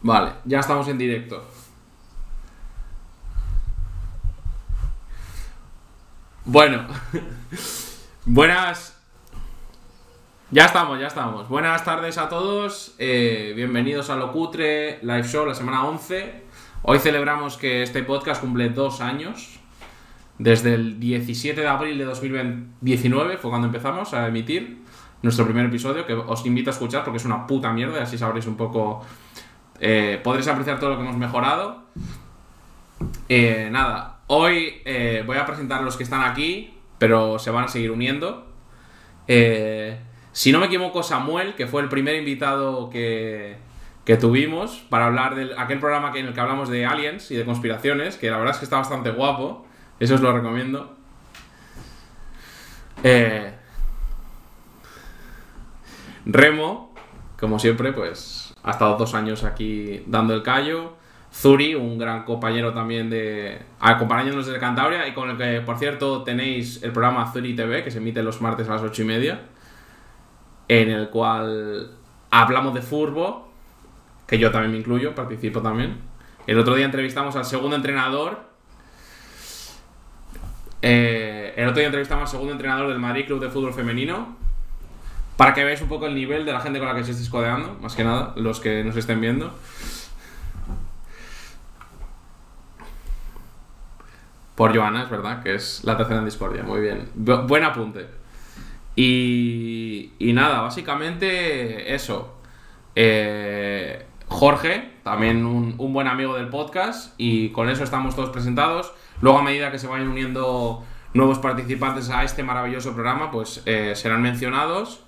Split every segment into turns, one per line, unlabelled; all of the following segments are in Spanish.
Vale, ya estamos en directo. Bueno, buenas. Ya estamos, ya estamos. Buenas tardes a todos. eh, bienvenidos a Locutre Live Show, la semana 11. Hoy celebramos que este podcast cumple dos años. Desde el 17 de abril de 2019 fue cuando empezamos a emitir nuestro primer episodio, que os invito a escuchar porque es una puta mierda y así sabréis un poco eh, podréis apreciar todo lo que hemos mejorado. Eh, nada, hoy eh, voy a presentar a los que están aquí, pero se van a seguir uniendo. Eh, si no me equivoco, Samuel, que fue el primer invitado que, que tuvimos para hablar de aquel programa que, en el que hablamos de aliens y de conspiraciones, que la verdad es que está bastante guapo, eso os lo recomiendo. Eh, Remo, como siempre, pues ha estado dos años aquí dando el callo. Zuri, un gran compañero también de. acompañándonos desde Cantabria y con el que, por cierto, tenéis el programa Zuri TV que se emite los martes a las ocho y media, en el cual hablamos de furbo, que yo también me incluyo, participo también. El otro día entrevistamos al segundo entrenador. eh, el otro día entrevistamos al segundo entrenador del Madrid Club de Fútbol Femenino, para que veáis un poco el nivel de la gente con la que os estéis codeando, más que nada, los que nos estén viendo. Por Joana, es verdad, que es la tercera en discordia. Muy bien. Bu- buen apunte. Y, y nada, básicamente eso. Eh, Jorge, también un, un buen amigo del podcast, y con eso estamos todos presentados. Luego, a medida que se vayan uniendo nuevos participantes a este maravilloso programa, pues eh, serán mencionados.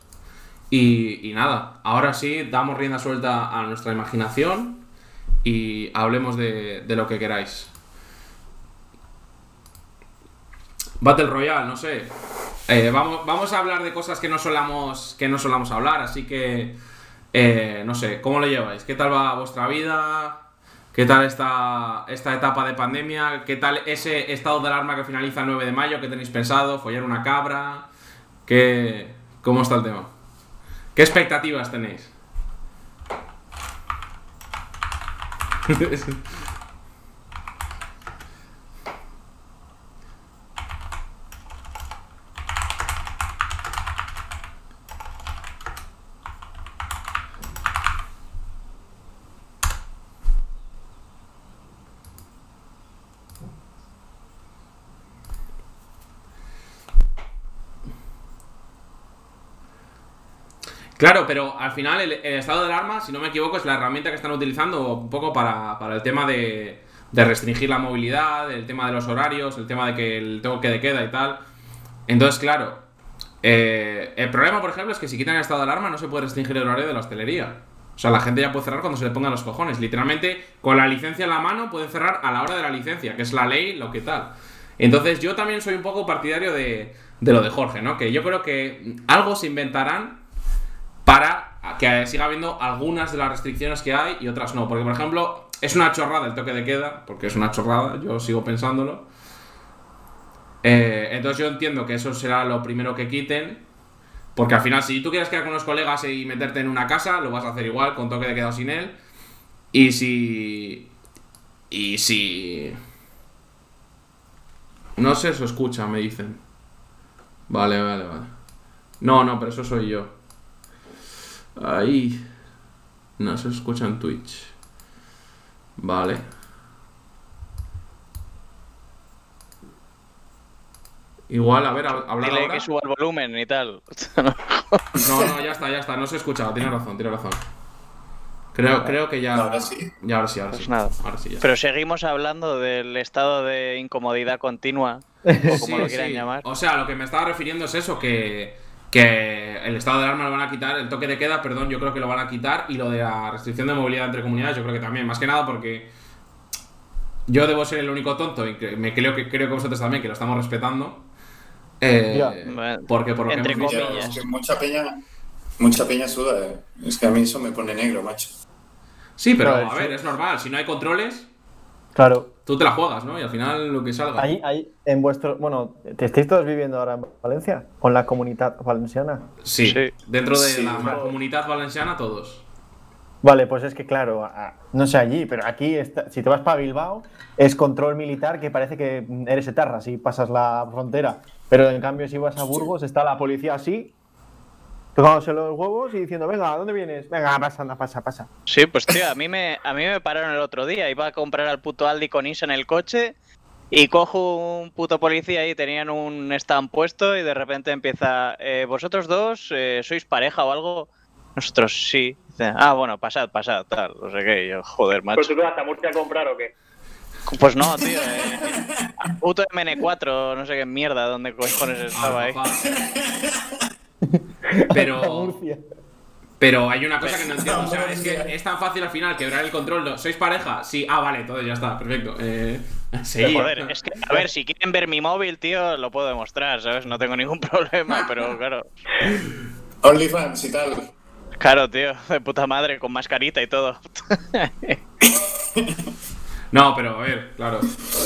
Y, y nada, ahora sí, damos rienda suelta a nuestra imaginación y hablemos de, de lo que queráis. Battle Royale, no sé. Eh, vamos, vamos a hablar de cosas que no solamos, que no solamos hablar, así que eh, no sé, ¿cómo lo lleváis? ¿Qué tal va vuestra vida? ¿Qué tal esta, esta etapa de pandemia? ¿Qué tal ese estado de alarma que finaliza el 9 de mayo? ¿Qué tenéis pensado? ¿Follar una cabra? ¿Qué, ¿Cómo está el tema? ¿Qué expectativas tenéis? Claro, pero al final el, el estado de alarma, si no me equivoco, es la herramienta que están utilizando un poco para, para el tema de, de restringir la movilidad, el tema de los horarios, el tema de que el toque de queda y tal. Entonces, claro, eh, el problema, por ejemplo, es que si quitan el estado de alarma no se puede restringir el horario de la hostelería. O sea, la gente ya puede cerrar cuando se le pongan los cojones. Literalmente, con la licencia en la mano, pueden cerrar a la hora de la licencia, que es la ley, lo que tal. Entonces, yo también soy un poco partidario de, de lo de Jorge, ¿no? Que yo creo que algo se inventarán para que siga habiendo algunas de las restricciones que hay y otras no. Porque, por ejemplo, es una chorrada el toque de queda, porque es una chorrada, yo sigo pensándolo. Eh, entonces yo entiendo que eso será lo primero que quiten, porque al final si tú quieres quedar con los colegas y meterte en una casa, lo vas a hacer igual, con toque de queda o sin él. Y si... Y si... No sé, se escucha, me dicen. Vale, vale, vale. No, no, pero eso soy yo. Ahí. No se escucha en Twitch. Vale. Igual, a ver, hab- hablar
Dile
ahora.
que suba el volumen y tal.
No, no, ya está, ya está. No se escuchaba. Tiene razón, tiene razón. Creo, creo que ya.
Ahora sí.
Ya, ahora sí, ahora
Pues
sí.
nada.
Ahora sí, ya está.
Pero seguimos hablando del estado de incomodidad continua, o como
Sí,
lo quieran
sí.
llamar.
O sea, lo que me estaba refiriendo es eso, que, que el estado de alarma lo van a quitar, el toque de queda, perdón, yo creo que lo van a quitar, y lo de la restricción de movilidad entre comunidades, yo creo que también, más que nada porque yo debo ser el único tonto, y que- me creo que creo que vosotros también, que lo estamos respetando. Eh,
Ya.
Porque por lo que
Entre
hemos visto-
Ya,
comillas.
es que mucha peña, mucha peña suda, eh. Es que a mí eso me pone negro, macho.
Sí, pero
Claro,
a
sí.
ver, es normal, si no hay controles,
Claro,
tú te la juegas, ¿no? Y al final lo que salga.
ahí, ahí, en vuestro. Bueno, ¿te estáis todos viviendo ahora en Valencia? Con la comunidad valenciana.
Sí,
Sí.
dentro de
Sí,
la
claro.
comunidad valenciana todos.
Vale, pues es que claro, a- a- no sé allí, pero aquí, está- si te vas para Bilbao, es control militar que parece que eres etarra si pasas la frontera. Pero en cambio, si vas a Burgos, está la policía así, tocándose los huevos y diciendo, venga, ¿a dónde vienes? Venga, pasa, anda, pasa, pasa.
Sí, pues tío, a mí me, a mí me pararon el otro día. Iba a comprar al puto Aldi con Is en el coche y cojo un puto policía y tenían un stand puesto y de repente empieza, eh, vosotros dos eh, sois pareja o algo. Nosotros sí. Dice, Ah, bueno, pasad, pasad, tal, no sé qué. Y yo, joder,
¿Pero
macho.
tú te vas a Murcia a comprar o qué?
Pues no, tío. Eh, puto MN4, no sé qué mierda, donde cojones
Ah,
Ah,
estaba ahí.
Pero,
Murcia.
Mm.
pero hay una cosa que no entiendo. O sea, es que es tan fácil al final quebrar el control. ¿no? ¿Sois pareja? Sí. Ah, vale, todo ya está. Perfecto. Eh, seguid.
Joder, es que, a ver, si quieren ver mi móvil, tío, lo puedo demostrar, ¿sabes? No tengo ningún problema, pero claro.
OnlyFans y tal.
Claro, tío, de puta madre, con mascarita y todo.
No, pero a ver, claro.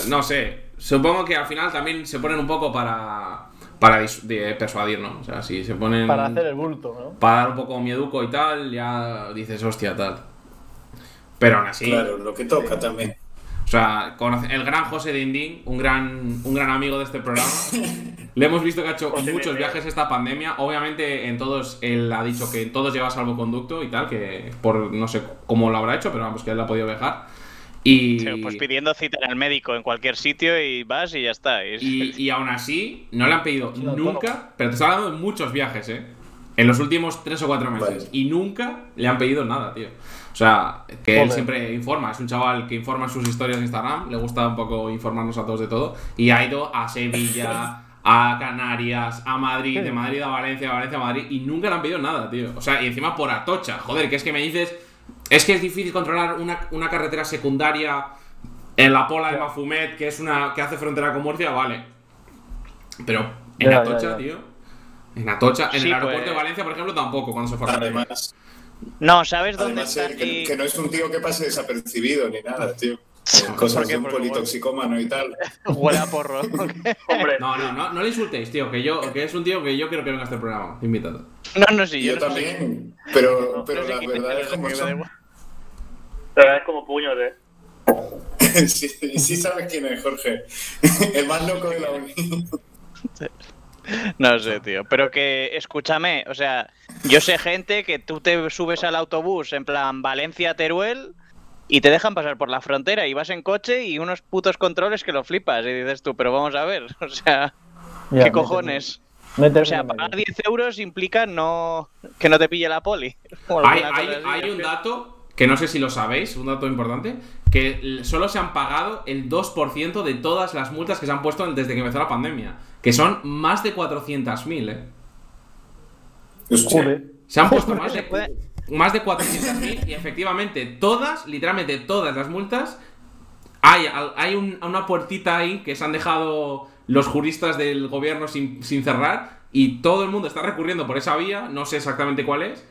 No sé. Supongo que al final también se ponen un poco para, para dis- de- persuadir, ¿no? O sea, si se ponen.
Para hacer el bulto, ¿no?
para dar un poco mieduco y tal, ya dices, hostia, tal. Pero aún así.
Claro, lo que toca también.
O sea, conoce- el gran José Dindín, un gran, un gran amigo de este programa. Le hemos visto que ha hecho
José
muchos
Dindín.
viajes esta pandemia. Obviamente, en todos, él ha dicho que en todos lleva salvoconducto y tal, que por no sé cómo lo habrá hecho, pero vamos, que él ha podido viajar. Y,
Tío, Pues pidiendo cita en el médico en cualquier sitio y vas y ya está. Y-
y, y aún así, no le han pedido
Sí, autónomo.
nunca, pero te estoy hablando de muchos viajes, ¿eh? En los últimos tres o cuatro meses.
Vale.
Y nunca le han pedido nada, tío. O sea, que él
Joder.
siempre informa. Es un chaval que informa en sus historias de Instagram. Le gusta un poco informarnos a todos de todo. Y ha ido a Sevilla, a Canarias, a Madrid, de Madrid a Valencia, de Valencia a Madrid. Y nunca le han pedido nada, tío. O sea, y encima por Atocha. Joder, que es que me dices... Es que es difícil controlar una, una carretera secundaria en la Pola de Mafumet, que es una que hace frontera con Murcia, vale. Pero en
Ya, ya,
Atocha,
ya.
tío. En Atocha, en
Sí,
el aeropuerto
pues.
de Valencia, por ejemplo, tampoco, cuando se fue a Canarias.
Además,
No, ¿sabes dónde
además
está?
él, que,
aquí?
que no es un tío que pase desapercibido ni nada, tío. Eh, Cosas
qué?
de un
Porque
politoxicómano y tal.
Huele a porro. ¿ok?
Hombre,
No, no, no, no le insultéis, tío, que yo, que es un tío que yo quiero que venga a este programa, invitado.
No, no, sí,
Y yo,
yo, no sé quién-
también,
no
pero, pero
sé
las
quién es,
verdades
no sé
como
qué, me da
son.
igual.
la verdad es como puños, ¿eh?
sí, sí sabes quién es, Jorge. El más loco de la uni.
No sé, tío. Pero que, escúchame, o sea, yo sé gente que tú te subes al autobús en plan Valencia-Teruel y te dejan pasar por la frontera y vas en coche y unos putos controles que lo flipas y dices tú, pero vamos a ver, o sea,
Ya,
¿qué
métete-
cojones?
métete
O sea,
en medio.
pagar 10 euros implica no que no te pille la poli. O
Hay,
alguna
hay-
cosa así.
hay un dato que no sé si lo sabéis, un dato importante, que l- solo se han pagado el 2% de todas las multas que se han puesto desde que empezó la pandemia, que son más de 400.000, eh.
Joder.
Se han puesto más
Se
de,
puede-
más de 400.000 y efectivamente todas, literalmente todas las multas, hay, hay un- una puertita ahí que se han dejado los juristas del gobierno sin, sin cerrar y todo el mundo está recurriendo por esa vía, no sé exactamente cuál es,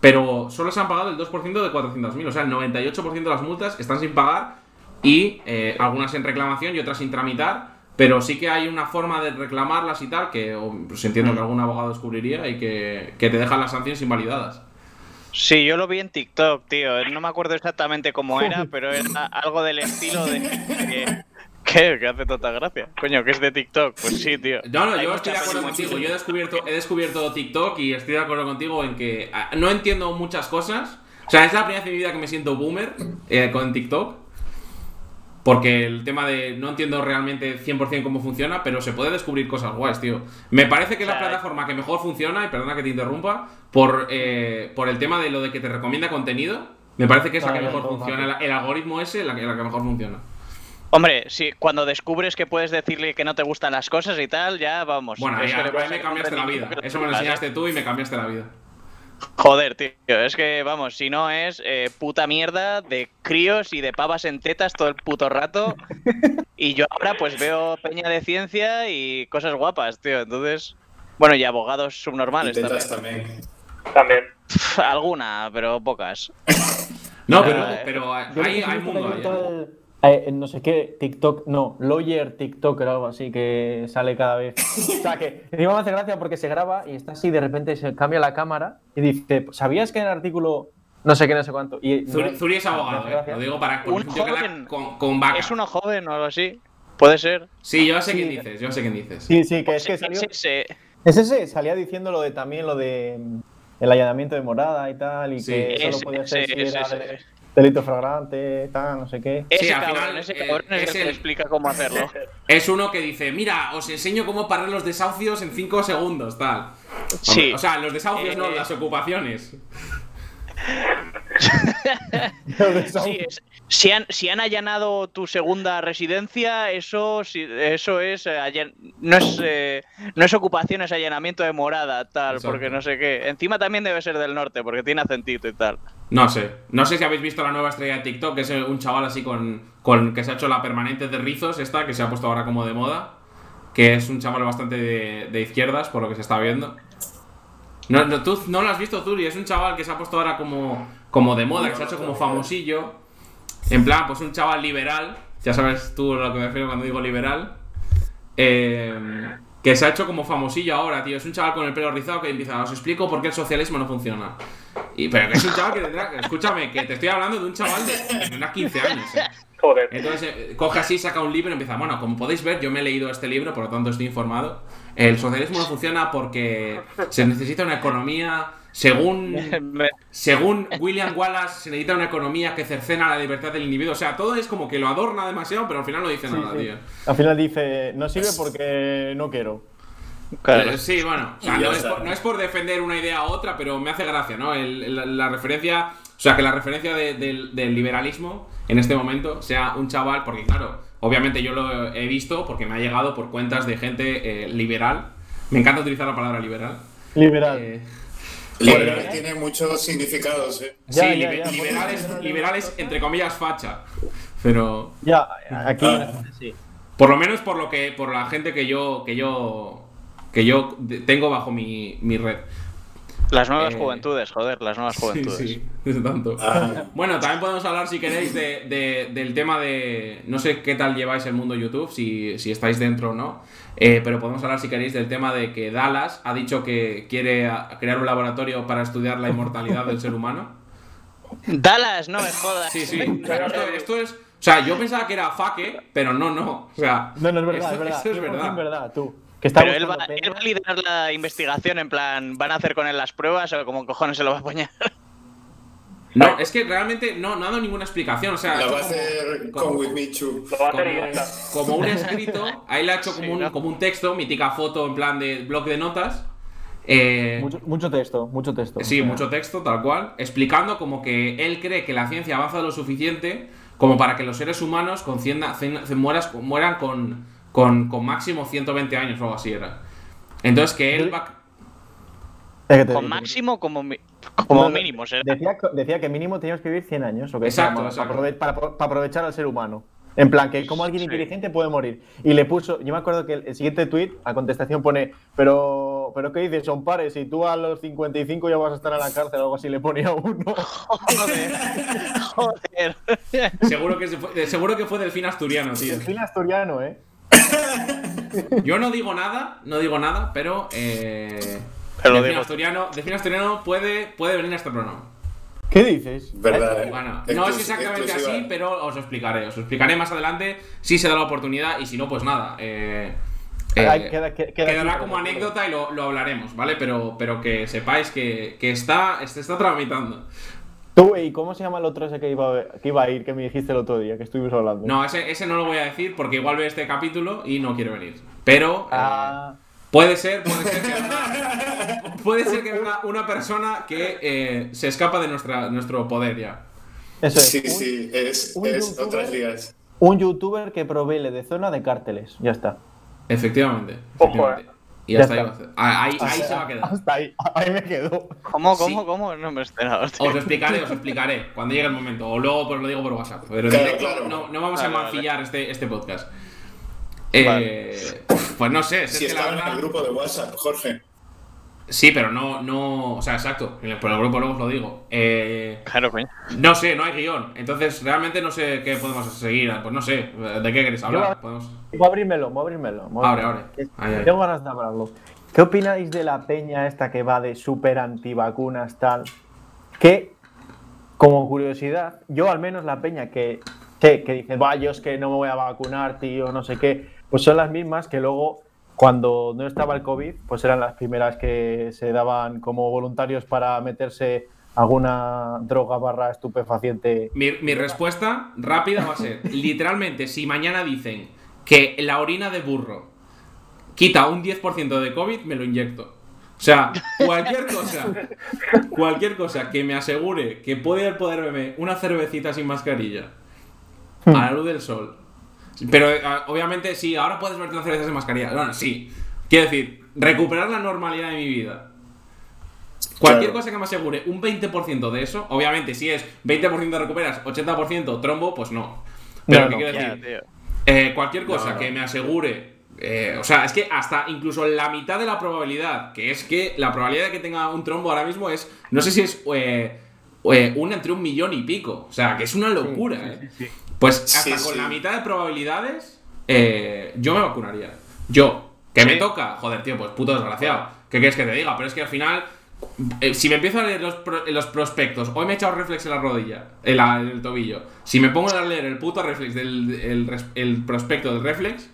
pero solo se han pagado el 2% de 400.000, o sea, el 98% de las multas están sin pagar y eh, algunas en reclamación y otras sin tramitar. Pero sí que hay una forma de reclamarlas y tal, que o, pues, entiendo que algún abogado descubriría y que, que te dejan las sanciones invalidadas.
Sí, yo lo vi en TikTok, tío. No me acuerdo exactamente cómo era, pero era algo del estilo de. que- ¿Qué? ¿Qué hace tanta gracia? Coño, que es de TikTok. Pues sí, tío.
No, no,
Hay
yo
mucha
estoy de acuerdo
gente-
contigo. Yo he descubierto, he descubierto TikTok y estoy de acuerdo contigo en que ah, no entiendo muchas cosas. O sea, es la primera vez en mi vida que me siento boomer eh, con TikTok. Porque el tema de no entiendo realmente 100% cómo funciona, pero se puede descubrir cosas guays, tío. Me parece que es la
O sea,
plataforma que mejor funciona, y perdona que te interrumpa, por, eh, por el tema de lo de que te recomienda contenido. Me parece que es la que
Vale,
mejor
toma.
funciona. El, el algoritmo ese la que, la que mejor funciona.
Hombre, sí, cuando descubres que puedes decirle que no te gustan las cosas y tal, ya
Pues
vamos.
Bueno,
Eso
ya,
le
ahí
pasa
me
a
cambiaste la vida.
gente que
Eso me lo
¿eh?
pasa.
enseñaste tú y me cambiaste la vida.
Joder, tío. Es que, vamos, si no es eh, puta mierda de críos y de pavas en tetas todo el puto rato. Y yo ahora pues veo peña de ciencia y cosas guapas, tío. Entonces. Bueno, y abogados
Y
subnormales también.
tetas también.
También.
Pf, Alguna, pero pocas.
No,
Claro,
pero,
eh.
pero
Yo creo
hay,
que sí
hay
me
mundo
toca
ahí.
yo
¿eh?
tal- eh, en no sé qué, TikTok, no, Lawyer TikToker o algo así que sale cada vez. O sea que encima me hace gracia porque se graba y está así, de repente se cambia la cámara y dice, ¿sabías que en el artículo no sé qué, no sé cuánto. Y,
Zuri,
no-
Zuri es abogado,
no,
eh.
gracias.
Lo digo para. porque
Un
es un tío que la-
joven-
con, con vaca.
Es uno joven o algo así. Puede ser.
Sí, yo sé
Sí.
quién dices, yo sé quién dices.
Sí, sí, que
Pues
es que
sí,
salió.
sí, sí.
Es ese, salía diciendo lo de también lo de mm, el allanamiento de morada y tal, y
Sí.
que solo
Ese,
podía ser
ese,
si
ese,
era
ese.
de- delito fragrante, tal, no sé qué.
Ese
Sí, al
cabrón,
final,
ese
eh,
cabrón es,
es
el que
el-
te explica cómo hacerlo.
Es uno que dice, mira, os enseño cómo parar los desahucios en 5 segundos, tal. Hombre,
Sí.
O sea, los desahucios no,
Eh,
las ocupaciones.
Sí, eh. es- si, han, si han allanado tu segunda residencia, eso, sí- eso es, eh, allan- no, es eh, no es ocupación, es allanamiento de morada, tal,
Exacto.
porque no sé qué. Encima también debe ser del norte, porque tiene acentito y tal.
No sé. No sé si habéis visto la nueva estrella de TikTok, que es un chaval así con, con- que se ha hecho la permanente de rizos, esta, que se ha puesto ahora como de moda. Que es un chaval bastante de, de izquierdas, por lo que se está viendo. No, no, tú no lo has visto, Zuri. Es un chaval que se ha puesto ahora como, como de moda, que se ha hecho como famosillo. En plan, pues un chaval liberal. Ya sabes tú a lo que me refiero cuando digo liberal. Eh, que se ha hecho como famosillo ahora, tío. Es un chaval con el pelo rizado que empieza, os explico por qué el socialismo no funciona. Y, pero que es un chaval que tendrá. Escúchame, que te estoy hablando de un chaval de, de unas 15 años. ¿eh?
Joder.
Entonces eh, coge así, saca un libro y empieza. Bueno, como podéis ver, yo me he leído este libro, por lo tanto estoy informado. El socialismo no funciona porque se necesita una economía. Según,
Me-
según William Wallace, se necesita una economía que cercena la libertad del individuo. O sea, todo es como que lo adorna demasiado, pero al final no dice nada,
sí.
tío.
Al final dice, no sirve porque no quiero.
claro.
Eh, Sí, bueno, o sea,
Y ya
no, es
está.
por, no es por defender una idea u otra, pero me hace gracia, ¿no? El- el- la, la referencia, o sea, que la referencia de- del, del liberalismo en este momento sea un chaval, porque claro, obviamente yo lo he visto porque me ha llegado por cuentas de gente eh, liberal. Me encanta utilizar la palabra liberal.
Liberal.
Eh,
¿eh?
Liberal tiene muchos significados, ¿eh?
Ya,
sí,
ya,
libe-
ya,
liberales,
porque-
liberales, entre comillas, facha. Pero
Ya, aquí.
Ah.
sí.
Por lo menos por lo que. por la gente que yo. que yo. que yo de- tengo bajo mi, mi red.
Las nuevas
eh,
juventudes, joder, las nuevas juventudes.
Sí, sí, es tanto.
Ah.
Bueno, también podemos hablar, si queréis, de, de- del tema de. No sé qué tal lleváis el mundo YouTube, si, si estáis dentro o no. eh, pero podemos hablar, si queréis, del tema de que Dallas ha dicho que quiere a- crear un laboratorio para estudiar la inmortalidad del ser humano.
Dallas, no me jodas.
Sí, sí. o sea, esto, esto es. O sea, yo pensaba que era faque, pero no, no. O sea.
No, no es verdad,
esto-
es verdad.
esto es verdad.
Es verdad, tú. Que está
Pero él va,
buscando peña.
él va a liderar la investigación, en plan, ¿van a hacer con él las pruebas o como cojones se lo va a apañar?
No, es que realmente no, no ha dado ninguna explicación. O sea,
La
es
va a
como-
hacer
como-
con With Me Too.
Lo va a hacer y ya
como,
está.
como un escrito, ahí le ha hecho como,
Sí,
un,
¿no?
como un texto, mítica foto en plan de blog de notas. eh,
Mucho, mucho texto, mucho texto.
sí,
O sea,
mucho texto, tal cual, explicando como que él cree que la ciencia avanza lo suficiente como para que los seres humanos concienda- cen- cen- mueras- mueran con, con, con máximo 120 años o algo así era. Entonces que él va...
es que te-
Con
te-
máximo como, mi- como
No, no,
mínimo, ¿eh? será.
Decía, decía que mínimo teníamos que vivir 100 años. ¿o qué?
Exacto,
Para-
exacto.
Para, aprove- para- para aprovechar al ser humano. En plan, que como alguien
Sí.
inteligente puede morir. Y le puso, yo me acuerdo que el, el siguiente tuit a contestación pone, pero, pero ¿qué dices? Son pares y tú a los 55 ya vas a estar en la cárcel o algo así. Le ponía uno.
Joder. Joder.
Seguro que, se fue, eh, seguro que fue del fin asturiano, tío.
El fin asturiano, ¿eh?
Yo no digo nada, no digo nada, pero... Eh,
Pero lo
delfín
digo.
asturiano, delfín asturiano puede, puede venir a este programa.
¿Qué dices?
¿Verdad? ¿eh?
Bueno, no es
Exclus-
exactamente
exclusiva.
así, pero os lo explicaré. Os lo explicaré más adelante si se da la oportunidad y si no, pues nada. eh, eh,
Ay, queda- queda- queda
quedará
aquí,
como
pero-
anécdota y lo, lo hablaremos, ¿vale? Pero, pero que sepáis que, que está, se está tramitando.
Tú, ¿y cómo se llama el otro ese que iba, a ver- que iba a ir, que me dijiste el otro día, que estuvimos hablando?
No, ese, ese no lo voy a decir porque igual ve este capítulo y no quiere venir. Pero eh,
Ah,
puede ser, puede ser que venga- puede ser que venga una persona que eh, se escapa de nuestra, nuestro poder ya.
eso es.
eh, Sí,
un,
sí, es,
un
es
youtuber.
otras ligas.
un youtuber que provee de zona de cárteles. Ya está.
Efectivamente.
Ojo,
efectivamente.
eh.
Y
Ya
hasta ahí,
está.
va a- Ah, ahí, ahí se va a quedar.
Hasta ahí, ahí me quedo.
¿Cómo, cómo,
Sí.
cómo? No me he esperado, tío.
Os lo explicaré, os lo explicaré cuando llegue el momento. O luego pues, lo digo por WhatsApp. Pero en
Claro,
directo
claro.
No, no vamos a
Vale, vale.
mancillar este, este podcast. Eh,
Vale.
Pues no sé, si
Si
es que la
estaba en
verdad-
el grupo de WhatsApp, Jorge.
Sí, pero no, no. O sea, exacto. en el- Por el grupo luego os lo digo. Eh,
Claro, coño.
no sé, no hay guión. Entonces, realmente no sé qué podemos seguir. Pues no sé, ¿de qué queréis hablar?
Yo-
Podemos-
Voy a abrírmelo, voy a abrírmelo. voy a
Abre,
abrírmelo.
abre.
Es-
Ahí, ahí.
Tengo ganas de hablarlo. ¿Qué opináis de la peña esta que va de súper antivacunas tal? Que como curiosidad, yo al menos la peña que sé que dice, va, yo es que no me voy a vacunar, tío, no sé qué, pues son las mismas que luego, cuando no estaba el COVID, pues eran las primeras que se daban como voluntarios para meterse alguna droga barra estupefaciente.
Mi, mi respuesta rápida va a ser, literalmente, si mañana dicen que la orina de burro quita un 10% de COVID, me lo inyecto. O sea, cualquier cosa, cualquier cosa que me asegure que puede poder beber una cervecita sin mascarilla
Hmm.
a la luz del sol. Pero eh, obviamente sí, ahora puedes verte una cerveza sin mascarilla. Bueno, sí. Quiero decir, recuperar la normalidad de mi vida. Cualquier
Claro.
cosa que me asegure un 20% de eso, obviamente si es 20% recuperas, 80% trombo, pues no. Pero
No,
¿qué
no,
quiero
Ya,
decir?
tío.
Eh, cualquier cosa
no.
que me asegure. eh, o sea, es que hasta incluso la mitad de la probabilidad, que es que la probabilidad de que tenga un trombo ahora mismo es, no sé si es eh, eh, una entre un millón y pico. O sea, que es una locura. eh. Pues
Sí,
hasta con
sí.
la mitad de probabilidades, eh, yo me vacunaría. Yo, que me toca, joder, tío, pues puto desgraciado. ¿Qué quieres que te diga? Pero es que al final, eh, si me empiezo a leer los, pro- los prospectos, hoy me he echado reflex en la rodilla, en, la- en el tobillo. Si me pongo a leer el puto reflex del el, res- el prospecto del reflex,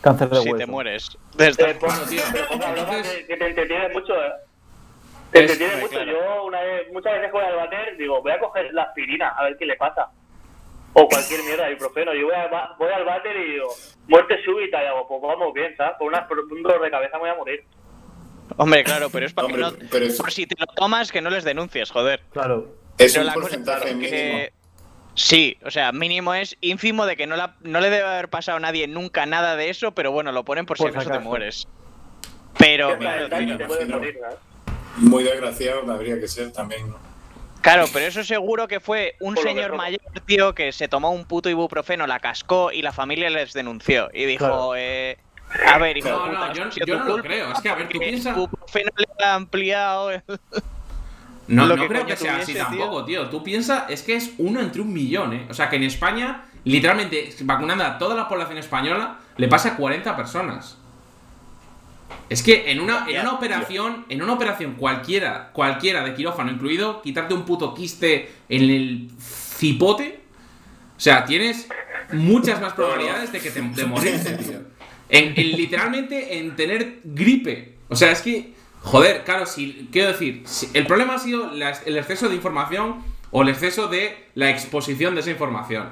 Cáncer de
Si te
hueso.
mueres. Desde-
Eh, pues,
Bueno, tío,
pero, Juan, la verdad
entonces-
que- que te entretiene mucho. eh. Te
Es-
entretiene mucho.
claro.
Yo una vez, muchas veces voy al bater, digo, voy a coger la aspirina, a ver qué le pasa. O cualquier mierda, ibuprofeno. Yo voy, al ba- voy al váter y digo, muerte súbita, y hago, pues vamos bien, ¿sabes? Por, una, por un dolor de cabeza me voy a morir.
Hombre, claro, pero es para
Hombre,
que no.
pero es-
Por si te lo tomas, que no les denuncies, joder.
Claro.
Es
Pero
un
la cosa es
porcentaje
claro,
mínimo.
que- Sí, o sea, mínimo es ínfimo de que no, la- no le debe haber pasado a nadie nunca nada de eso, pero bueno, lo ponen por si
Por si
acaso te
acaso.
mueres. Pero,
Siempre
claro,
al detalle
tío,
te puedes
imagino.
morir, ¿sabes?
Muy desgraciado habría que ser también, ¿no?
Claro, pero eso seguro que fue un
Por lo
señor
que fue.
mayor, tío, que se tomó un puto ibuprofeno, la cascó y la familia les denunció. Y dijo,
Claro.
eh, a ver, hijo
No,
de
no,
puta,
yo-
ha sido
yo
tu
no lo
culpa
creo. Es que, a ver, tú
porque
piensa-
El ibuprofeno le ha ampliado. el-
no,
Lo
no
que
creo que
coño
sea así
tuviese, tío.
tampoco, tío. Tú piensas, es que es uno entre un millón, ¿eh? O sea, que en España, literalmente, vacunando a toda la población española, le pasa a 40 personas. Es que en una, en
Ya,
una
tío.
operación, en una operación cualquiera, cualquiera de quirófano incluido, quitarte un puto quiste en el cipote, o sea, tienes muchas más probabilidades de que te, de morirte, tío. En, en literalmente en tener gripe. O sea, es que, joder, claro, si, quiero decir, si- el problema ha sido la- el exceso de información o el exceso de la exposición de esa información.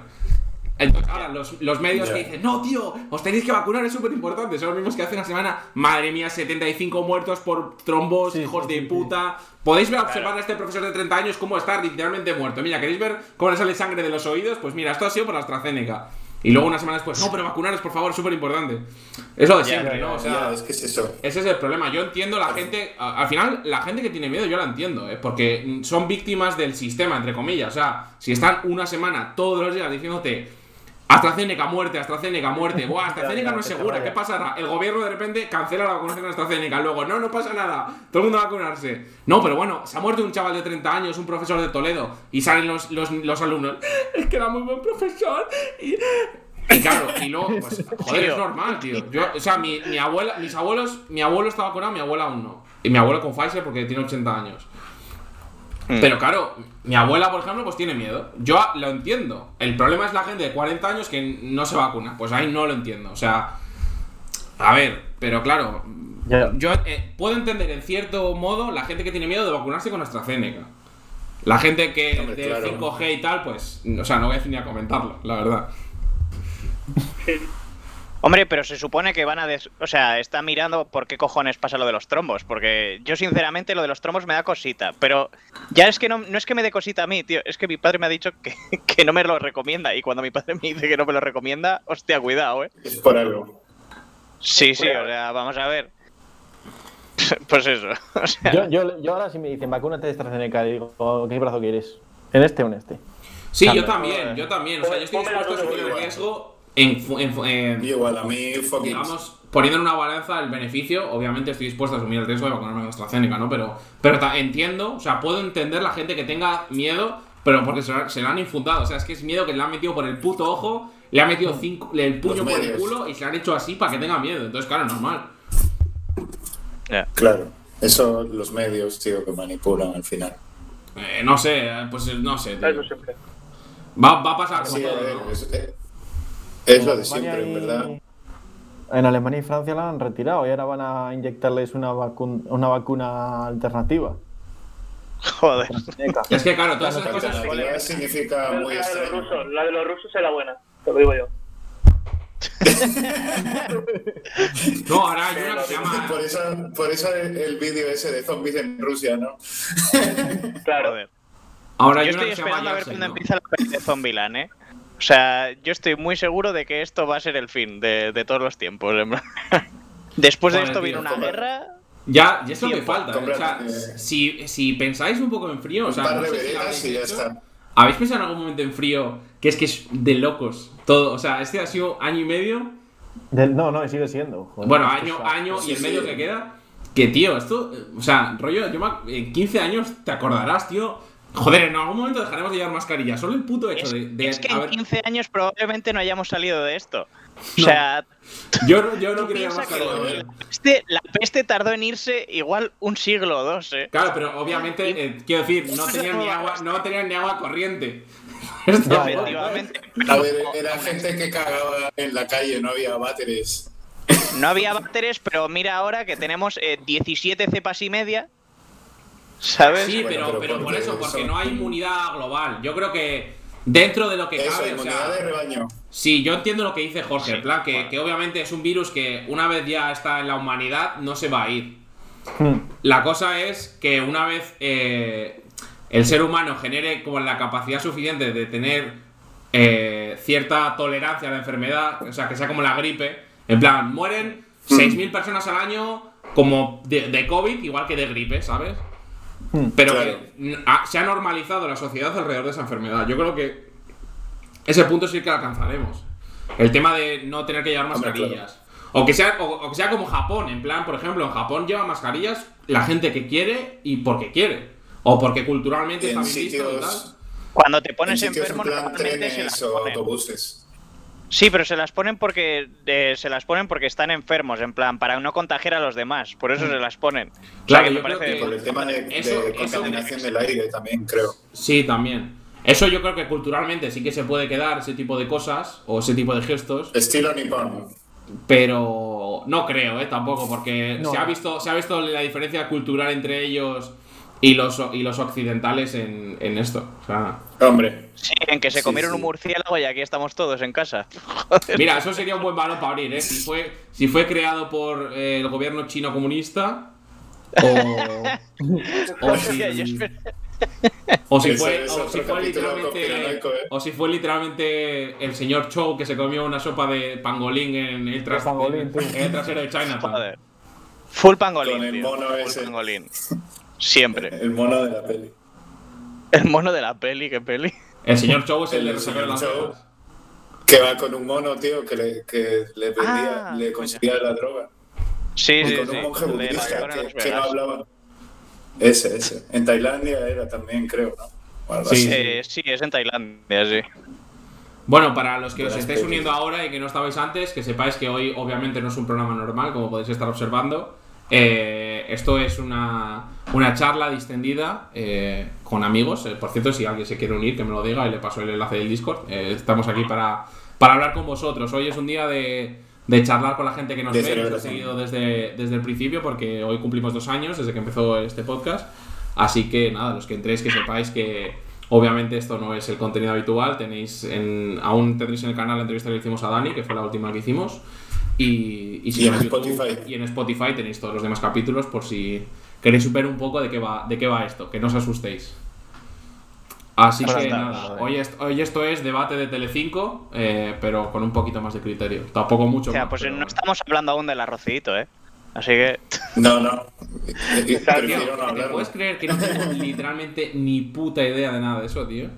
Entonces, ahora, los, los medios
Ya.
que dicen, no, tío, os tenéis que vacunar, es súper importante. Son los mismos que hace una semana, madre mía, 75 muertos por trombos,
Sí,
hijos de
sí, sí, sí.
puta. Podéis ver, observar a este profesor de 30 años cómo está literalmente muerto. Mira, ¿queréis ver cómo le sale sangre de los oídos? Pues mira, esto ha sido por la AstraZeneca. Y luego una semana después, no, pero vacunaros, por favor, súper importante. Es lo de
Ya,
siempre,
ya,
¿no? O sea,
Ya, es que es eso.
ese es el problema. Yo entiendo la gente. a- Al final, la gente que tiene miedo, yo la entiendo, ¿eh? Porque mm, son víctimas del sistema, entre comillas. O sea, si están una semana todos los días diciéndote. AstraZeneca muerte, AstraZeneca muerte, buah, AstraZeneca
Ya,
no es
que te
segura, ¿qué
vayas.
pasará? El gobierno de repente cancela la vacunación de AstraZeneca, luego, no, no pasa nada, todo el mundo va a vacunarse. No, pero bueno, se ha muerto un chaval de 30 años, un profesor de Toledo, y salen los, los, los alumnos, es que era muy buen profesor, y y claro, y luego, pues, joder,
Tío.
es normal, tío. Yo, o sea, mi, mi abuela, mis abuelos, mi abuelo estaba vacunado, mi abuela aún no. Y mi abuelo con Pfizer porque tiene 80 años.
Mm.
Pero claro, mi abuela, por ejemplo, pues tiene miedo. Yo a- lo entiendo. El problema es la gente de 40 años que no se vacuna. Pues ahí no lo entiendo. O sea, a ver, pero claro,
Ya.
yo eh, puedo entender en cierto modo la gente que tiene miedo de vacunarse con AstraZeneca. La gente que
Hombre,
de
claro.
5G y tal, pues, o sea, no voy a ni a comentarlo, la verdad.
Hombre, pero se supone que van a... des- O sea, está mirando por qué cojones pasa lo de los trombos, porque yo sinceramente lo de los trombos me da cosita, pero ya es que no, no es que me dé cosita a mí, tío, es que mi padre me ha dicho que, que no me lo recomienda y cuando mi padre me dice que no me lo recomienda, hostia, cuidado, eh.
Es por algo.
Sí, sí, o sea, vamos a ver. Pues eso, o sea,
Yo, yo, yo ahora si me dicen vacúnate de AstraZeneca, digo, "Oh, ¿qué brazo quieres? ¿En este o en este?
Sí,
Cambio.
yo también, yo también. O sea, yo estoy
Ponme la
dispuesto a
nota
asumir el
igual.
riesgo en, fu- en fu- en-
Y Igual a mí, fucking.
digamos, poniendo en una balanza el beneficio. Obviamente estoy dispuesto a asumir el riesgo de vacunarme con AstraZeneca, ¿no? Pero, pero ta- entiendo, o sea, puedo entender la gente que tenga miedo, pero porque se, lo- se lo han infundado. O sea, es que es miedo que le han metido por el puto ojo, le han metido cinco, el puño
Los
por el
medios.
culo y se lo han hecho así para que tenga miedo. Entonces, claro, normal.
Claro. Eso los medios, tío, que manipulan al final.
Eh, no sé, eh, pues eh, no sé. tío.
Eso siempre.
Va, va a pasar como
Sí, a
todo,
ver,
¿no?
es, eh, es lo de
Alemania
siempre, en
y-
verdad.
En Alemania y Francia la han retirado y ahora van a inyectarles una, vacun- una vacuna alternativa.
Joder.
Es que claro, todas esas cosas.
Alternativa significa
Pero
muy
la de los
extraño.
rusos, la de los rusos es la buena, te lo digo yo.
No, ahora hay una que se llama.
Por eso, por eso el, el vídeo ese de zombies en Rusia, ¿no?
Claro.
Joder.
Ahora hay
Yo
una
estoy
que se llama
esperando a ver
Janssen,
cuándo
¿no?
empieza la peli de Zombieland, ¿eh? O sea, yo estoy muy seguro de que esto va a ser el fin de, de todos los tiempos. en plan. Después de
Joder,
esto
tío,
viene una
joder.
guerra.
Ya, y es lo que
Tiempo,
falta. ¿eh? O sea,
cómprate.
si, si pensáis un poco en frío, o
Un
sea,
par
no
de
sé si lo
veredas
habéis
y ya
hecho.
está.
¿Habéis pensado en algún momento en frío que es que es de locos todo? O sea, este ha sido año y medio,
Del- no, no, sigue siendo. joder,
bueno,
es que
año,
este está-
año y
Sí,
el medio
sí.
que queda, que tío, esto, eh, o sea, rollo, yo me ac- en 15 años te acordarás, tío. Joder, en algún momento dejaremos de llevar mascarilla, solo el puto hecho
Es,
de... de-
es que
a
en
ver,
15 años probablemente no hayamos salido de esto. O
No.
sea,
yo, no- yo no
tú
quiero llevar
piensas que
mascarilla.
joder.
la peste, la peste tardó en irse igual un siglo o dos, ¿eh?
Claro, pero obviamente, eh, quiero decir, no tenían ni agua, no tenían ni agua corriente. Esto-
Ya, ya.
Efectivamente,
A ver, era gente que cagaba en la calle, no había váteres.
no había bacterias, pero mira ahora que tenemos eh, 17 cepas y media. ¿Sabes?
Sí,
Bueno,
pero,
pero
pero por
porque
eso, porque
son-
no hay inmunidad global. Yo creo que dentro de lo que
Eso,
cabe, o
inmunidad de
sea,
rebaño.
sí, yo entiendo lo que dice Jorge,
Sí,
en plan, que,
bueno.
que obviamente es un virus que una vez ya está en la humanidad, no se va a ir.
Hmm.
La cosa es que una vez eh, el ser humano genere como la capacidad suficiente de tener eh, cierta tolerancia a la enfermedad, o sea, que sea como la gripe, en plan, mueren 6.000 personas al año como de, de COVID, igual que de gripe, ¿sabes?
Hmm.
Pero
Claro.
que n- ha- se ha normalizado la sociedad alrededor de esa enfermedad. Yo creo que ese punto sí que lo alcanzaremos. El tema de no tener que llevar
Hombre,
mascarillas. O que, sea, o, o que sea como Japón, en plan, por ejemplo, en Japón lleva mascarillas la gente que quiere y porque quiere. O porque culturalmente está
En
bien visto y
sitios,
tal.
Cuando te
en
pones
sitios en
enfermo,
plan
normalmente se las
trenes o
ponen.
autobuses.
Sí, pero se las ponen porque eh, se las ponen porque están enfermos, en plan, para no contagiar a los demás. Por
Mm.
eso se las ponen. O sea,
Claro,
que me
yo creo
parece
que-
Por el tema de, de
Eso- eso-
contaminación del aire también, creo.
Sí, también. Eso yo creo que culturalmente sí que se puede quedar ese tipo de cosas o ese tipo de gestos.
Estilo nipón.
Pero no creo, ¿eh? Tampoco, porque
No.
se, ha visto, se ha visto la diferencia cultural entre ellos y los, y los occidentales en, en esto. O sea,
Hombre,
Sí, en que se
Sí,
comieron
sí.
un murciélago y aquí estamos todos en casa.
mira, eso sería un buen balón para abrir, ¿eh? Si fue, si fue creado por eh, el gobierno chino comunista o, o
Hostia, yo
si,
espero-
o si
Ese
fue,
es
o
otro
si fue
capítulo
literalmente,
conspiranoico, ¿eh?
o si fue literalmente el señor Chow que se comió una sopa de pangolín en el, tras-
pangolín, sí.
en el trasero de Chinatown.
Joder. Full
Con
pangolín,
el
tío.
mono
Full
ese. Eh.
pangolín. Siempre.
el mono de la peli.
El mono de la peli, qué peli.
El señor Chow es el,
El
de resolver
señor
las
Chow.
cosas.
Que va con un mono, tío, que le, que le vendía,
Ah,
le
coño.
conseguía la droga.
Sí,
Y
sí,
con
sí.
un monje
El de la
budista
Guerra de
que,
las
que no
Vegas.
hablaba. Ese, ese. En Tailandia era también, creo, ¿no? O algo
Sí.
así.
Eh, sí, es en Tailandia, sí.
Bueno, para los que
De
os
las
estáis
pelis.
uniendo ahora y que no estabais antes, que sepáis que hoy obviamente no es un programa normal, como podéis estar observando. Eh, esto es una, una charla distendida eh, con amigos. Eh, por cierto, si alguien se quiere unir, que me lo diga y le paso el enlace del Discord. Eh, estamos aquí para, para hablar con vosotros. Hoy es un día de, de charlar con la gente que nos
De
ve, que nos ha
celebración.
seguido desde, desde el principio, porque hoy cumplimos dos años desde que empezó este podcast. Así que nada, los que entréis que sepáis que obviamente esto no es el contenido habitual. Tenéis en, aún tendréis en el canal la entrevista que le hicimos a Dani, que fue la última que hicimos. Y, si
Y
no,
en
YouTube-
Spotify.
Y en Spotify tenéis todos los demás capítulos por si queréis super un poco de qué va, de qué va esto, que no os asustéis. Así
Ahora
que
estamos,
nada,
joder.
hoy, est- hoy esto es debate de Telecinco, eh, pero con un poquito más de criterio. Tampoco mucho
O sea,
más,
pues
pero
no
bueno.
estamos hablando aún del arrocidito, ¿eh? Así que...
No, no. Eh,
Tío,
Prefiero no
¿Te
hablar.
puedes creer que no tengo literalmente ni puta idea de nada de eso, tío?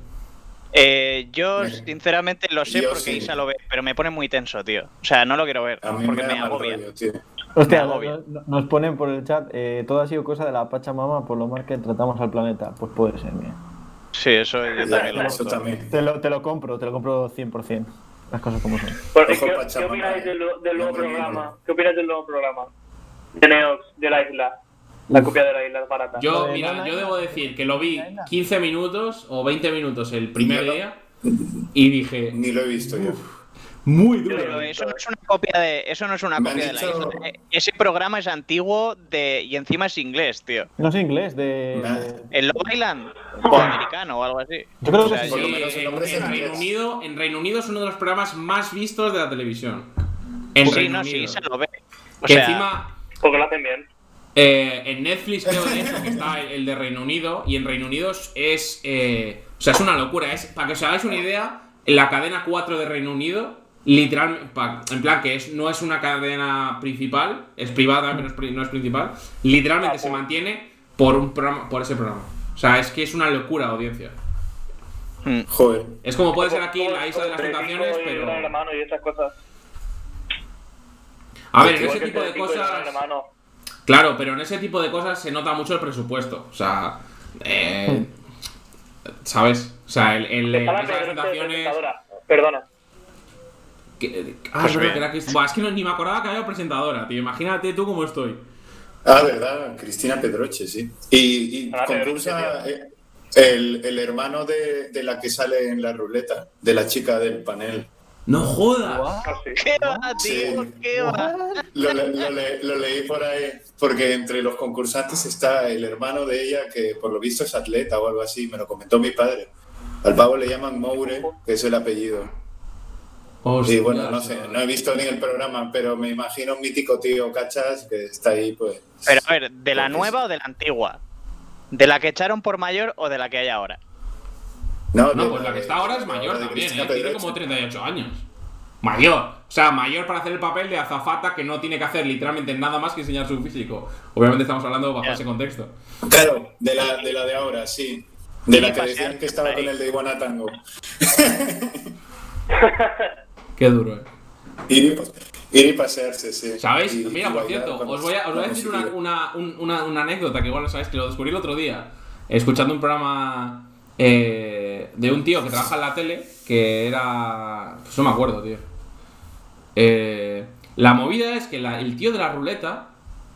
Eh, yo,
Vale.
sinceramente, lo sé
Yo
porque
sí.
Isa lo ve, pero me pone muy tenso, tío. O sea, no lo quiero ver,
A mí
porque
me
me,
da mal
agobia.
rollo, tío.
Hostia,
Me agobia.
no- no- nos ponen por el chat, eh, todo ha sido cosa de la Pachamama por lo mal que tratamos al planeta. Pues puede ser, mira.
Sí, eso yo también lo
Ya, Eso
noto.
también.
Te lo, te lo compro, te lo compro 100%. Las cosas como son.
Porque,
Ojo,
¿qué,
Pachamama,
qué opináis del, del
eh.
nuevo
Nombre libre.
programa? ¿Qué opináis del nuevo programa? De Neox, de la isla. La copia de la isla es barata.
Yo,
Lo de
mira,
Nana,
yo
Nana,
debo decir que lo vi
Nana.
15 minutos o 20 minutos el primer
Yo no.
día y dije,
Ni lo he visto yo.
muy
Yo
duro.
lo he-
Eso no es una copia de, eso no es una
Me han
copia de la
dicho-
isla. Eh, Ese programa es antiguo de, y encima es inglés, tío.
No es inglés, de.
Nah.
de-
El Love Island, o americano o algo así.
Yo creo
O
que
sea,
sí.
por lo
Sí,
menos el
en,
nombre es
Eh, en
en
Reino
inglés.
Unido, en Reino Unido es uno de los programas más vistos de la televisión. En
sí,
Reino
no, sí,
Unido.
se lo ve. O
que
sea,
encima
Porque lo hacen bien.
Eh, en Netflix creo de hecho que está el, el de Reino Unido y en Reino Unido es- es eh, o sea es una locura es para que os hagáis una idea en la cadena 4 de Reino Unido literalmente en plan que es no es una cadena principal es privada pero es pri- no es principal literalmente se mantiene por un programa por ese programa o sea es que es una locura audiencia
mm,
Joder.
es como puede ser aquí la
Como-
isla de las
como Telecinco
tentaciones
y
pero
Gran Hermano y esas cosas.
a ver en
Igual
ese
que
tipo de
Telecinco y Gran
cosas
Hermano.
Claro, pero en ese tipo de cosas se nota mucho el presupuesto. O sea, eh,
Hmm.
¿sabes? O sea, el, el,
Está la
esas
peor
presentaciones.
este presentadora. Perdona.
que- ah,
Pues
es verdad
bien.
que era Crist- Buah, es que no- ni me acordaba que había presentadora, tío. Imagínate tú cómo estoy.
Ah, verdad, Cristina Pedroche, sí. Y, y
Ah,
concursa
Pedroche,
eh, el, el hermano de, de la que sale en la ruleta, de la chica del panel.
¡No jodas!
Ah, sí.
¿Qué va,
Sí.
tío? ¿Qué va?
Lo, le- lo le- lo leí por ahí, porque entre los concursantes está el hermano de ella, que por lo visto es atleta o algo así, me lo comentó mi padre. Al pavo le llaman Moure, que es el apellido. Y
Hostia,
bueno, no sé,
chaval.
no he visto ni el programa, pero me imagino un mítico tío Cachas que está ahí, pues.
Pero a ver, ¿de la
Porque
nueva o de la antigua? ¿De la que echaron por mayor o de la que hay ahora?
No,
de-
pues la que está ahora es mayor
de
también,
Cristina
¿eh? Tiene
Pedroche.
como 38 años. Mayor. O sea, mayor para hacer el papel de azafata que no tiene que hacer literalmente nada más que enseñar su físico. Obviamente estamos hablando bajo
Ya.
ese contexto.
Claro, de la, de la de ahora, sí. De la que
pasear
decían que
por
estaba
ahí.
con el de Iguana Tango.
Qué duro, eh.
Ir y, pas- ir y pasearse, sí.
¿Sabéis?
Y-
Mira, por
y bailar
cierto,
con-
os voy a, os voy a
con
decir una,
música.
una- un- una- una anécdota que igual no sabéis, que lo descubrí el otro día, escuchando un programa eh, de un tío que trabaja en la tele, que era... Pues no me acuerdo, tío. Eh, la movida es que la- el tío de la ruleta,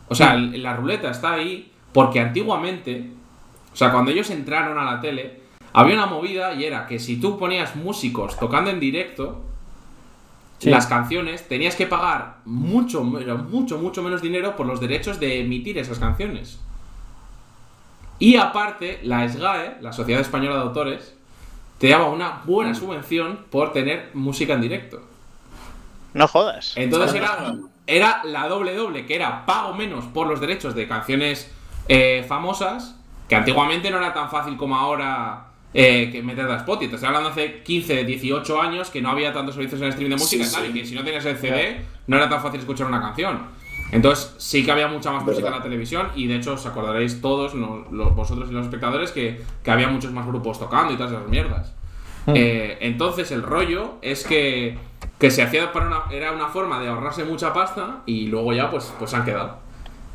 o sea, el- la ruleta está ahí porque antiguamente, o sea, cuando ellos entraron a la tele, había una movida y era que si tú ponías músicos tocando en directo,
Sí.
las canciones, tenías que pagar mucho, pero mucho, mucho menos dinero por los derechos de emitir esas canciones. Y aparte, la SGAE, la Sociedad Española de Autores, te daba una buena subvención por tener música en directo.
No jodas.
Eh,
Entonces era, era la doble doble, que era pago menos por los derechos de canciones eh, famosas, que antiguamente no era tan fácil como ahora eh, que meter a Spotify. Te estoy hablando hace 15, 18 años que no había tantos servicios en streaming de música
Sí,
y tal,
sí.
y que si no tenías el CD no era tan fácil escuchar una canción. Entonces sí que había mucha más música en
Verdad.
la televisión y de hecho os acordaréis todos, no- lo- vosotros y los espectadores, que, que había muchos más grupos tocando y todas esas mierdas.
Hmm.
Eh, entonces el rollo es que, que se hacía para una, era una forma de ahorrarse mucha pasta y luego ya pues, pues se han quedado.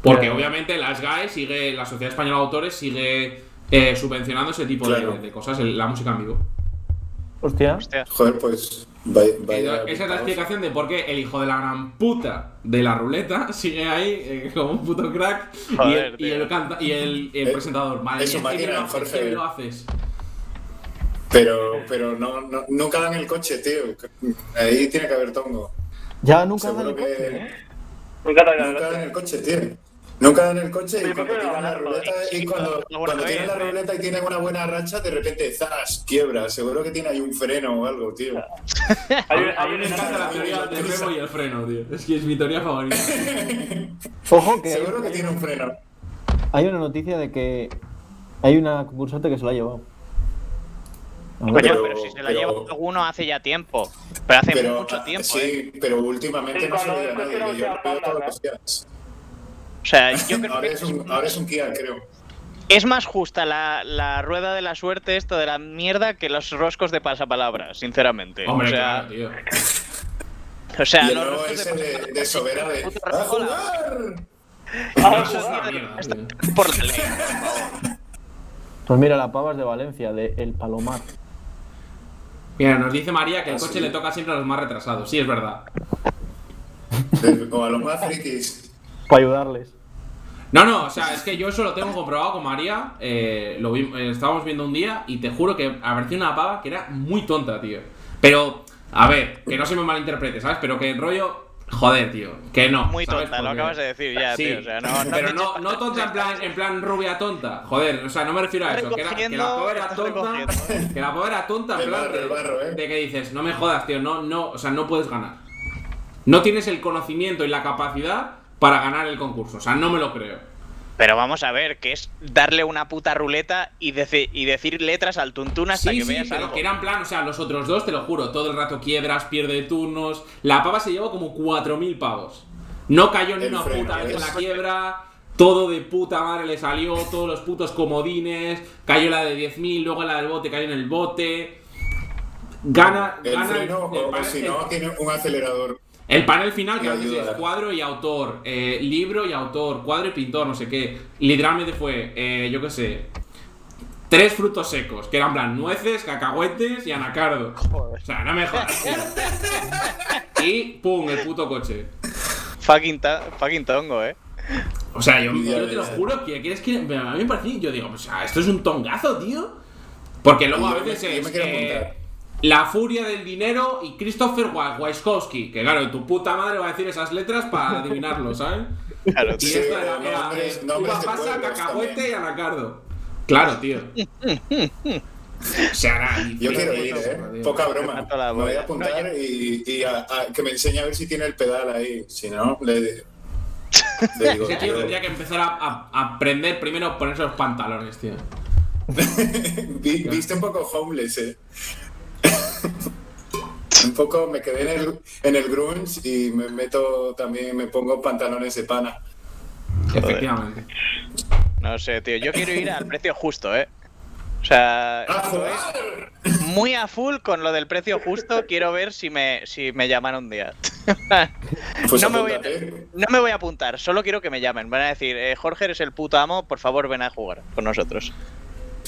Porque
Claro.
obviamente la SGAE E sigue, la Sociedad Española de Autores sigue eh, subvencionando ese tipo de-
Claro.
de, cosas, el- la música en vivo.
Hostia.
Hostia.
Joder, pues. Vaya, vaya
Entonces, esa es la explicación de por qué el hijo de la gran puta de la ruleta sigue ahí eh, como un puto crack y el-
Joder,
y, el,
tío.
canta- y el, el
Eh,
presentador. Madre
es
mía,
un
es que
máquina,
lo haces,
Jorge.
es que lo haces.
Pero, pero no, no- nunca dan el coche, tío. Ahí tiene que haber tongo.
Ya nunca
Seguro
dan
que.
el coche, ¿eh? ¿no?
Nunca te
Nunca dan el coche, tío. Nunca dan el coche y
Pero
cuando
creo que
tiran la
van a
ruleta
robar.
y cuando,
Alguna
cuando
vez,
tiran la
¿eh?
ruleta y tienen una buena racha, de repente zas, quiebra. Seguro que tiene ahí un freno o algo, tío.
A
Hay,
mí, a mí me
una
encanta la teoría del remo y el freno, tío. Es que es mi teoría favorita.
Ojo que
Seguro que tiene un freno.
hay una noticia de que hay una concursante que se lo ha llevado. A ver.
Coño,
Pero-
pero, si se la
pero-
lleva alguno hace ya tiempo. Pero hace
Pero,
mucho
ah,
tiempo, ¿eh?
Sí, pero últimamente
Sí,
no se
cuando
lo dio a
el
nadie.
coche no
que Yo
sea
lo veo todos
Honda,
los días.
O sea, yo creo
Ahora
que
es, un, ahora es un Kia, creo.
es más justa la, la rueda de la suerte, esto de la mierda, que los roscos de pasapalabra, sinceramente.
Hombre,
o sea,
claro, tío.
o sea,
y el
los
nuevo
roscos
ese
de
de, de Sobera de
Puto
¡A
Rajola.
jugar!
No,
eso
es una
sí,
mierda,
esto-
tío.
por la ley.
Pues mira, la pavas de Valencia, de El Palomar.
Mira, nos dice María que el
Ah,
coche
sí.
le toca siempre a los más retrasados. Sí, es verdad.
De- O a los más frikis.
Para ayudarles.
No, no, o sea, es que yo eso lo tengo comprobado con María. eh, lo vi- eh, estábamos viendo un día y te juro que apareció una pava que era muy tonta, tío. Pero, a ver, que no se me malinterprete, ¿sabes? Pero que el rollo. Joder, tío, que no.
Muy
¿sabes?
tonta, lo
Porque-
acabas de decir ya,
Sí,
tío. O sea, no, no
pero
me
no,
eches
no tonta en plan, en plan rubia tonta. Joder, o sea, no me refiero a eso. Que la, que la
Recogiendo,
pava era
estás
tonta.
recogiendo. ¿eh?
Que la pava era tonta, en
Del
plan
barro, del barro,
de,
¿eh?
de que dices, no me jodas, tío, no, no, o sea, no puedes ganar. No tienes el conocimiento y la capacidad para ganar el concurso. O sea, no me lo creo.
Pero vamos a ver, que es darle una puta ruleta y, deci- y decir letras al tuntún hasta
Sí,
que
sí,
veas
pero
algo.
que eran plan, o sea, los otros dos, te lo juro, todo el rato quiebras, pierde turnos. La pava se llevó como 4.000 pavos. No cayó ni
El
una
freno,
puta vez en la
es.
quiebra. Todo de puta madre le salió, todos los putos comodines. Cayó la de 10.000, luego la del bote, cayó en el bote. Gana,
El
gana
freno, o,
el
o
panel-
si no, tiene un acelerador.
el panel final que
Y
antes
ayuda.
es cuadro y autor, eh, libro y autor, cuadro y pintor, no sé qué. Literalmente fue, eh, yo qué sé, tres frutos secos, que eran en plan nueces, cacahuetes y anacardo. O sea, no me jodas. tío. y pum, el puto coche.
Fucking, ta- fucking tongo, eh.
O sea, yo,
Ya
yo te lo
ves.
juro que quieres que. A mí me pareció, yo digo, pues ah, esto es un tongazo, tío. Porque luego
Yo
a
me-
veces
yo
es.
me quiero
eh,
apuntar.
la furia del dinero y Christopher Wa- Waiskowski. Que claro, tu puta madre va a decir esas letras para adivinarlo, ¿sabes?
Claro,
Y
tío.
Sí,
esto era,
pero
era
nombres-
eh,
nombres
uva
de
pasa,
pueblos
cacahuete
también.
y anacardo. Claro, tío. O sea, nada,
Yo
ni-
quiero
ni-
ir,
ni-
¿eh?
tío.
Poca
Me
broma.
parto la
Me voy
bola.
a apuntar y, y a- a- que me enseñe a ver si tiene el pedal ahí. Si no, le, le digo.
Ese tío tendría
tío,
que empezar a, a- a aprender primero a ponerse los pantalones, tío.
vi- Viste un poco homeless, ¿eh? un poco me quedé en el, en el grunge y me meto también, me pongo pantalones de pana.
Efectivamente.
No sé, tío. Yo quiero ir al precio justo, eh. O sea,
¡A
esto es
jugar!
muy a full con lo del precio justo. Quiero ver si me, si me llaman un día.
Pues
No me voy a-
apúntate.
No me voy a apuntar, solo quiero que me llamen. Van a decir, eh, Jorge, eres el puto amo, por favor ven a jugar con nosotros.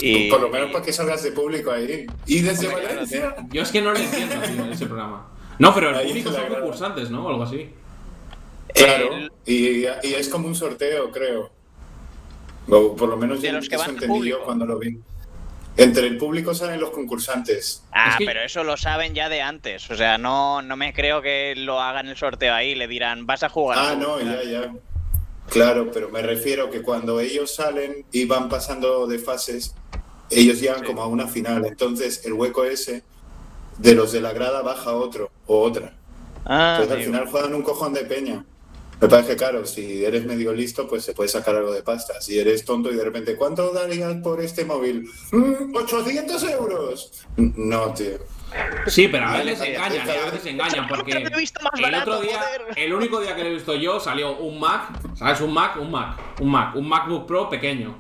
Y,
Por lo menos para que salgas de público ahí. Y desde
Hombre, claro,
Valencia.
Yo es que no lo entiendo, tío, ese programa. No, pero el
Ahí
público
se la
son
graba.
concursantes, ¿no? O algo así.
Claro,
El-
y, y es como un sorteo, creo. O por lo menos
De
yo-
los que
eso
van
entendí
público.
yo cuando lo vi. Entre el público salen los concursantes.
Ah,
Es que-
pero eso lo saben ya de antes. O sea, no, no me creo que lo hagan el sorteo ahí. Le dirán, vas a jugar.
ah, no, ya, ya. Claro, pero me refiero que cuando ellos salen y van pasando de fases, ellos llegan como a una final. Entonces el hueco ese de los de la grada baja otro o otra.
Ah,
Entonces al
amigo.
final juegan un cojón de peña. Me parece que claro, si eres medio listo, pues se puede sacar algo de pasta. Si eres tonto y de repente, ¿cuánto darías por este móvil? "Mm, 800 euros. Mm, No, tío.
Sí, pero a veces
Vale,
engañan,
vale.
eh, a veces engañan, porque
Nunca te he visto más
el otro
barato,
día,
joder.
el único día que lo he visto yo, salió un Mac, ¿sabes? Un Mac, un Mac, un Mac, un MacBook Pro pequeño,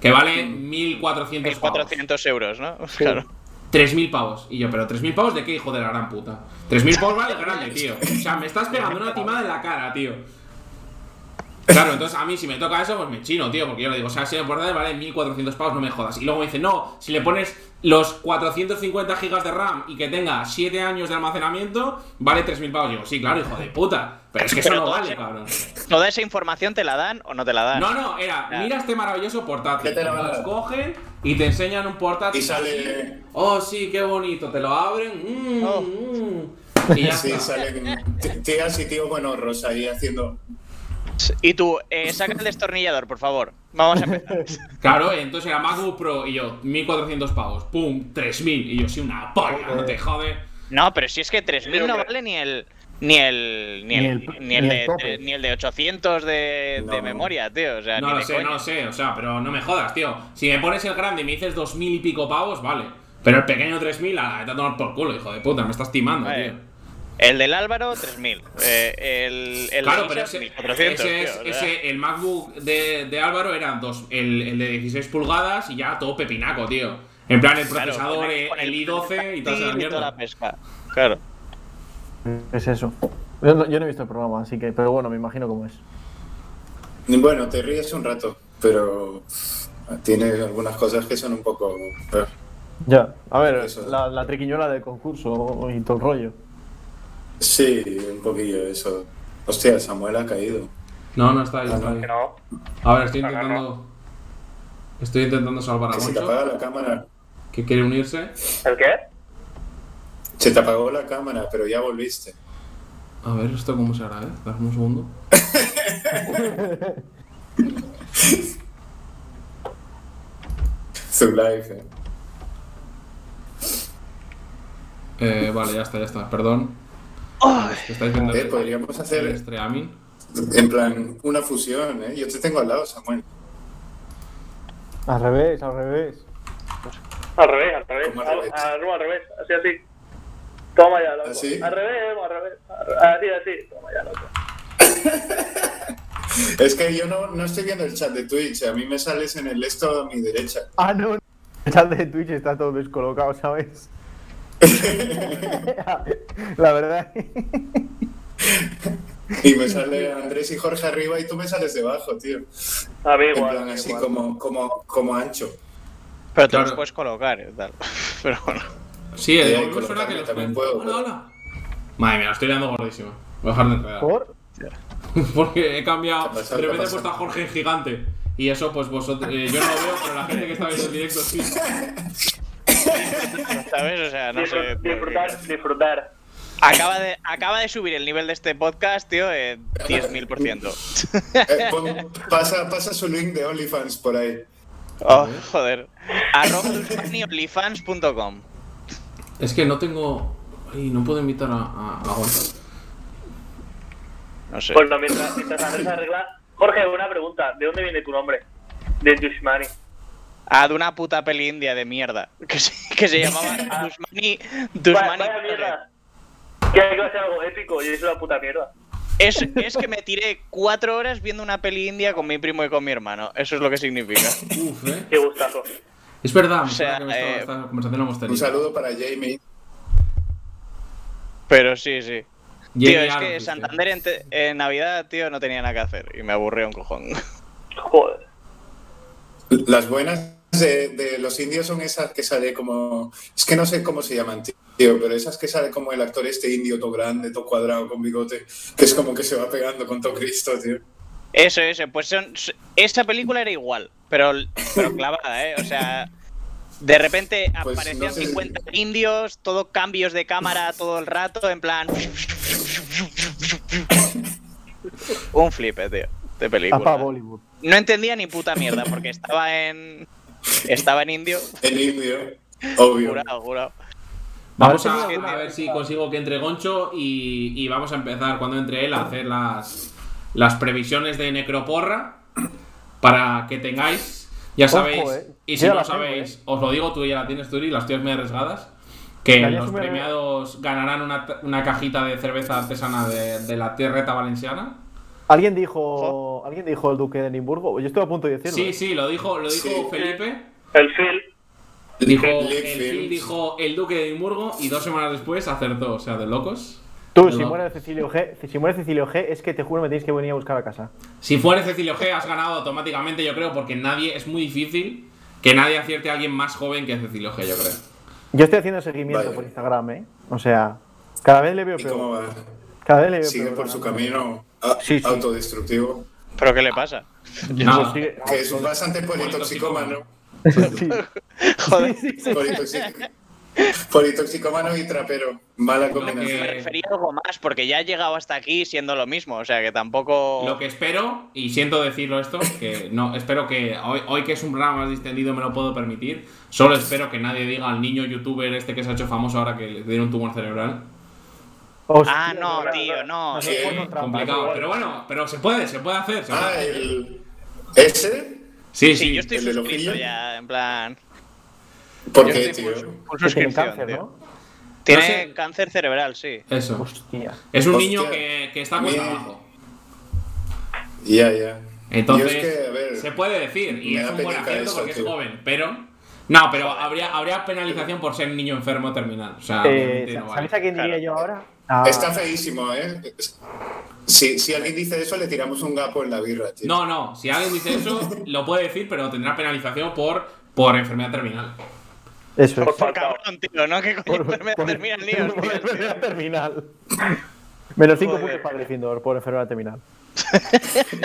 que vale 1.400 pavos.
400 euros, ¿no? Claro.
3.000 pavos. Y yo, pero 3.000 pavos de qué, hijo de la gran puta. 3.000 pavos vale grande, tío. O sea, me estás pegando una timada en la cara, tío. Claro, entonces a mí si me toca eso, pues me chino, tío, porque yo le digo, o sea, si me importa, vale 1.400 pavos, no me jodas. Y luego me dice, no, si le pones los 450 gigas de RAM y que tenga 7 años de almacenamiento, vale 3.000 pavos. Digo, sí, claro, hijo de puta. Pero es que eso
Pero
no
todo
vale,
se-
cabrón.
¿Toda esa información te la dan o no te la dan?
No, no, era, mira este maravilloso portátil.
¿Qué te lo van a
Los
dar?
cogen y te enseñan un portátil.
Y sale-
Oh, sí, qué bonito. Te lo abren. mm,
Oh.
mm, y ya
Sí,
está.
salen t- tías y tíos buenorros ahí haciendo.
Y tú, eh, saca el destornillador, por favor. Vamos a empezar.
Claro, eh, entonces era MacBook Pro y yo, 1400 pavos. Pum, 3000. Y yo, sí, una polla, no te jode.
No, pero si es que 3.000 no vale ni el... Ni el, ni el,
Ni el-
ni el
ni el
de,
tope.
ni el de 800 de, de
No.
memoria, tío. O sea,
No
ni
lo
de
sé,
coña.
no lo sé. O sea, pero no me jodas, tío. Si me pones el grande y me dices 2000 y pico pavos, vale. Pero el pequeño 3000, a te a tomar por culo, hijo de puta. Me estás timando,
Vale.
tío.
El del Álvaro, 3.000. Eh, el, el
Claro,
de
pero
Isa,
ese,
1.400,
ese es,
tío, o sea.
ese- el MacBook de, de Álvaro era dos, el, el de 16 pulgadas y ya todo pepinaco, tío. En plan, el
Claro,
procesador,
con
eh,
con
el, i12 y toda esa
táctil
mierda.
la pesca. Claro.
Es eso. Yo no, yo no he visto el programa, así que, pero bueno, me imagino cómo es.
Bueno, te ríes un rato, pero tiene algunas cosas que son un poco. eh,
Ya, a ver,
Eso.
la, la triquiñuela del concurso y todo el rollo.
Sí, un poquillo eso. Hostia, Samuel ha caído.
No, no está ahí, está ahí.
Que no.
A ver, estoy
Agarra.
intentando. Estoy intentando salvar a
Que se te
Moncho,
apaga la cámara.
que quiere unirse.
¿El qué?
Se te apagó la cámara, pero ya volviste.
A ver, esto cómo se hará, eh. Dame un segundo.
Su live. eh.
Eh, vale, ya está, ya está, perdón. Es que Estáis viendo
Eh,
el-
podríamos
el
hacer
streaming.
en plan una fusión, ¿eh? Yo te tengo al lado, Samuel.
Al revés, al revés.
Al revés, al revés.
¿Cómo al
Al,
revés?
al, no, al revés, así, así. Toma ya, loco.
¿Así?
Al revés, al revés. Así, así. Toma ya, loco.
Es que yo no, no estoy viendo el chat de Twitch. A mí me sales en el esto a mi derecha.
Ah, no. no. El chat de Twitch está todo descolocado, ¿sabes? La verdad.
Y me sale Andrés y Jorge arriba y tú me sales debajo, tío.
A mí
En
igual.
plan
a mí
así
igual.
como, como, como ancho.
Pero tú
Claro.
los puedes colocar y tal. Pero bueno.
Sí, el
Eh,
móvil
colocarme
suena que los
también pues.
cuento.
puedo,
Hola,
pero-
hola. Madre mía, lo estoy dando gordísimo. Voy a dejar de enredar.
¿Por?
Porque he cambiado.
¿Qué ha pasado?
de
¿Qué ha
repente he puesto a
pasado?
Jorge en gigante. Y eso, pues vosotros. eh, yo no lo veo, pero la gente que está viendo el directo sí.
¿Sabes? O sea, no
Disfrut-
sé. pero-
disfrutar, disfrutar.
Acaba de, acaba de subir el nivel de este podcast, tío, en 10.000%.
Eh, pon- pasa, pasa su link de OnlyFans por ahí.
Oh, joder. Arroba dulcaniolifans.com.
Es que no tengo. Ay, no puedo invitar a, a, a Gonzalo.
No sé.
Pues no, mientras, mientras Andrés arregla. Jorge, una pregunta. ¿De dónde viene tu nombre? De Dushmani.
Ah, de una puta peli india de mierda. Que se, que se llamaba Dushmani.
Vaya,
Dushmani.
Ah. vaya mierda. Que hay que hacer algo épico y es una puta mierda.
Es, es que me tiré cuatro horas viendo una peli india con mi primo y con mi hermano. Eso es lo que significa.
Uf, eh.
Qué gustazo.
Es verdad, me suena
sea,
que me estaba-
eh,
esta conversación la hemos
Un
tenido.
saludo para Jamie.
Pero sí, sí.
Jamie
Tío, es
Arnold,
que
dice.
Santander en, te- en Navidad, tío, no tenía nada que hacer. Y me aburrió un cojón.
Joder.
Las buenas de, de los indios son esas que sale como. Es que no sé cómo se llaman, tío, pero esas que sale como el actor este indio, todo grande, todo cuadrado, con bigote, que es como que se va pegando con todo Cristo, tío.
Eso, eso, pues son, s- esa película era igual, pero, pero clavada, ¿eh? O sea, de repente
Pues
aparecían
no sé si-
50 indios, todo cambios de cámara todo el rato, en plan... Un flipe, tío, de
Tapa
película.
Bollywood.
No entendía ni puta mierda, porque estaba en... Estaba en indio,
El indio, obvio.
jurado, jurado.
Vamos
Ahora
a,
sí,
a ver si consigo que entre Goncho y, y vamos a empezar cuando entre él a hacer las, las previsiones de Necroporra para que tengáis, ya
Ojo,
sabéis,
eh.
y
Yo
si
ya
no
la tengo,
sabéis,
eh.
os lo digo, tú ya la tienes, Turi, las tienes muy arriesgadas, que
La voy a
los
sumar-
premiados ganarán una, ta- una cajita de cerveza artesana de, de la tierreta valenciana.
¿Alguien dijo, ¿Alguien dijo el duque de Edimburgo? Yo estoy a punto de decirlo.
Sí,
¿eh?
sí, lo dijo, lo dijo
Sí.
Felipe.
El Phil.
Dijo,
Lick
el
Films.
Phil dijo el Duque de Edimburgo y dos semanas después acertó, o sea, de locos.
Tú,
Me
si
va.
muere, Cecilio G, si muere Cecilio G, es que te juro me tenéis que venir a buscar a casa.
Si fuere Cecilio G, has ganado automáticamente, yo creo, porque nadie es muy difícil que nadie acierte a alguien más joven que Cecilio G, yo creo.
Yo estoy haciendo seguimiento
Vaya.
por Instagram, ¿eh? O sea, cada vez le veo
¿Y
peor.
cómo va?
Cada vez le veo
Sigue
peor,
por su
ganando.
camino a-
Sí, sí.
autodestructivo,
¿Pero qué le pasa?
Nada.
Pues sigue-
que es un bastante politoxicómano.
sí.
Joder,
Politoxi- Politoxicómano y trapero. Mala
que-
combinación.
me refería a algo más, porque ya he llegado hasta aquí siendo lo mismo, o sea que tampoco...
Lo que espero, y siento decirlo esto, que no, espero que hoy, hoy que es un programa más distendido me lo puedo permitir, solo espero que nadie diga al niño youtuber este que se ha hecho famoso ahora que le dieron un tumor cerebral.
Hostia,
Ah, no,
verdad.
tío, no.
Nos hemos encontrado
Complicado,
mal.
pero bueno, pero se puede, se puede hacer. se puede
Ah,
hacer.
el. Ese.
Sí,
Sí, yo
sí,
estoy
el de los
suscrito
pillos.
ya, en plan.
¿Por
yo
qué,
estoy
tío?
por- por
Que tiene
suscripción,
cáncer,
tío.
¿no?
Tiene
No sé.
cáncer cerebral, sí.
eso.
Hostia.
Es un
Hostia.
niño que, que está cuesta
Bien.
abajo.
Ya, ya.
Entonces,
Yo es que, a ver,
se puede decir, y
me
es
da
un buen
penica
acierto
eso,
porque es
tío.
joven, pero. No, pero habría, habría penalización por ser niño enfermo terminal. O
Ah,
sea,
Eh,
obviamente no vale.
¿Sabéis a quién diría
Claro.
yo ahora? Ah, A-
Ah, Está feísimo, ¿eh? Si, si alguien dice eso, le tiramos un gapo en la birra, tío.
No, no, si alguien dice eso, lo puede decir, pero tendrá penalización por, por enfermedad terminal.
Eso es.
Por
Por
favor.
pues cabrón, tío, ¿no? Que coño me termina el niño?
Por- por- por- terminal. Menos 5
Joder.
puntos para Gryffindor por enfermedad terminal.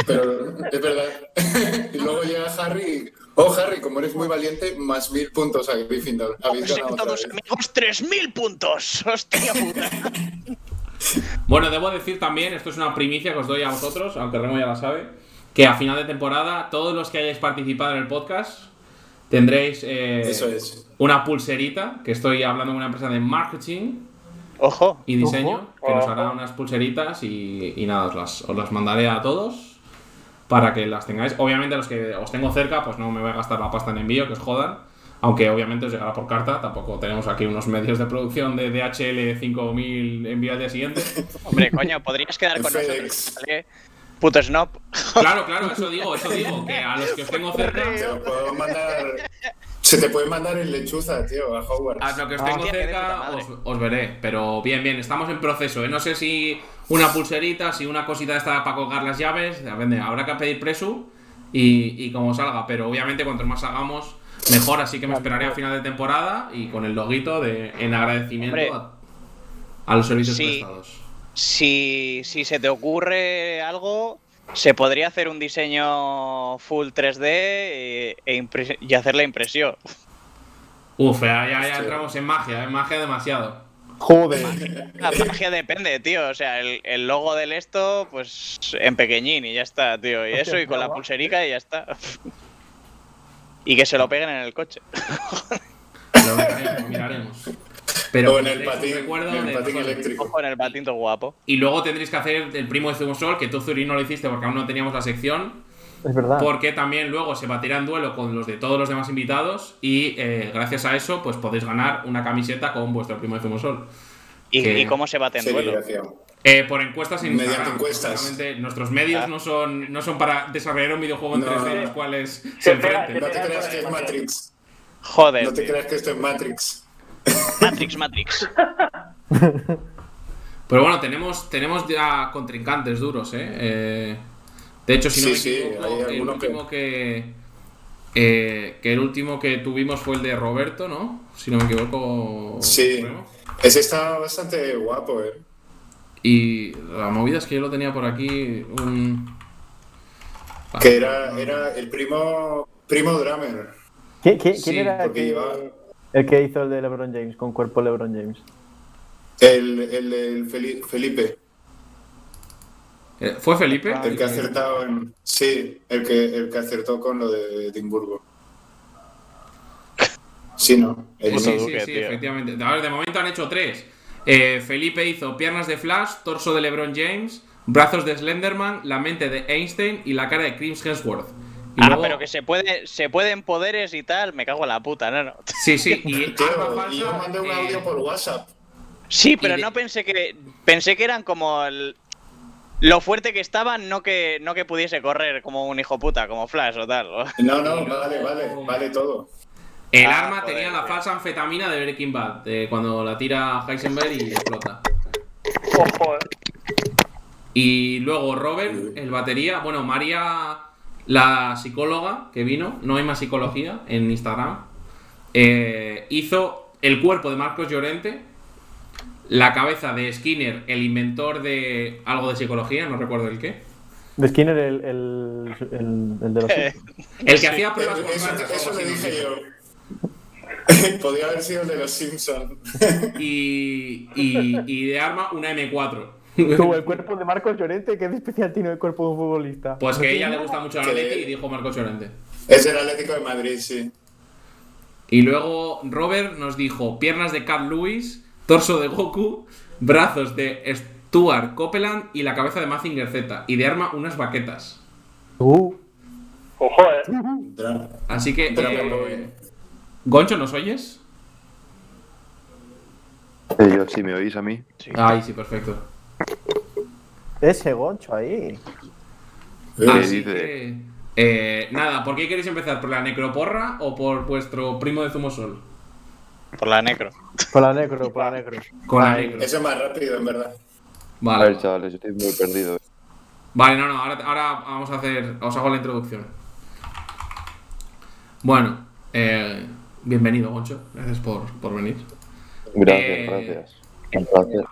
Pero es verdad. Y luego llega Harry. Oh, Harry, como eres muy valiente, más mil puntos a Gryffindor. Habéis ganado otra
todos
vez.
amigos, 3.000 puntos. Hostia puta.
Bueno, debo decir también, esto es una primicia que os doy a vosotros, aunque Remo ya la sabe, que a final de temporada todos los que hayáis participado en el podcast tendréis eh,
Eso es.
una pulserita, que estoy hablando con una empresa de marketing
Ojo.
y diseño, que nos
Ojo.
hará unas pulseritas y, y nada, os las, os las mandaré a todos para que las tengáis. Obviamente los que os tengo cerca, pues no me voy a gastar la pasta en envío, que os jodan. Aunque obviamente os llegará por carta, tampoco tenemos aquí unos medios de producción de DHL 5000 envío al día siguiente.
Hombre, coño, podrías quedar con
FedEx.
nosotros. ¿vale? Puto snob.
Claro, claro, eso digo, eso digo, que a los que os tengo
Te
cerca,
lo puedo mandar. Se te puede mandar en lechuza, tío, a
a
Pues,
Hogwarts.
los que os tengo
Hostia, qué de puta
cerca
madre.
os, os veré, pero bien, bien, estamos en proceso, ¿eh? no sé si una pulserita, si una cosita esta para colgar las llaves, depende, habrá que pedir presu y, y como salga, pero obviamente cuanto más hagamos, mejor, así que me esperaré a final de temporada y con el loguito de, en agradecimiento
Hombre.
a, a los servicios
Sí.
prestados.
Si, si se te ocurre algo, se podría hacer un diseño full 3D e, e impre- y hacer la impresión.
Uf, ya, ya- ya
Hostia.
entramos en magia, en magia demasiado.
Joder.
La magia depende, tío. O sea, el, el logo del esto, pues en pequeñín y ya está, tío. Y eso, y con la pulserica y ya está. Y que se lo peguen en el coche.
Lo miraremos, lo miraremos. Pero
o en el
tendréis un
patín,
recuerdo
en
de
el patín
nosotros.
eléctrico.
Ojo en el patinto guapo.
Y luego tendréis que hacer el primo de Zumosol, que tú, Zuri, no lo hiciste porque aún no teníamos la sección.
Es verdad.
Porque también luego se batirá en duelo con los de todos los demás invitados. Y eh, gracias a eso, pues podéis ganar una camiseta con vuestro primo de Zumosol.
¿Y,
Que-
y cómo se bate en duelo?
Serigrafía.
Eh, por encuestas en
Mediante
Instagram.
encuestas.
Obviamente, Nuestros medios
Ah.
no son no son para desarrollar un videojuego en
No.
3D en los cuales se
Se pega,
enfrenten.
No te creas que es Matrix.
Joder.
No te
tío.
creas que esto es Matrix.
Matrix, Matrix.
Pero bueno, tenemos, tenemos ya contrincantes duros, ¿eh? Eh, de hecho, si no
Sí,
me
sí, hay
equivoco, el
alguno que-
último que... eh, que el último que tuvimos fue el de Roberto, ¿no? Si no me equivoco.
Sí.
Remo.
Ese está bastante guapo, eh.
Y la movida es que yo lo tenía por aquí un...
Que era, era el primo, primo Drummer.
¿Qui- qui- ¿Quién
Sí,
era el
Porque
que,
llevaba
el que hizo el de LeBron James con cuerpo LeBron James?
el, el, el Feli- Felipe,
Eh, ¿Fue Felipe?
el que ha acertado en. Sí, el que, el que acertó con lo de Edimburgo. Sí, ¿no?
Sí,
El-
sí, sí,
Duque,
sí,
tío.
efectivamente. A ver, de momento han hecho tres. Eh, Felipe hizo piernas de Flash, torso de LeBron James, brazos de Slenderman, la mente de Einstein y la cara de Chris Hemsworth. Y
Ah,
luego-
pero que se puede, se pueden poderes y tal. Me cago en la puta, no, no.
Sí, sí. Y
Tío,
arma falsa,
y yo mandé un
eh,
audio por WhatsApp.
Sí, pero
de-
no pensé que. Pensé que eran como el- Lo fuerte que estaban, no que, no que pudiese correr como un hijo puta, como Flash o tal. ¿no?
No, no, vale, vale, vale todo.
El
Ah,
arma
joder,
tenía la
tío.
falsa anfetamina de Breaking Bad, eh, cuando la tira Heisenberg y explota.
Ojo, eh.
Y luego Robert, el batería. Bueno, María, la psicóloga que vino, no hay más psicología en Instagram, eh, hizo el cuerpo de Marcos Llorente, la cabeza de Skinner, el inventor de algo de psicología, no recuerdo el qué.
De Skinner, el, el, el, el de los.
El que hacía pruebas
Eh, Eso,
Ah, con ratas,
eso
algo
le
así, no sé.
dije yo. Podría haber sido el de los Simpsons.
Y, y, y de arma una M4.
Tú, el cuerpo de Marcos Llorente, que es especial tiene el cuerpo de un futbolista.
Pues que a ella le gusta mucho la
Que-
Atleti y dijo Marcos Llorente.
Es el Atlético de Madrid, sí.
Eh, Y luego Robert nos dijo piernas de Carl Lewis, torso de Goku, brazos de Stuart Copeland y la cabeza de Mazinger Z. Y de arma unas baquetas.
Uh,
Ojo, eh.
Dra-
Así que...
Dragon
eh,
Ball.
Goncho, ¿nos oyes?
Eh, yo, si me oís a mí.
Ay, sí, perfecto.
ese goncho ahí.
Ah,
Así
sí,
que... eh, nada, ¿por qué queréis empezar? ¿Por la necroporra o por vuestro primo de Zumosol?
Por la necro.
Por la necro, por la necro.
Con la necro.
Eso es más rápido, en verdad.
A
Vale.
ver, chavales, yo estoy muy perdido.
Vale, no, no, ahora, ahora vamos a hacer. Os hago la introducción. Bueno, eh, bienvenido, Goncho. Gracias por, por venir.
Gracias,
Eh,
gracias. Gracias.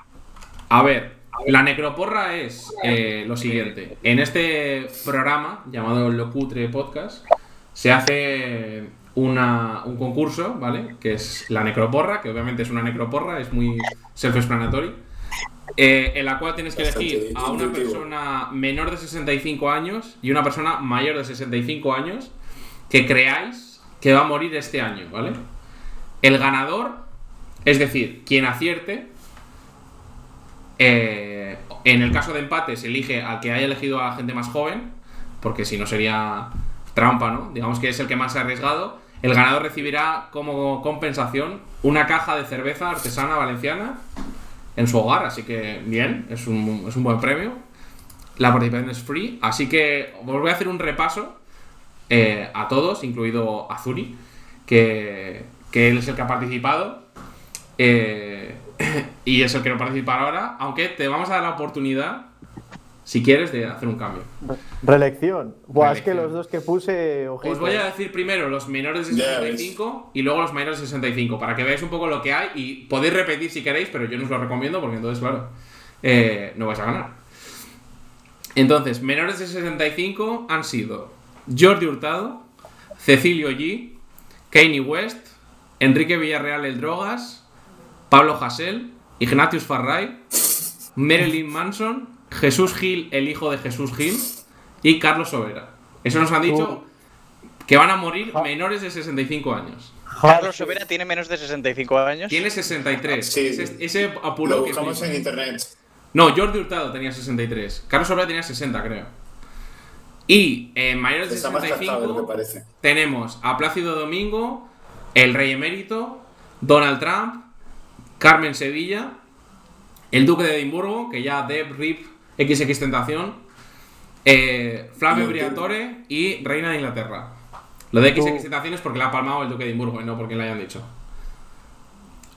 A ver, La necroporra es eh, lo siguiente. En este programa, llamado Locutre Podcast, se hace una- un concurso, ¿vale? Que es la necroporra, que obviamente es una necroporra, es muy self-explanatory. eh, en la cual tienes que
Bastante
elegir a una
intuitivo.
persona menor de 65 años y una persona mayor de 65 años que creáis que va a morir este año, ¿vale? El ganador, es decir, quien acierte, eh, en el caso de empate se elige al que haya elegido a gente más joven, porque si no sería trampa, ¿no? Digamos que es el que más se ha arriesgado. El ganador recibirá como compensación una caja de cerveza artesana valenciana en su hogar, así que bien, es un, es un buen premio. La participación es free, así que os voy a hacer un repaso eh, a todos, incluido Azuri, que, que él es el que ha participado eh, y es el que no participa ahora, aunque te vamos a dar la oportunidad, si quieres, de hacer un cambio.
Reelección. Buah, es que
Reelección.
los dos que puse, ojito.
Os voy a decir primero los menores de
Ya
65 y luego los mayores de 65, para que veáis un poco lo que hay y podéis repetir si queréis, pero yo no os lo recomiendo porque entonces, claro, eh, no vais a ganar. Entonces, menores de 65 han sido Jordi Hurtado, Cecilio G, Kanye West, Enrique Villarreal El Drogas, Pablo Hassel, Ignatius Farray, Marilyn Manson, Jesús Gil, el hijo de Jesús Gil, y Carlos Sobera. Eso nos han dicho que van a morir
Ah.
menores de 65 años.
Carlos Sobera tiene menos de 65 años.
Tiene 63.
Sí.
Ese, ese apuro
Lo
que
buscamos
flipa.
en internet.
No, Jordi Hurtado tenía 63. Carlos Sobera tenía 60, creo. Y eh, mayores de
Está más tratado de lo que
65
parece.
tenemos a Plácido Domingo, el Rey Emérito, Donald Trump, Carmen Sevilla, el Duque de Edimburgo, que ya Deb, Rip, XX Tentación, eh, Flavio
Y el
Briatore y Reina de Inglaterra. Lo de XX Tentación es porque la ha palmado el Duque de Edimburgo y no porque le hayan dicho.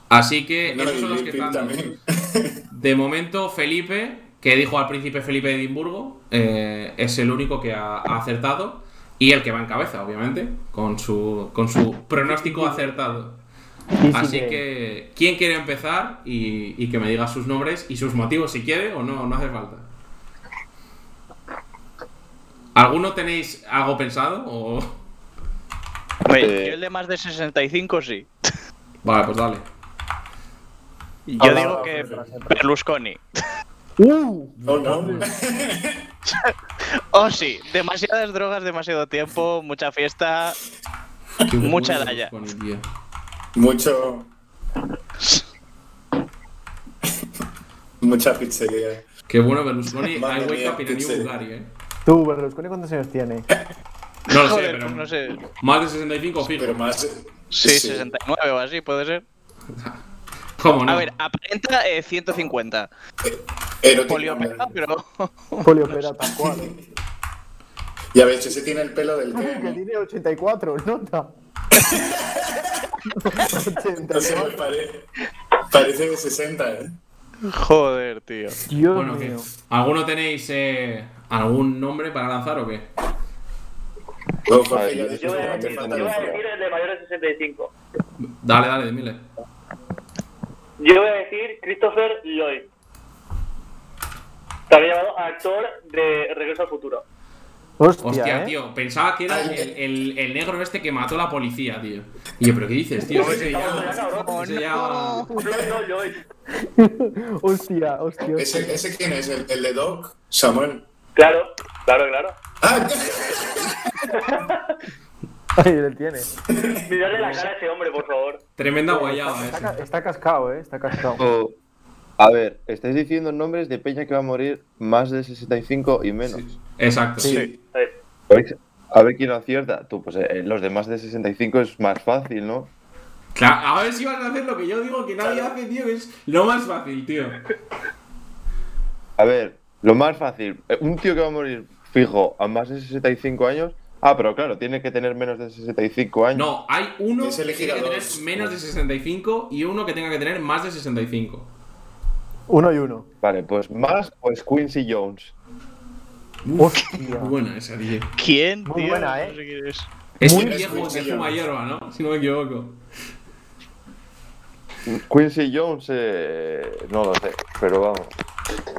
Así que
No,
Eh, esos son los
y
que
Pip
están.
también.
De momento, Felipe, que dijo al príncipe Felipe de Edimburgo, eh, es el único que ha, ha acertado y el que va en cabeza, obviamente, con su, con su pronóstico acertado.
Easy
Así
game.
que, ¿quién quiere empezar? Y, y que me diga sus nombres y sus motivos si quiere o no, no hace falta. ¿Alguno tenéis algo pensado? O...
Hombre,
Eh.
Yo el de más de 65 sí.
Vale, pues dale.
Yo
Habla,
digo
habla,
que
habla, habla.
Berlusconi.
Uh.
No, no.
Oh sí, demasiadas drogas, demasiado tiempo, mucha fiesta. Mucha laya.
Con el tío.
Mucho. Mucha pizzería.
Qué bueno, Berlusconi. I
Madre
wake
mía,
up in a new
pizzería.
Bulgari, eh.
Tú, Berlusconi, ¿cuántos años tiene?
No lo sé,
Joder,
pero.
pues no sé.
Más de 65 fijo.
Pero más. eh,
Sí, 69 o así, puede ser.
¿Cómo no?
A ver, aparenta eh, 150.
Erótico,
Polioperado,
hombre.
pero.
Poliopera tal cual. ¿eh?
Ya ves, ese tiene el pelo del
Que
que.
tiene 84, nota.
No se
84.
me parece. Parece de 60, ¿eh?
Joder, tío.
Dios
Bueno, ¿qué?
mío.
¿Alguno tenéis eh, algún nombre para lanzar o qué?
Luego Jorge ya
Ay,
dijo
Yo voy
que
a
no te
decir,
falta
yo voy a
nada.
decir el de mayores de 65.
Dale, dale, dile.
Yo voy a decir Christopher Lloyd. También llamado actor de Regreso al Futuro.
Hostia,
Hostia,
¿eh?
tío, pensaba que era
Ay,
el, el- el negro este que mató a la policía, tío. Y yo, ¿pero qué dices, tío? Ese
Estamos
ya-
ya, cabrón.
ese ya-
Lloyd, no, Lloyd.
¿eh? Hostia, hostia.
¿Ese, ¿Ese quién es? ¿El, el de Doc? Samuel.
Claro, claro, claro.
¡Ah!
Ay, él tiene.
Mirarle la cara a ese hombre, por favor.
Tremenda guayaba
Está, ca-
ese.
está cascado, eh. Está cascado.
Oh.
O- a ver, estáis diciendo nombres de peña que va a morir más de 65 y menos.
Sí, Exacto.
Sí.
A ver,
Pues, A ver quién acierta. Tú, pues eh, los de más de 65 es más fácil, ¿no?
Claro, a ver si van a hacer lo que yo digo que nadie hace, tío, que es lo más fácil, tío.
A ver, lo más fácil. eh, Un tío que va a morir fijo a más de 65 años. Ah, pero claro, tiene que tener menos de 65 años.
No, hay uno
Es
que
elegir
tiene que
a
tener
dos.
menos de 65 y uno que tenga que tener más de 65.
Uno y uno.
Vale, pues más, pues Quincy Jones.
Hostia.
Buena esa, tío.
¿Quién, tío?
Muy buena, ¿eh?
No sé quién es.
Es
Muy
un viejo que
sencillo.
fuma hierba, ¿no? Si no me equivoco.
Quincy Jones, eh, no lo sé, pero vamos.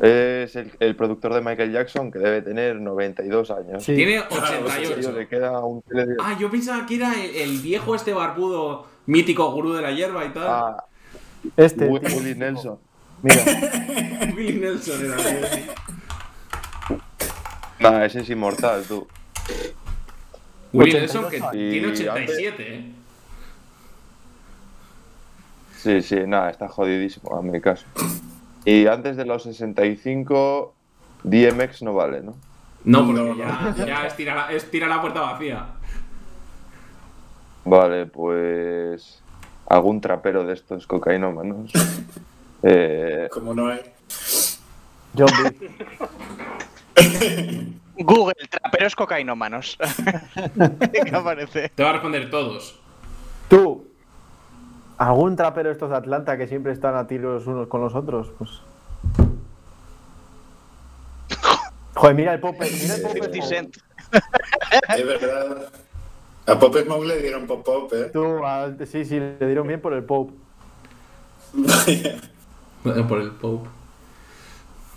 Es el, el productor de Michael Jackson que debe tener 92 años.
Sí.
Tiene
pues,
Tío,
88.
le queda un tele de-
Ah, yo pensaba que era el, el viejo este barbudo mítico gurú de la hierba y tal.
Ah.
a
Este.
Wu-
tío.
Willie Nelson.
Mira.
Willie Nelson era.
Nah, ese es inmortal, tú.
Willie Nelson que
Y
tiene
antes-
87, eh.
Sí, sí, nada, está jodidísimo, hazme caso. Y antes de los 65, DMX no vale, ¿no?
No, porque
No,
ya, ya es, tirar, es tirar la puerta vacía.
Vale, pues. Algún trapero de estos cocainómanos. Eh,
Como no hay.
John Wick.
Google, traperos cocainómanos. ¿Qué aparece?
Te va a responder todos.
Tú. ¿Algún trapero estos de Atlanta que siempre están a tiros unos con los otros? Pues. Joder, mira el Popper. Mira el Popper.
50 Cent.
Es verdad. A Pop Smoke le dieron pop pop, ¿eh?
Tú, al- sí, sí, le dieron bien por el Pope.
Vaya.
Por el Pope.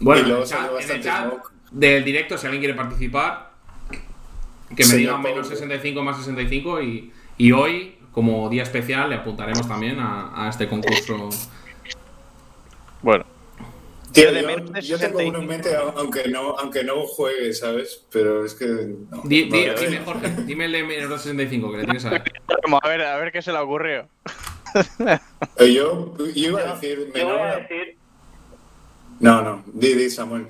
Y
Bueno, en
luego
el chat,
salió
en el
bastante
chat
smoke.
del directo, si alguien quiere participar, que me
Señor
digan menos
Pope.
65 más 65 y, y hoy, como día especial, le apuntaremos también a, a este concurso.
Bueno.
Tío,
Yo de
yo,
menos de
yo tengo uno
65.
en mente, aunque no, aunque no juegue, ¿sabes? Pero es que. no. eh.
Di- di-
Vale,
dime,
vale.
Jorge, dime el de menos 65 que le tienes a ver.
Vamos, a ver, a ver qué se le ocurrió.
Eh, Yo, yo iba a decir
Yo voy a
menor.
decir,
No, no. Di, di, Samuel.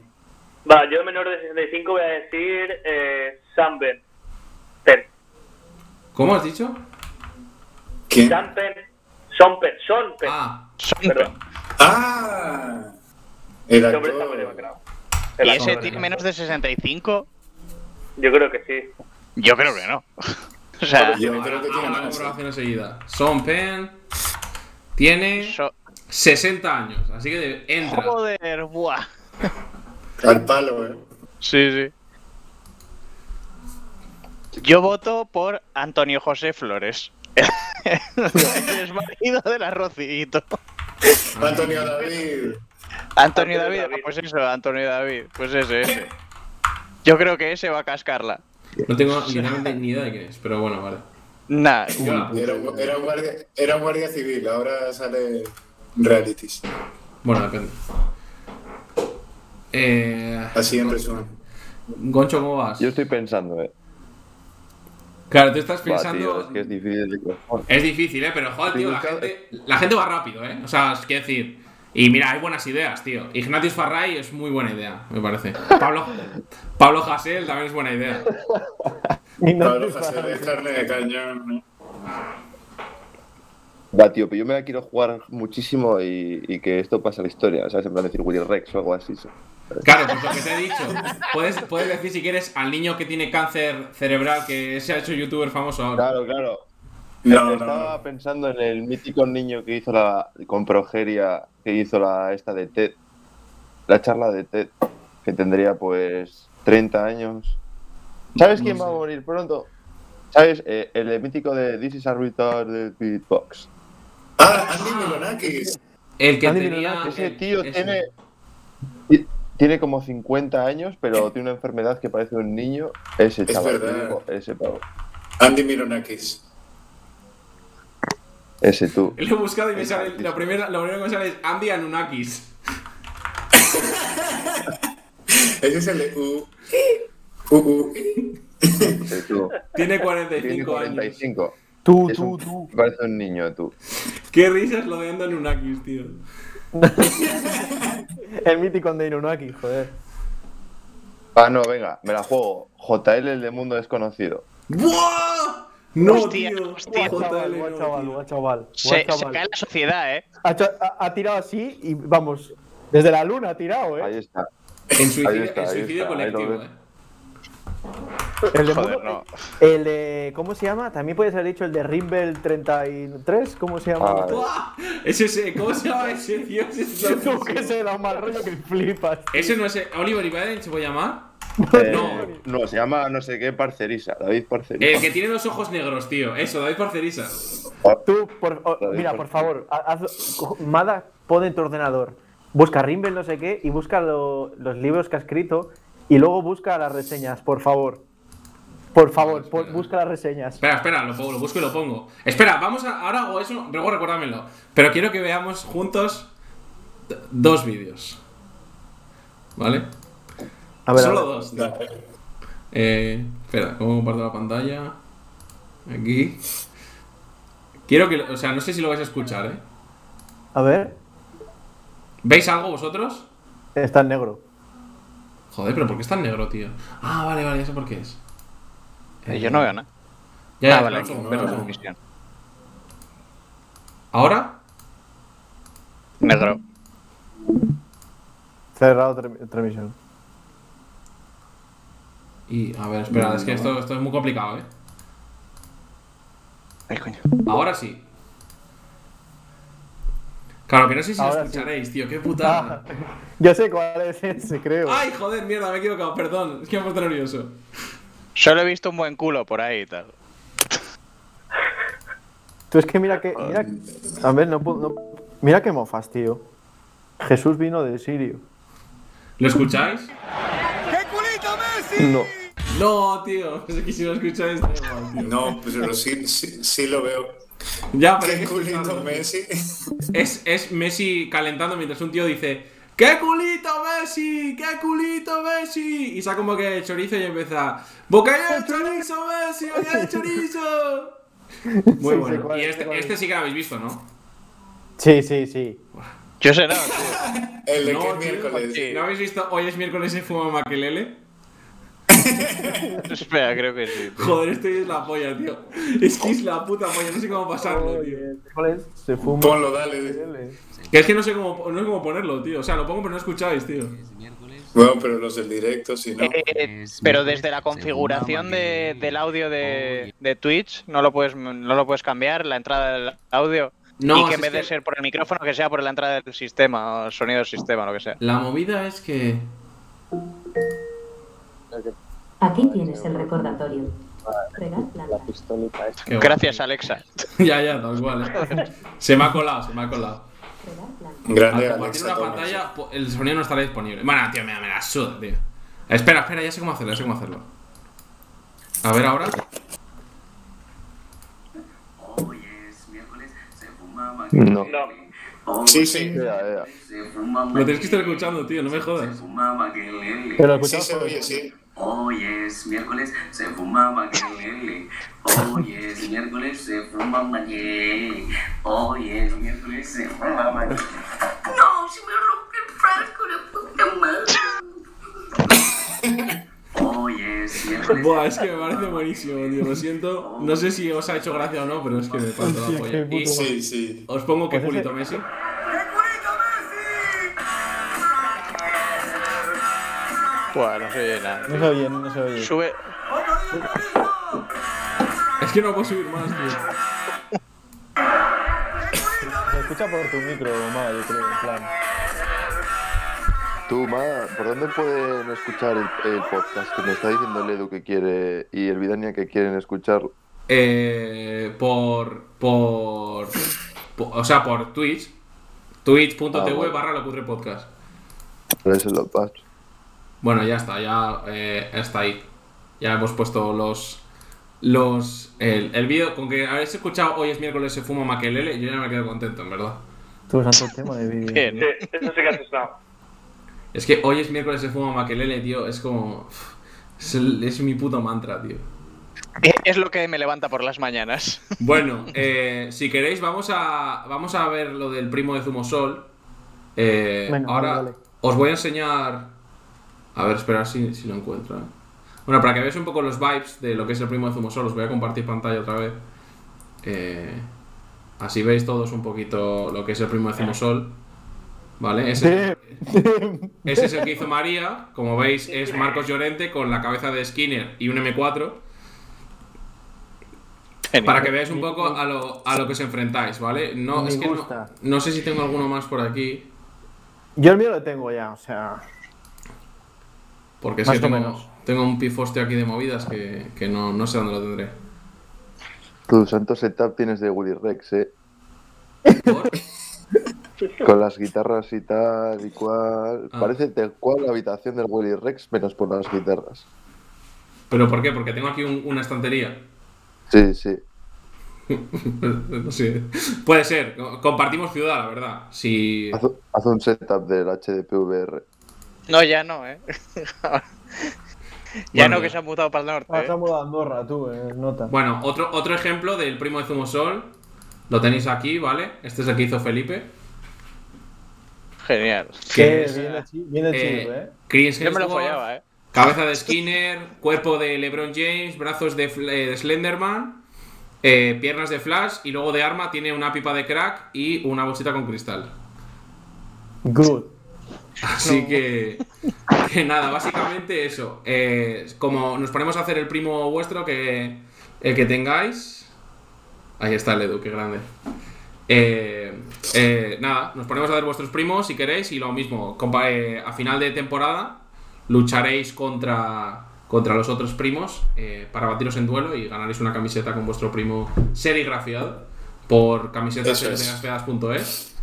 va, yo menor de 65 voy a decir eh, Sam Ben. Ten.
¿Cómo has dicho?
¿Quién?
Sam Ben. Son Ben. Son Ben.
Ah,
Perdón.
¡Ah! El
El hombre está muy
actor.
demacrado.
¿Y
El
ese
actor.
tiene menos de 65?
Yo creo que sí.
Yo creo que no. O sea,
Yo
ahora
creo que
ah, hago
tiene
la
más. ¿eh?
comprobación enseguida. Son Pen tiene
so-
60 años, así que de- entra.
joder, buah.
Al palo, ¿eh?
Sí, sí. Yo voto por Antonio José Flores. es marido del arrocito.
Ah.
Antonio David.
Antonio
Antonio
David,
David.
pues eso, Antonio David, pues ese, ese. Yo creo que ese va a cascarla.
No tengo literalmente ni idea de quién es, pero bueno, vale.
Nah,
Yo-
Era un, era un guardia, era un guardia civil, ahora sale en realities.
Bueno, depende. Eh,
Así en resumen.
Goncho, ¿cómo vas?
yo estoy pensando, ¿eh?
Claro, tú estás
Va, tío,
pensando.
es que es difícil de cojones.
Es difícil, ¿eh? Pero joder,
Sí,
tío, la
busca-
gente, la gente va rápido, ¿eh? O sea, es que decir. Y mira, hay buenas ideas, tío. Ignatius Farray es muy buena idea, me parece. Pablo, Pablo Hasél también es buena idea.
Y no
Pablo
te
José
paras.
de carne de cañón. ¿no?
Va, tío, pero yo me la quiero jugar muchísimo y, y que esto pase a la historia, ¿sabes? En plan decir Willy Rex o algo así. ¿sabes?
Claro, pues lo que te he dicho. Puedes, puedes decir si quieres al niño que tiene cáncer cerebral que se ha hecho youtuber famoso ahora.
Claro, claro.
No, no,
Estaba
no.
pensando en el mítico niño que hizo la. con Progeria, que hizo la esta de TED. La charla de TED, que tendría pues 30 años. ¿Sabes
No
quién
sé.
va a morir pronto? ¿Sabes? Eh, el mítico de This is a retarded beatbox.
Ah, Andy Milonakis.
El que
Andy
tenía.
Milonakis,
Ese
el-
tío
Ah, ese.
tiene. ti- Tiene como 50 años, pero tiene una enfermedad que parece un niño. Ese Es chaval,
verdad.
te digo, ese pavo.
Andy Milonakis.
Ese tú.
Lo he buscado y me sale. Lo primero, lo primero que me sale es Andy Anunnakis.
Ese es el de U. U, U.
Ese tú.
Tiene
Tiene
45 años.
45.
Tú,
Es
tú,
un-
tú.
Parece un niño, tú.
Qué risas lo de Andy Anunnakis, tío.
El mítico de Inunaki, joder.
Ah, no, venga, me la juego. JL, el de mundo desconocido.
¡Buah! No,
Hostia,
tío.
hostia.
Buah,
Chaval,
JL,
guau,
no,
chaval,
tío.
guau, chaval,
se,
guau,
se
chaval.
cae la sociedad, ¿eh?
Ha, hecho- ha- ha tirado así y vamos. Desde la luna ha tirado,
Ahí
¿eh?
está.
En suicidio,
está,
en
ahí
suicidio
está, ahí lo
colectivo,
ves.
eh.
El de,
Joder,
Mundo-
no.
el de- ¿Cómo se llama? También puedes haber dicho el de Rimbel 33. ¿Cómo se llama?
Ah,
¡Buah! Ese, ese, ¿Cómo se llama ese, tío? Ese, es
Tú que se da un mal rollo que flipas.
Ese no es. el- Oliver Ibaden se puede llamar.
Eh,
No.
no, se llama no sé qué Parcerisa, David
El
Parcerisa.
que tiene los ojos negros, tío. Eso, David Parcerisa.
Ah,
Tú, por, o-
David,
mira,
por
por favor, ha- haz, cojo- Mada, pon en tu ordenador. busca Rimbel no sé qué y busca lo- los libros que ha escrito y luego busca las reseñas, por favor. Por favor, por- busca las reseñas.
Espera, espera, lo, pongo- lo busco y lo pongo. Espera, vamos a. Ahora hago eso, luego recuérdamelo. Pero quiero que veamos juntos d- dos vídeos. ¿Vale?
A ver, a
Solo
ver.
dos. tío. Eh, espera, ¿cómo comparto la pantalla? Aquí. Quiero que. lo- O sea, no sé si lo vais a escuchar, ¿eh?
A ver,
¿Veis algo vosotros?
está en negro.
Joder, pero ¿por qué está en negro, tío? Ah, vale, vale, ya sé por qué es.
Eh, Yo no veo nada.
Ya, ya,
ah,
espera un
vale, aquí,
segundo,
veo
espera un
la
segundo.
visión.
¿Ahora?
Negro.
Cerrado tre- transmisión.
Y, a ver, espera, es que esto, esto es muy complicado, ¿eh?
Ay, coño.
Ahora sí. Claro, que no sé si lo
Ahora sí.
escucharéis, tío, qué
Ah,
putada.
Yo sé cuál es ese, creo.
Ay, joder, mierda, me he equivocado, perdón, es que me he puesto nervioso.
Solo he visto un buen culo por ahí y tal.
Tú es que mira que. Mira, a ver, no puedo. no- mira que mofas, tío. Jesús vino de Sirio.
¿Lo escucháis?
No.
No, tío, es que si lo escucháis, da igual, tío.
No, pues, pero sí, sí, sí lo veo.
Ya, pero hay
Qué
que
culito
escucharlo.
Messi.
Es, es Messi calentando mientras un tío dice ¡Qué culito Messi! ¡Qué culito Messi! Y saca como que chorizo y empieza ¡Bocaya de chorizo Messi! ¡Bocaya de chorizo! Muy
Sí, sé
bueno.
cuál
y
es, sé
este,
cuál
este
es.
sí que lo habéis visto, ¿no?
Sí, sí, sí.
Yo sé no, tío.
El de
No,
que
tío,
miércoles.
sí.
¿No habéis visto Hoy es miércoles y fuma maquelele?
Espera, creo que sí. tío.
Joder, esto es la polla, tío. Es que es la puta polla, no sé cómo pasarlo, tío.
¿Cuál es? Se fuma.
Ponlo, dale.
Sí,
Que es que no sé cómo, no sé cómo ponerlo, tío. O sea, lo pongo pero no escucháis, tío.
Bueno, pero los del directo, si no.
Eh, pero desde la configuración de- del audio de, de Twitch no lo puedes no lo puedes cambiar la entrada del audio
No,
y que
si
en
es
vez de
que-
ser por el micrófono que sea por la entrada del sistema o el sonido del sistema lo que sea
La movida es que...
Aquí tienes el recordatorio. Regar plantas.
Qué guay.
gracias Alexa
Ya, ya, tal cual. eh. Se me ha colado, se me ha colado.
Regar plantas.
Grande
Al compartir
Alexa
Ah, una
Thomas.
pantalla, po- el sonido no estará disponible. Bueno, tío, me, me la suda, tío. Espera, espera, ya sé cómo hacerlo, ya sé cómo hacerlo. A ver ahora.
No.
No.
Sí, sí.
Ea, ea.
Lo tienes que estar escuchando, tío, no me jodas.
Pero
Sí
escuchamos
se oye, sí.
Hoy es miércoles, se fuma maquelele. Hoy es miércoles, se fuma maquelele. Hoy es miércoles, se fuma maquelele. No, se me rompe el frasco, la puta madre. Hoy es miércoles.
Buah, es que me parece buenísimo, tío. Lo siento. No sé si os ha hecho gracia o no, pero es que me parto la polla. Y
Sí, sí.
os pongo que
Pues ese-
culito Messi.
bueno no se oye nada
No se oye, no se oye.
sube
Es que no puedo subir más, tío.
Se escucha por tu micro, mal, yo creo, en plan.
Tú, ma, ¿por dónde pueden escuchar el, el podcast? Que me está diciendo Ledo que quiere y el Vidania que quieren escuchar.
Eh, por, por, po- O sea, por Twitch. Twitch.tv
Ah, bueno.
barra locurre podcast.
Pero eso lo paso.
Bueno, ya está, ya eh, está ahí. Ya hemos puesto los. Los. El, el vídeo. Con que habéis escuchado hoy es miércoles se fuma maquelele, yo ya me quedo contento, en verdad.
Tú, santo tema de vídeo.
bien
Sí, eso sí que ha asustado.
Es que hoy es miércoles se fuma maquelele, tío. Es como. Es, el- es mi puto mantra, tío.
es lo que me levanta por las mañanas
Bueno, eh, si queréis, vamos a. Vamos a ver lo del primo de Zumosol. Eh,
Venga,
ahora
vale, vale.
os voy a enseñar. A ver, esperar si, si lo encuentro. eh. Bueno, para que veáis un poco los vibes de lo que es el primo de Zumosol, os voy a compartir pantalla otra vez. Eh, así veis todos un poquito lo que es el primo de Zumosol. ¿Vale? Ese, ese es el que hizo María. Como veis, es Marcos Llorente con la cabeza de Skinner y un M4. Para que veáis un poco a lo, a lo que os enfrentáis, ¿vale? No,
Me
es que no-
gusta.
No, sé si tengo alguno más por aquí,
Yo el mío lo tengo ya, o sea.
porque es
Más
que
o
tengo,
menos.
tengo un pifoste aquí de movidas que, que no, no sé dónde lo tendré.
Tu santo setup tienes de Willy Rex, ¿eh?
¿Por?
Con las guitarras y tal y cual. Parece tal cual la habitación del Willy Rex, menos por las guitarras.
¿Pero por qué? Porque tengo aquí un- una estantería.
Sí, sí.
no sé. Puede ser. Co- Compartimos ciudad, la verdad. Si...
Haz, haz un setup del HDPVR.
No, ya no, ¿eh? ya
Bueno,
no, que se han mutado para el norte.
Ah,
¿eh?
estamos de Andorra, tú, eh, nota.
Bueno, otro, otro ejemplo del primo de Zumosol. Lo tenéis aquí, ¿vale? Este es el que hizo Felipe.
Genial.
que
Sí, viene chi- viene chido, eh.
Chris
Yo me lo
Hemsworth,
follaba, ¿eh?
Cabeza de Skinner, cuerpo de LeBron James, brazos de, Fl- eh, de Slenderman, eh, piernas de Flash y luego de arma tiene una pipa de crack y una bolsita con cristal.
Good.
Así que, que nada, básicamente eso. Eh, como nos ponemos a hacer el primo vuestro, que el que tengáis. Ahí está el Edu, qué grande. Eh, eh, nada, nos ponemos a hacer vuestros primos si queréis y lo mismo, compa- eh, a final de temporada lucharéis contra, contra los otros primos eh, para batiros en duelo y ganaréis una camiseta con vuestro primo serigrafiado por camisetas
Eso es.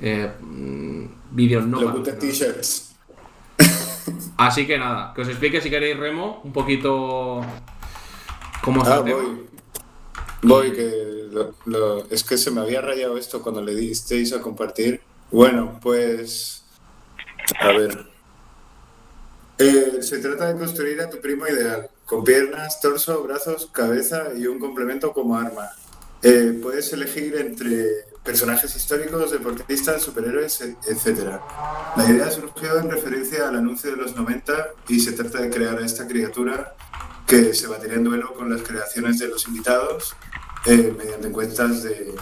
eh, mm, vídeos no
Locutor
patrocinados.
T-shirts.
Así que nada, que os explique si queréis Remo un poquito cómo está
Ah,
el tema.
voy. Voy, que lo- lo- es que se me había rayado esto cuando le disteis a compartir. Bueno, pues. A ver. Eh, se trata de construir a tu primo ideal, con piernas, torso, brazos, cabeza y un complemento como arma. Eh, puedes elegir entre personajes históricos, deportistas, superhéroes, e- etc. La idea surgió en referencia al anuncio de los 90 y se trata de crear a esta criatura que se batirá en duelo con las creaciones de los invitados eh, mediante encuestas de,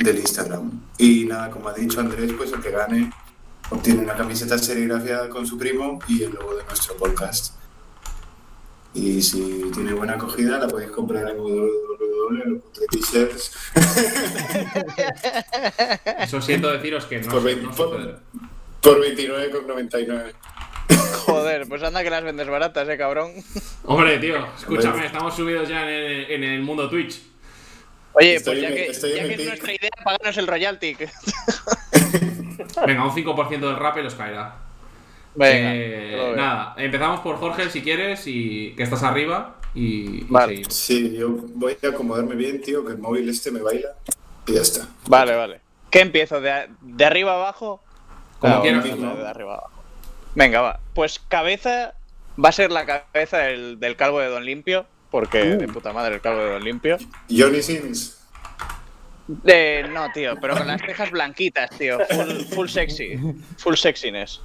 del Instagram. Y nada, como ha dicho Andrés, pues el que gane obtiene una camiseta serigrafiada con su primo y el logo de nuestro podcast. Y si tiene buena acogida, la podéis comprar en www.locutortshirts.
Eso siento deciros que no,
Por
sé-
20
no sucederá.
por 29,99.
Joder, pues anda que las vendes baratas, eh, cabrón.
Hombre, tío, escúchame, estamos subidos ya en el, en el mundo Twitch.
Oye,
Estoy
pues ya
en mi-
que,
estoy en
ya
mi
que es
pick.
nuestra idea, paganos el royalty.
Venga, un 5% del rap y los caerá.
Venga,
Eh,
te lo veo.
nada, empezamos por Jorge si quieres y que estás arriba y, y
Vale.
seguimos.
Sí, yo voy a acomodarme bien, tío, que el móvil este me baila. Y ya está.
Vale, vale. ¿Qué empiezo? ¿De, a- de arriba abajo?
Como
Ah,
quieras.
vamos a hacerlo
¿no?
de arriba abajo. Venga, va. Pues cabeza va a ser la cabeza del, del calvo de Don Limpio, porque
Uh.
de puta madre el calvo de Don Limpio.
Johnny Sins.
Eh, no, tío, pero con las cejas blanquitas, tío. Full, full sexy. Full sexiness.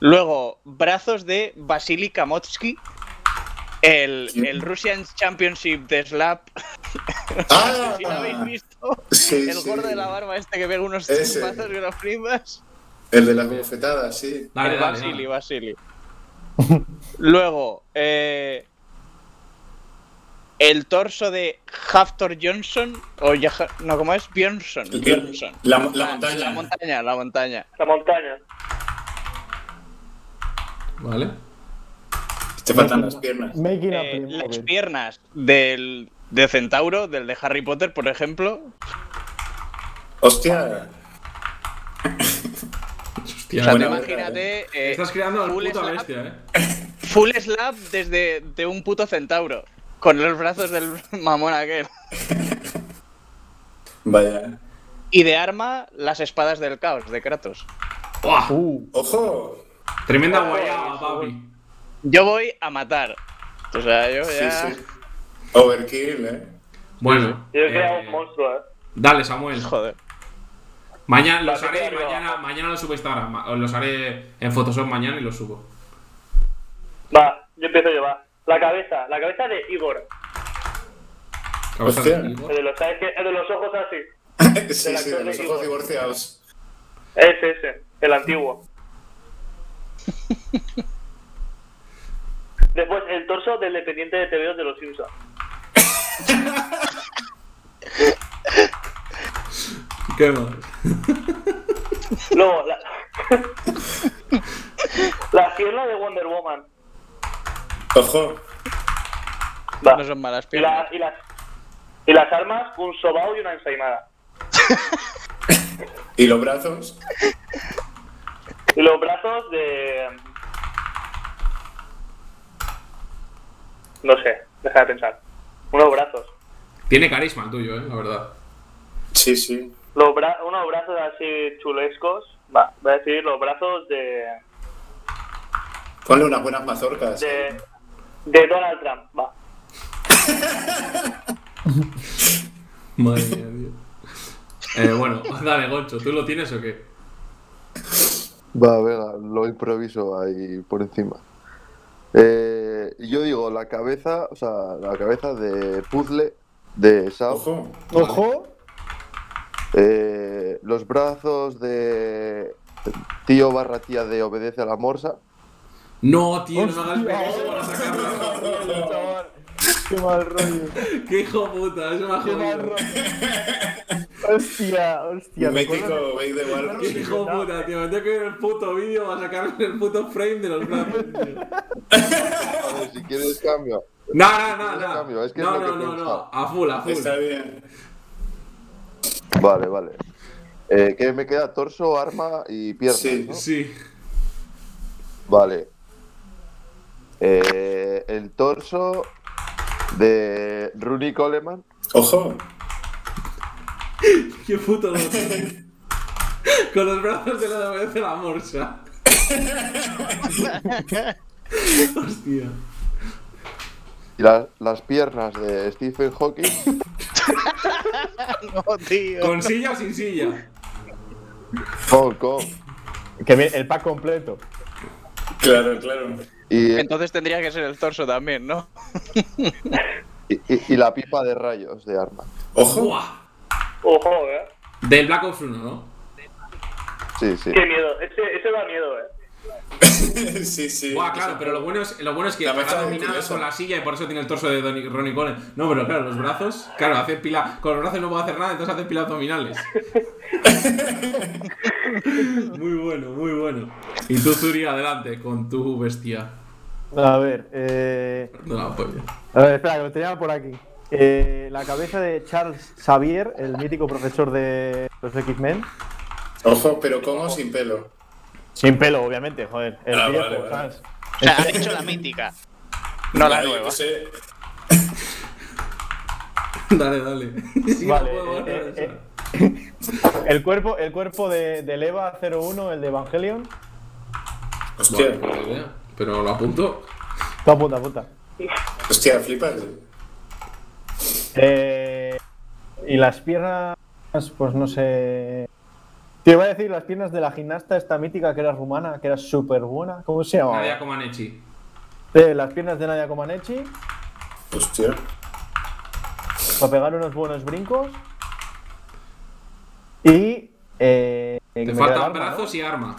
Luego, brazos de Vasily Kamotsky, el, el Russian Championship de Slap.
¡Ah!
¿Sí lo habéis visto?
Sí,
El
Ah, sí.
gordo de la barba este que pega unos
Ese.
pasos y unos flipas.
El de las bofetadas, sí.
Dale,
El
dale,
Vasily,
dale.
Vasily. Luego, eh, el torso de Haftor Johnson, o ya, no, ¿cómo es? Bjornsson. Bjornsson.
La, la
Ah,
montaña.
La montaña, la montaña.
La montaña.
Vale.
Te faltan las piernas.
Making a
Eh,
primo,
las
güey.
piernas del de Centauro, del de Harry Potter, por ejemplo.
Hostia.
Hostia,
O sea, te
Buena obra,
imagínate eh,
estás creando al
full,
puta
slap,
bestia, eh.
full slap desde de un puto centauro. Con los brazos del mamón aquel.
Vaya.
Y de arma, las espadas del caos de Kratos.
¡Buah!
Uh,
¡Ojo!
Tremenda guayaba, papi.
Yo voy a matar. O sea, yo
Sí,
Oh, ya.
sí. Overkill, eh.
Bueno,
Yo he
eh,
creado un monstruo, ¿eh?
dale, Samuel.
Joder.
Mañana los
Vale,
haré,
arriba.
mañana, mañana los subo a Instagram, ma- los haré en Photoshop mañana y los subo.
Va, yo empiezo yo, va. La cabeza, la cabeza de Igor.
Cabeza
Hostia.
de Igor.
El de los, ¿sabes qué? El de los ojos así.
Sí, sí, de los ojos divorciados.
Ese, ese. El antiguo. Después, el torso del dependiente de TVO de los Simpsons.
¿Qué más?
Luego, la... la pierna de Wonder Woman.
Ojo.
Va.
No son malas
Y, la-
piernas.
y las, y las armas, un sobao y una ensaimada.
¿Y los brazos?
Y los brazos de. No sé, deja de pensar. Unos brazos.
Tiene carisma el tuyo, ¿eh? la verdad.
Sí, sí.
Los bra- unos brazos así chulescos. Va, voy a decir los brazos de.
Ponle unas buenas mazorcas.
de. de Donald Trump. Va.
Madre mía, tío. Eh, bueno, dale, Goncho, ¿tú lo tienes o qué?
Va, venga, lo improviso ahí por encima. Eh, yo digo la cabeza, o sea, la cabeza de puzzle de Sao.
Ojo.
Ojo,
Eh, los brazos de tío barra tía de obedece a la morsa.
No, tío, no me hagas
Hostia.
pegaso para sacarlo.
chaval. Qué mal rollo.
Qué hijo puta, eso me ha
Qué mal
jodido.
rollo. Hostia, hostia.
Un
¿recuerdas?
mítico Bake de Walrus.
Qué hijo puta, tío. Me tengo que ver el puto vídeo para sacarme el puto frame de los brazos, tío.
A ver, si quieres cambio.
No, no, no,
Es
no.
cambio, es que es
no,
lo que
no, no, no.
pensaba.
A full, a full.
Está bien.
Vale, vale. Eh, ¿Qué me queda? Torso, arma y piernas.
Sí,
¿no?
Sí.
Vale. Eh, el torso de Rooney Coleman.
Ojo.
Qué puto loco. Con los brazos de la de obedece la morsa. Hostia.
Y la- las piernas de Stephen Hawking.
No, Oh, tío.
¿Con silla o sin silla?
Hong Kong.
Que bien, el pack completo.
Claro, claro.
Y,
Entonces tendría que ser el torso también, ¿no?
y- y- y la pipa de rayos de arma.
Ojo.
Buah.
Ojo, eh.
Del Black Ops 1, ¿no?
Sí, sí.
Qué miedo. Ese, ese da miedo, eh.
sí, sí.
Buah, claro, pero lo bueno es, lo bueno es que
La
ha
mezcla de
dominado
curioso.
con la silla y por eso tiene el torso de Donny- Ronnie Coleman. No, pero claro, los brazos, claro, hace pila. Con los brazos no puedo hacer nada, entonces hace pila abdominales. muy bueno, muy bueno. Y tú, Zuri, adelante con tu bestia.
A ver, eh.
No la polla.
A ver, espera, que lo tenía por aquí. Eh, la cabeza de Charles Xavier, el mítico profesor de los X-Men.
Ojo, pero como sin pelo.
Sin pelo, obviamente, joder. El
Ah,
viejo,
vale, vale.
¿sabes?
O sea, has dicho la mítica. No la
Ay,
nueva.
no sé.
Dale, dale. Sí,
Vale,
no puedo
eh,
guardar
eh,
eso.
El cuerpo, el cuerpo de, del EVA 01, el de Evangelion.
Pues
eh.
Hostia,
Vale, buena idea, Pero lo apunto.
Tú apunta, apunta.
hostia, flipas.
Eh, y las piernas, pues no sé. Te iba a decir las piernas de la gimnasta, esta mítica que era rumana, que era súper buena. ¿Cómo se llama?
Nadia Comaneci.
Eh, las piernas de Nadia Comaneci,
Pues
Hostia.
para pegar unos buenos brincos. Y. Eh, que
Te
me queda el
faltan
arma, ¿no?
brazos y arma.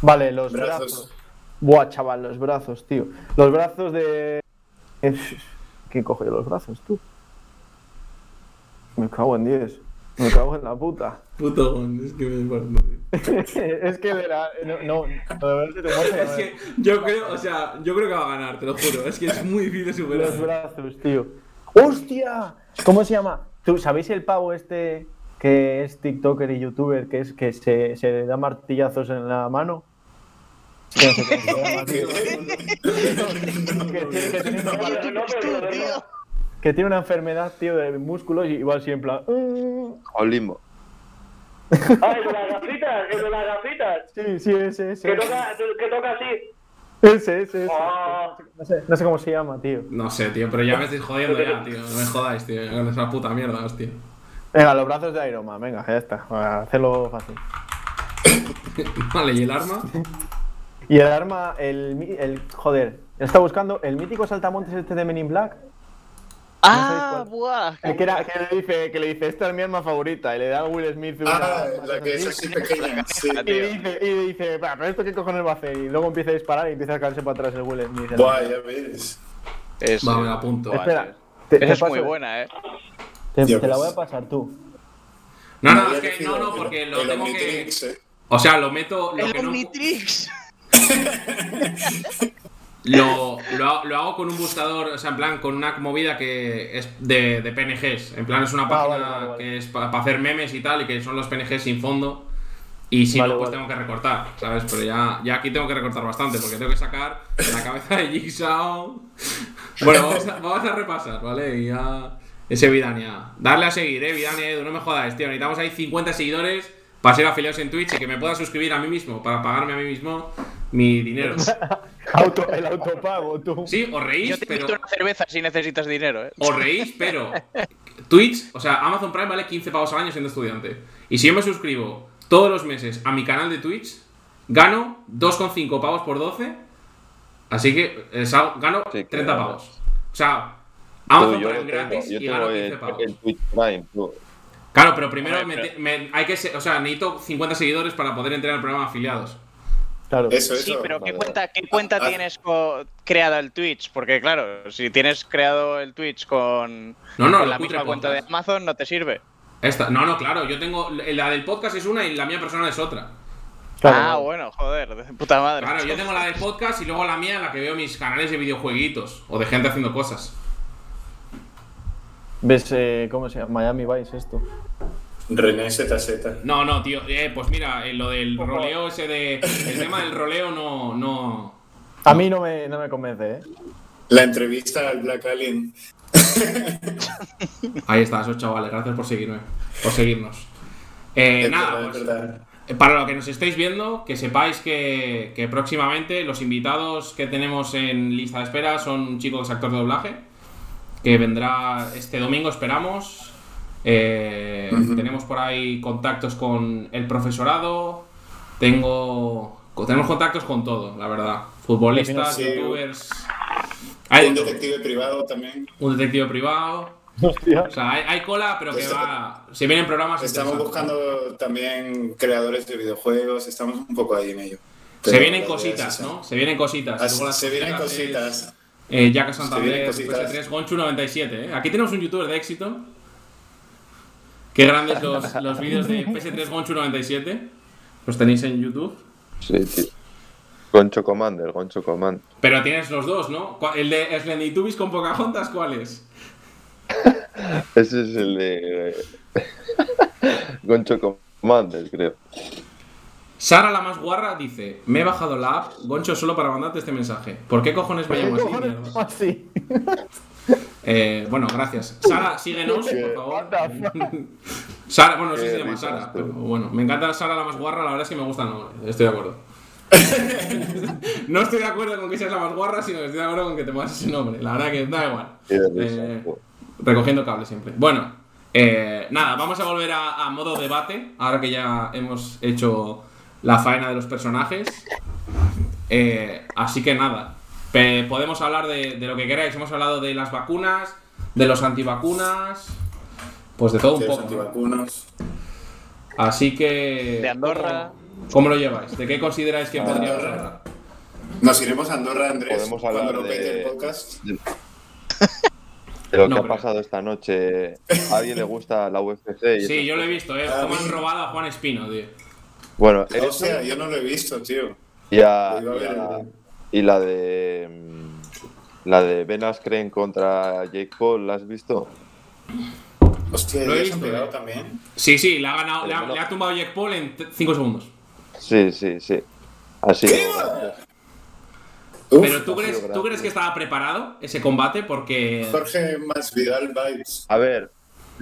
Vale, los
Brazos.
brazos. Buah, chaval, los brazos, tío. Los brazos de. Es- ¿Qué cojo yo los brazos, tú? Me cago en 10. Me cago en la puta.
Puto gon, es que me desbarno, tío.
es que de la. No, no, lo de verte te muerte,
Es
no,
que yo creo, o sea, yo creo que va a ganar, te lo juro. Es que es muy difícil
Los
superar.
brazos, tío. ¡Hostia! ¿Cómo se llama? ¿Tú sabéis el pavo este que es TikToker y youtuber que es que se, se da martillazos en la mano? Que no sé cómo se llama, tío. Que tiene- que tiene una
No, no, pero lo veo.
que tiene una enfermedad, tío, de músculos y va así en plan. "Mm".
Olimbo.
Ah, el de las gafitas, el de las gafitas.
Sí, sí, ese, ese.
Que toca, que toca así.
Ese, ese, ese.
Ah.
Oh,
No sé, no sé cómo se llama, tío.
No sé, tío, pero ya me estáis jodiendo ya, tío. No me jodáis, tío, con esa puta mierda, hostia.
Venga, los brazos de Iron Man, venga, ya está. Para hacerlo fácil.
Vale, ¿y el arma?
Y el arma, el, mi- el. Joder, está buscando el mítico saltamontes este de Men in Black.
Ah,
cuál.
buah.
El que, era, que, le dice, que le dice, esta es mi arma favorita. Y le da a Will Smith una-
Ah,
una
la
cosa
que es
así.
así pequeña. Sí.
Y dice, y dice, "Bah, pero esto qué cojones va a hacer. Y luego empieza a disparar y empieza a caerse para atrás el Will Smith.
Buah, ya ves.
Es,
Va, me la apunto.
Espera, te, te
Esa es muy
paso-
buena, eh.
Te,
Ya
te la
ves.
voy a pasar tú.
No, no,
Había
es que no,
elegido
no,
el-
porque lo
el
tengo que.
Omnitrix, eh.
O sea, lo meto. Lo
El
que no,
Omnitrix.
Lo, lo, ha- lo hago con un buscador, o sea, en plan, con una movida que es de, de PNGs. En plan, es una página
Ah, vale, vale, vale.
que es para hacer memes y tal, y que son los PNGs sin fondo. Y si
Vale,
no, pues
vale.
tengo que recortar, ¿sabes? Pero ya, ya aquí tengo que recortar bastante, porque tengo que sacar la cabeza de Jigsaw. Bueno, vamos a, vamos a repasar, ¿vale? Y ya. Ese Vidania. Darle a seguir, eh, Vidania Edu, no me jodas, tío. Necesitamos ahí 50 seguidores para ser afiliados en Twitch y que me pueda suscribir a mí mismo, para pagarme a mí mismo mi dinero.
Auto- el autopago, tú.
Sí, os
Yo
reís,
te
pero.
invito una cerveza si necesitas dinero, ¿eh?
Os reís, pero. Twitch, o sea, Amazon Prime vale 15 pavos al año siendo estudiante. Y si yo me suscribo todos los meses a mi canal de Twitch, gano 2,5 pavos por 12. Así que eh, sal- gano
Sí,
30
claro.
pavos. O sea, Amazon
Tú, yo
Prime
lo tengo,
gratis
yo
y gano
tengo
15
el,
pavos.
el Twitch Prime. tú.
Claro, pero primero
Hombre,
me te- me- hay que ser, o sea, necesito 50 seguidores para poder entrar al programa de afiliados.
Claro.
Eso, eso.
Sí, pero ¿qué
vale.
cuenta, qué cuenta
Ah.
tienes co- creada el Twitch? Porque claro, si tienes creado el Twitch con,
No, no,
con
lo
la
cutre
misma cuenta de
podcast.
Amazon, no te sirve.
Esta, no, no, claro, yo tengo la del podcast es una y la mía personal es otra.
claro.
ah, bueno, joder, de puta madre.
Claro, yo tengo la de podcast y luego la mía en la que veo mis canales de videojueguitos o de gente haciendo cosas.
¿Ves eh, cómo se llama? Miami Vice esto.
René ZZ.
No, no, tío, eh, pues mira, eh, lo del roleo ese de. El tema del roleo no. no
A mí no me, no me convence, ¿eh?
La entrevista al Black Alien.
Ahí está, esos chavales, gracias por seguirme, por seguirnos. Eh,
Es
nada,
verdad, es
pues,
verdad.
Para lo que nos estáis viendo, que sepáis que, que próximamente los invitados que tenemos en lista de espera son un chico que es actor de doblaje, que vendrá este domingo, esperamos. Eh,
Ujú.
Tenemos por ahí contactos con el profesorado, tengo co- tenemos contactos con todo, la verdad. Futbolistas,
Sí.
youtubers, hay
un
de todo.
detective privado también.
un detective privado.
Hostia.
O sea, hay, hay cola, pero que
Esto-
va. Se vienen programas.
Este Estamos
interesantes.
buscando también creadores de videojuegos, estamos un poco ahí en ello.
Se
Pero
vienen
la idea es
cositas,
esa.
¿no? Se vienen cositas.
Ah,
Luego las
se vienen
cositas es-
cositas.
Eh, Jack
Se
Santander,
vienen cositas.
PS3, Gonchu97. ¿eh? Aquí tenemos un youtuber de éxito. Qué grandes los, los vídeos de PS3 Gonchu97. Los tenéis en YouTube.
Sí, tío. Goncho Commander, Goncho Commander.
Pero tienes los dos, ¿no? ¿Cuál- ¿El de Slenditubis con Pocahontas cuál es?
Ese es el de. Goncho Commander, creo.
Sara, la más guarra, dice: Me he bajado la app, Goncho, solo para mandarte este mensaje. ¿Por qué cojones me llamo así? mierda?
Ah, sí.
Eh, bueno, gracias. Sara, síguenos, por favor. Sara, bueno, no sé si se llama
Qué
Sara,
risas, tú.
pero bueno, me encanta Sara la más guarra, la verdad es que me gusta el nombre, estoy de acuerdo. no estoy de acuerdo con que seas la más guarra, sino que estoy de acuerdo con que te pongas ese nombre, la verdad que da igual.
Qué risa,
Eh,
joder.
recogiendo cable siempre. Bueno, eh, nada, vamos a volver a, a modo debate, ahora que ya hemos hecho la faena de los personajes. Eh, así que nada, pe- podemos hablar de, de lo que queráis. Hemos hablado de las vacunas, de los antivacunas, pues de todo un
De los
poco. ¿no?
antivacunos.
Así que.
De Andorra.
¿Cómo, cómo lo lleváis? ¿De qué consideráis
Ah,
que podríamos
Andorra.
hablar?
Nos iremos a Andorra, Andrés,
Podemos hablar
cuando lo
de-
pete el podcast.
De lo
No,
que ha
pero-
pasado esta noche. ¿A alguien le gusta la UFC? y
Sí,
esas
yo lo he
cosas?
visto, ¿eh?
Ah,
Cómo han
sí.
robado a Juan Espino, tío.
Bueno,
O
eso
sea, yo no lo he visto, tío.
y, a-
Lo iba a
y
ver.
a- y la de. mm, La de Ben Askren contra Jake Paul, ¿la has visto?
Hostia,
Lo he
ellos han
visto,
pegado
eh.
también.
Sí, sí, le ha, ganado, le ha,
Pero-
le ha tumbado Jack Paul en 5 segundos.
Sí, sí, sí. Así
¿Qué? Uf,
Pero ¿tú crees,
sido
¿tú crees
grande.
que estaba preparado ese combate? Porque.
Jorge Masvidal Vibes.
A ver,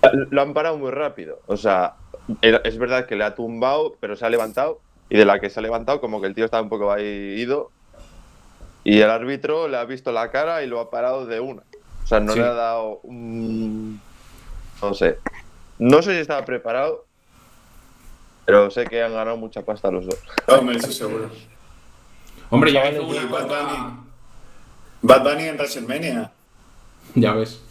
la- lo han parado muy rápido. O sea, era- es verdad que le ha tumbado, pero se ha levantado. Y de la que se ha levantado, como que el tío está un poco ahí ido. Y el árbitro le ha visto la cara y lo ha parado de una. O sea, no
Sí.
le ha dado un. No sé. No sé si estaba preparado. Pero sé que han ganado mucha pasta los dos.
Hombre, eso seguro.
Hombre, ya hizo
Chavales,
una
y Bad
cosa.
Bunny. Bad Bunny en WrestleMania.
Ya ves.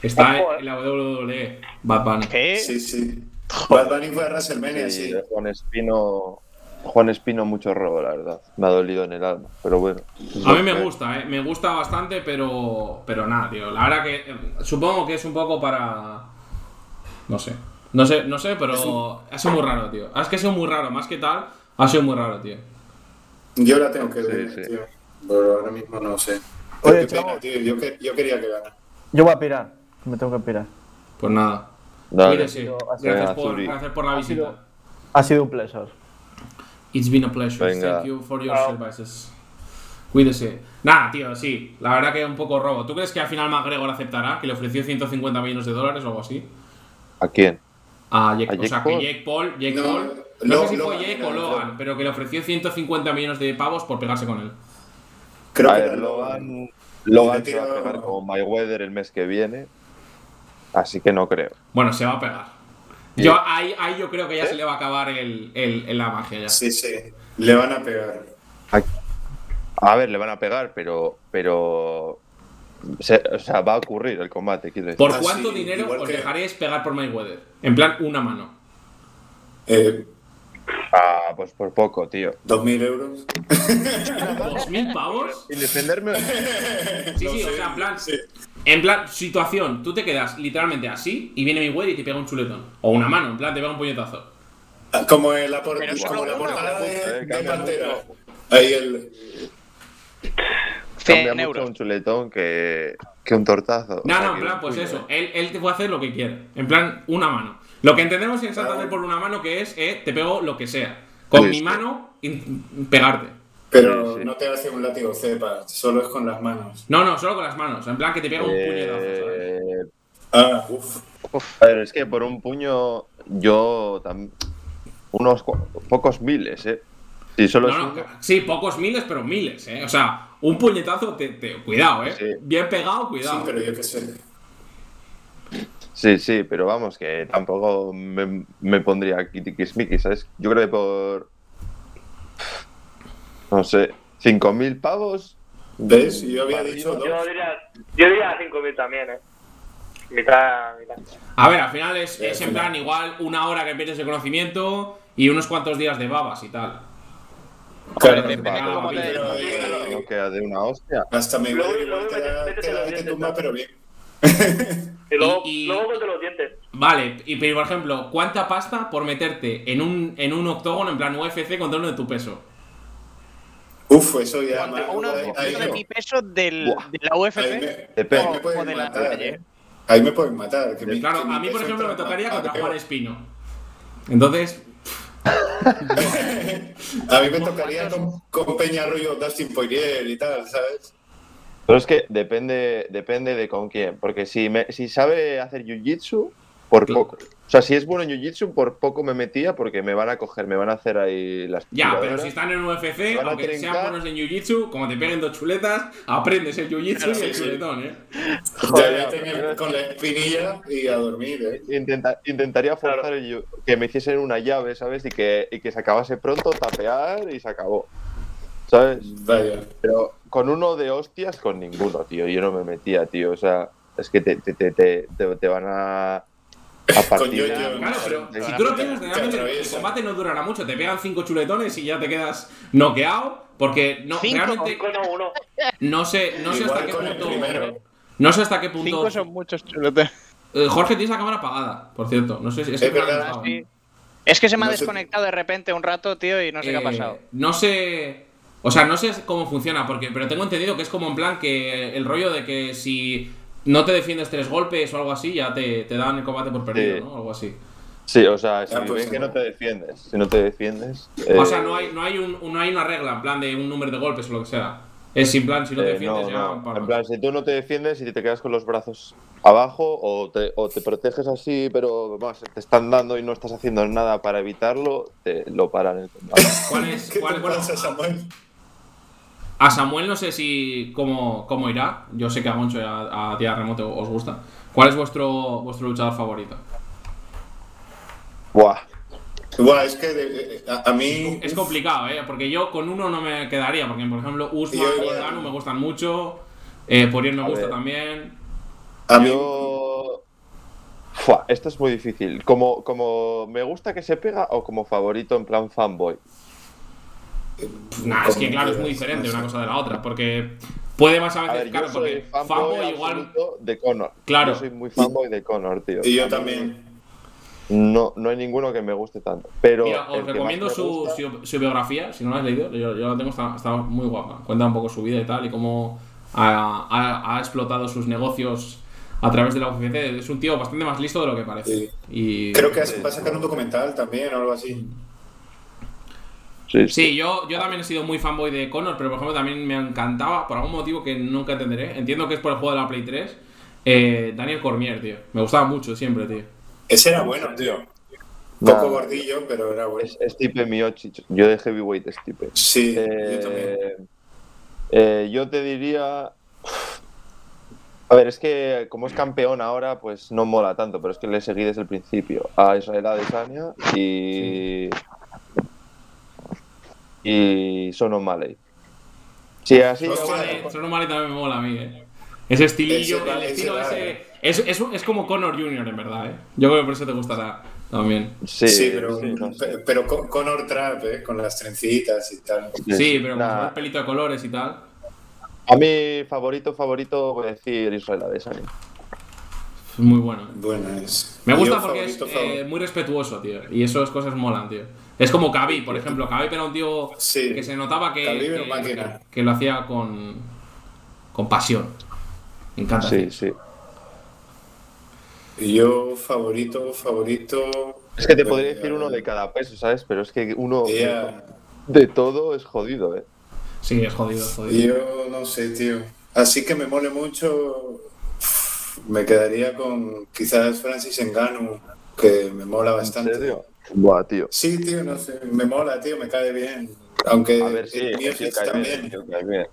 Está
Ojo, eh.
en la WWE. Bad Bunny.
¿Qué?
Sí, sí. Bad Bunny fue a WrestleMania,
Y
sí.
Juan Espino. Juan Espino mucho robo, la verdad. Me ha dolido en el alma. Pero bueno.
A mí me gusta, ¿eh? Me gusta bastante, pero. Pero nada, tío. La verdad que. eh, Supongo que es un poco para. No sé. No sé, no sé, pero. Ha sido muy raro, tío. Es que ha sido muy raro, más que tal. Ha sido muy raro, tío.
Yo la tengo que ver,
Sí, sí.
tío. pero ahora mismo no sé.
Oye,
Qué pena,
chavo.
tío, yo, que- yo quería que ganara.
Yo voy a pirar. Me tengo que pirar.
Pues nada.
Dale.
Mire, sí.
Ha sido-
Gracias
Venga,
por,
Zuri.
gracias por la visita.
Ha sido un pleasure.
It's been a pleasure.
Venga.
Thank you for your
Chao.
services. Cuídese. Nada, tío, sí. La verdad que un poco robo. ¿Tú crees que al final McGregor aceptará? Que le ofreció 150 millones de dólares o algo así.
¿A quién?
A Jake,
¿A
o
Jake
sea,
Paul?
que Jake Paul, Jake
No,
Paul, no
Lo-
sé si fue
Logan,
Jake o
era
Logan,
Logan.
pero que le ofreció 150 millones de pavos por pegarse con él.
Creo
A
que
ver,
era Logan.
Logan, Logan
Le
se va a
tiro-
pegar con Mayweather el mes que viene. Así que no creo.
Bueno, se va a pegar.
Sí.
Yo, ahí, ahí yo creo que ya
¿Sí?
se le va a acabar el, el, el la magia ya.
¿Eh? Sí, sí. Le van a pegar.
A, a ver, le van a pegar, pero. pero se- o sea, va a ocurrir el combate, quiero decir.
¿Por
Ah,
cuánto
sí,
dinero
igual
os
que-
dejaréis pegar por Mayweather? En plan, una mano.
Eh,
Ah, pues por poco, tío.
2.000 euros.
¿2.000 pavos?
Sin defenderme.
Sí,
No
sí, o
sé,
sea, en plan,
sí.
en plan, situación, tú te quedas literalmente así y viene Mayweather y te pega un chuletón. O una mano, en plan, te pega un puñetazo.
Ah, Como en la, por-
Pero solo
como la
uno.
portada de,
Eh,
de
cambia
Pantera.
mucho.
Ahí el.
100
Cambia mucho
euros.
un chuletón que, que un tortazo. O
No,
sea,
no, en
que-
plan, pues
Uy,
eso.
eh.
Él, él te puede hacer lo que quiera. En plan, una mano. Lo que entendemos en Santander por una mano que es, eh, te pego lo que sea. Con
Sí,
mi
sí.
mano, in- pegarte.
Pero
Sí, sí.
no te hace un látigo cepa, solo es con las manos.
No, no, solo con las manos. En plan, que te pega un puñetazo, ¿sabes?
Eh,
Ah, uff.
a ver, es que por un puño yo también. Unos cu- pocos miles, ¿eh? Si solo es
No, no,
uno.
sí, pocos miles, pero miles, ¿eh? O sea, un puñetazo, te, te- cuidado, ¿eh?
Sí.
Bien pegado,
Sí,
cuidado.
pero yo qué sé.
Sí, sí, pero vamos, que tampoco me, me pondría kitiquismiqui, ¿sabes? Yo creo que por. No sé, 5.000 pavos.
¿Ves? Yo había
Vale.
dicho
Yo
dos.
diría, yo diría 5.000 también, ¿eh? Mitad, mitad.
A ver, al final es,
Eh,
Sí,
es
al
en
final.
plan igual una hora que pierdes el conocimiento y unos cuantos días de babas y tal.
Claro,
depende
va.
cómo te-
Pero, eh,
Creo que de una hostia.
Hasta me
Luego-
igual
luego
te da-
métete-
te da
métete
que
los
tumba,
dientes.
pero bien.
Y luego,
Y- y-
luego contra los dientes.
Vale, y pero, por ejemplo, ¿cuánta pasta por meterte en un, en un octógono en plan UFC contra uno de tu peso?
Uf, eso ya.
Contra
ma-
uno
ahí-
uno de
ahí-
mi peso del,
Buah.
de la UFC.
ahí me-
Depende.
ahí me
O de
pueden
la
matar.
calle.
eh. Ahí me pueden matar. que mi-
Claro,
que mi
a mí, por
peso
ejemplo, me
entra-
tocaría
ah,
contra
creo.
Juan Espino. Entonces,
A mí me tocaría con, con Peñarroyo, Dustin Poirier y tal, ¿sabes?
Pero es que depende, depende de con quién. Porque si, me, si sabe hacer jiu-jitsu, por
Claro.
poco. O sea, si es bueno en jiu-jitsu, por poco me metía porque me van a coger, me van a hacer ahí las.
ya, pero
tiraderas.
si están en UFC,
Van a
aunque sean
trincar.
buenos en Jiu-Jitsu, como te peguen dos chuletas, aprendes el Jiu-Jitsu y el chuletón, ¿eh?
Ya
Joder,
voy a tener con la espinilla y a dormir, ¿eh?
Intenta- intentaría forzar
Claro.
el jiu- que me hiciesen una llave, ¿sabes? Y que, y que se acabase pronto, tapear y se acabó. ¿Sabes?
Mm.
Vaya.
Pero con uno de hostias, con ninguno, tío. Yo no me metía, tío. O sea, es que te, te, te, te, te- te van a, a partir.
yo- yo-
Claro, pero
Sí,
si
sí.
tú lo tienes,
Te
realmente el
atraviesa.
combate no durará mucho. Te pegan cinco chuletones y ya te quedas noqueado. Porque no,
Cinco.
realmente
Uno, uno.
no sé, no sé
Igual
hasta qué
con el
punto.
primero.
No sé hasta qué punto.
Cinco son muchos chuletes.
Eh, Jorge, tienes la cámara apagada, por cierto. No sé si es
Es
que me la
verdad,
han dejado.
sí. Es que se me ha
No sé-
desconectado de repente un rato, tío, y no sé qué ha
Eh,
pasado.
No sé. O sea, no sé cómo funciona, porque, pero tengo entendido que es como en plan que el rollo de que si no te defiendes tres golpes o algo así, ya te, te dan el combate por perdido,
Sí.
¿no? Algo así.
Sí, o sea, si
Ah, pues
ven que
no.
no te defiendes. Si no te defiendes.
O
eh,
sea, no hay, no, hay un- no hay una regla en plan de un número de golpes o lo que sea. Es sin plan, si no te
eh,
defiendes,
no,
ya
no.
un par
En
más.
plan, si tú no te defiendes y te quedas con los brazos abajo o te, o te proteges así, pero más, te están dando y no estás haciendo nada para evitarlo, te lo paran el combate.
¿Cuál es?
¿Qué
cuál-
te
bueno,
pasa, Samuel?
a Samuel no sé si cómo, cómo irá. Yo sé que a Moncho y a, a Tía Remoto os gusta. ¿Cuál es vuestro, vuestro luchador favorito?
Buah.
Buah, es que de- eh, a, a mí.
Es complicado, ¿eh? Porque yo con uno no me quedaría. Porque, por ejemplo, Usman
Yo
y
igual.
Danu me gustan mucho. Eh, Poirier me
A
gusta
ver.
también.
A mí.
Yo. Fua, esto es muy difícil. Como, como me gusta que se pega o como favorito en plan fanboy.
Nah, es que, claro, es muy diferente una cosa de la otra. Porque puede más a
A
veces,
ver, yo
claro,
soy
porque
fanboy,
fanboy igual.
absoluto de Conor.
Claro.
Yo soy muy fanboy de Conor, tío.
Y yo también.
No, no hay ninguno que me guste tanto. Pero
Mira,
el
os
que
recomiendo
más me
su,
gusta-
su- su biografía, si no la has leído, yo, yo la tengo, está, está muy guapa. Cuenta un poco su vida y tal, y cómo ha, ha- ha explotado sus negocios a través de la UFC. Es un tío bastante más listo de lo que parece.
Sí.
Y,
Creo que va a sacar un documental también o algo así.
Sí, sí.
Sí, yo, yo también he sido muy fanboy de Connor, pero por ejemplo también me encantaba, por algún motivo que nunca entenderé, entiendo que es por el juego de la Play 3, eh, Daniel Cormier, tío. Me gustaba mucho siempre, tío.
Ese era bueno, tío. Un
Nah,
poco gordillo, pero era bueno.
es Stipe Miocic. Yo de heavyweight Stipe.
Sí, yo también.
Eh, eh, yo te diría. A ver, es que como es campeón ahora, pues no mola tanto, pero es que le seguí desde el principio a Israel Adesanya y. Y Son O'Malley. Sí, así.
Hostia,
bueno,
Vale, Son O'Malley también me mola a mí, eh. Ese estilillo,
Ese-
el
ese
estilo
tal,
ese.
eh.
Es, es, un- es como Connor Jr., en verdad, eh. Yo creo que por eso te gustará también.
sí,
sí, pero, eh,
sí, no sé.
pe- pero con, Conor Trap, ¿eh? con las trencitas y tal.
Sí, pero con
Nah,
un pelito de colores y tal.
A mi favorito, favorito, voy a decir Israel Adesanya.
Es muy bueno.
Bueno, es.
Me gusta
Yo
porque es
favorito,
eh,
favorito.
muy respetuoso, tío. Y esas cosas molan, tío. Es como Khabib, por ejemplo. Khabib era un tío
Sí.
que se notaba que,
Khabib era
que-
máquina.
que lo hacía con, con pasión. Me encanta.
Sí,
Ah,
tío.
sí.
Yo favorito, favorito.
Es que te
Bueno,
podría
ya,
decir uno de cada peso, ¿sabes? Pero es que uno
ya.
de todo es jodido, ¿eh?
Sí, es jodido, es jodido.
Yo no sé, tío. Así que me mole mucho. Me quedaría con quizás Francis Engano, que me mola bastante.
¿En serio? Buah, tío.
Sí, tío, no sé. Me mola, tío, me cae bien. Aunque
A ver, sí,
Eh, el mío
sí,
sí
cae bien,
también.
sí, cae bien.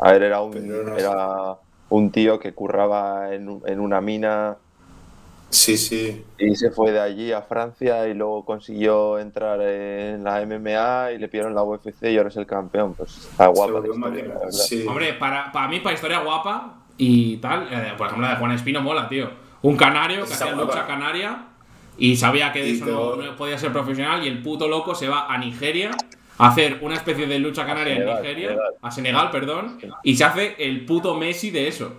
A ver, era un,
Pero no
era un tío que curraba en, un- en una mina
Sí, sí.
y se fue de allí a Francia y luego consiguió entrar en la MMA y le pidieron la UFC y ahora es el campeón. Pues está guapa la
Seguro,
historia, la
máquina.
verdad.
Sí.
Hombre, para, para mí, para historia guapa y tal, eh, por ejemplo, la de Juan Espino mola, tío. Un canario que
Está
hacía
guapa.
lucha canaria y sabía que de
Y
eso no,
luego-
no podía ser profesional y el puto loco se va a Nigeria a hacer una especie de lucha canaria en
Senegal,
Nigeria,
Senegal.
a Senegal, perdón, y se hace el puto Messi de eso.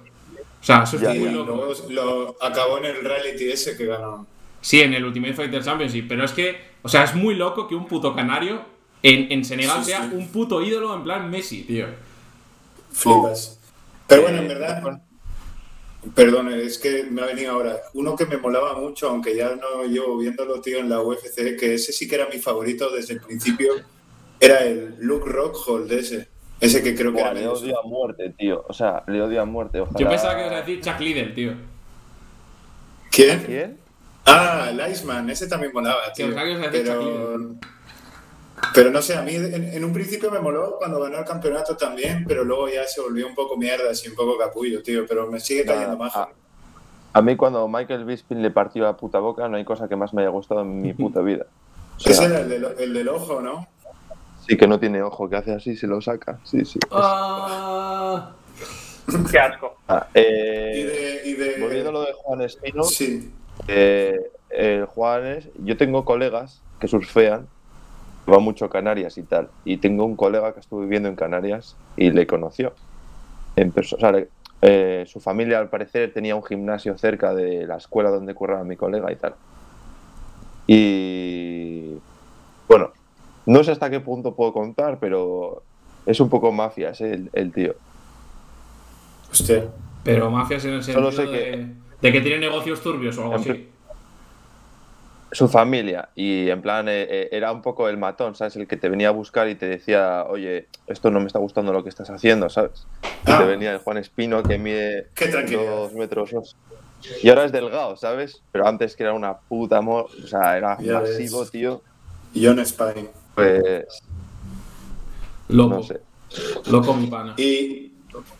O sea, eso es
Ya,
muy
Y
loco.
luego lo acabó en el reality ese que ganó.
Sí, en el Ultimate Fighter Championship, pero es que, o sea, es muy loco que un puto canario en, en Senegal
Sí,
sea
sí.
un puto ídolo en plan Messi, tío.
Flipas. Pero bueno, en
Eh,
verdad. Perdón, es que me ha venido ahora. Uno que me molaba mucho, aunque ya no llevo viéndolo, tío, en la UFC, que ese sí que era mi favorito desde el principio, era el Luke Rockhold de ese. Ese que creo que
Buah,
era
le
menos.
odio a muerte, tío. O sea, le odio a muerte. Ojalá...
Yo pensaba que ibas a decir Chuck Liddell, tío.
¿Quién?
¿Quién?
Ah, el Iceman, ese también molaba, tío.
Que los labios de
Pero, pero no sé, a mí en, en un principio me moló cuando ganó el campeonato también, pero luego ya se volvió un poco mierda, así un poco capullo, tío. Pero me sigue cayendo
Nada, ah,
más. ¿eh?
a, a mí cuando Michael Bisping le partió la puta boca no hay cosa que más me haya gustado en mi puta vida. O sea,
Ese era el del, el del ojo, ¿no?
Sí, que no tiene ojo, que hace así, se lo saca. Sí, sí.
Pues, Ah.
Qué asco.
Ah, eh,
Y de. Y de
Volviendo a lo de Juan Espino,
Sí.
eh, el Juanes, yo tengo colegas que surfean, que va mucho a Canarias y tal, y tengo un colega que estuvo viviendo en Canarias y le conoció. En perso- o sea, le- eh, su familia al parecer tenía un gimnasio cerca de la escuela donde curraba mi colega y tal. Y bueno, no sé hasta qué punto puedo contar, pero es un poco mafia ese el- el tío.
Hostia.
Pero mafias en el sentido
Solo sé que-
de, de que tiene negocios turbios o algo así.
Hombre. su familia y en plan eh, eh, era un poco el matón, ¿sabes? El que te venía a buscar y te decía, oye, esto no me está gustando lo que estás haciendo, ¿sabes? Y
Ah.
te venía el Juan Espino que mide
Qué tranquilidad.
dos metros dos. Y ahora es delgado, ¿sabes? Pero antes que era una puta amor, o sea, era
Ya ves.
masivo, tío.
John Spine.
Pues
Loco,
no sé.
loco mi pana.
Y,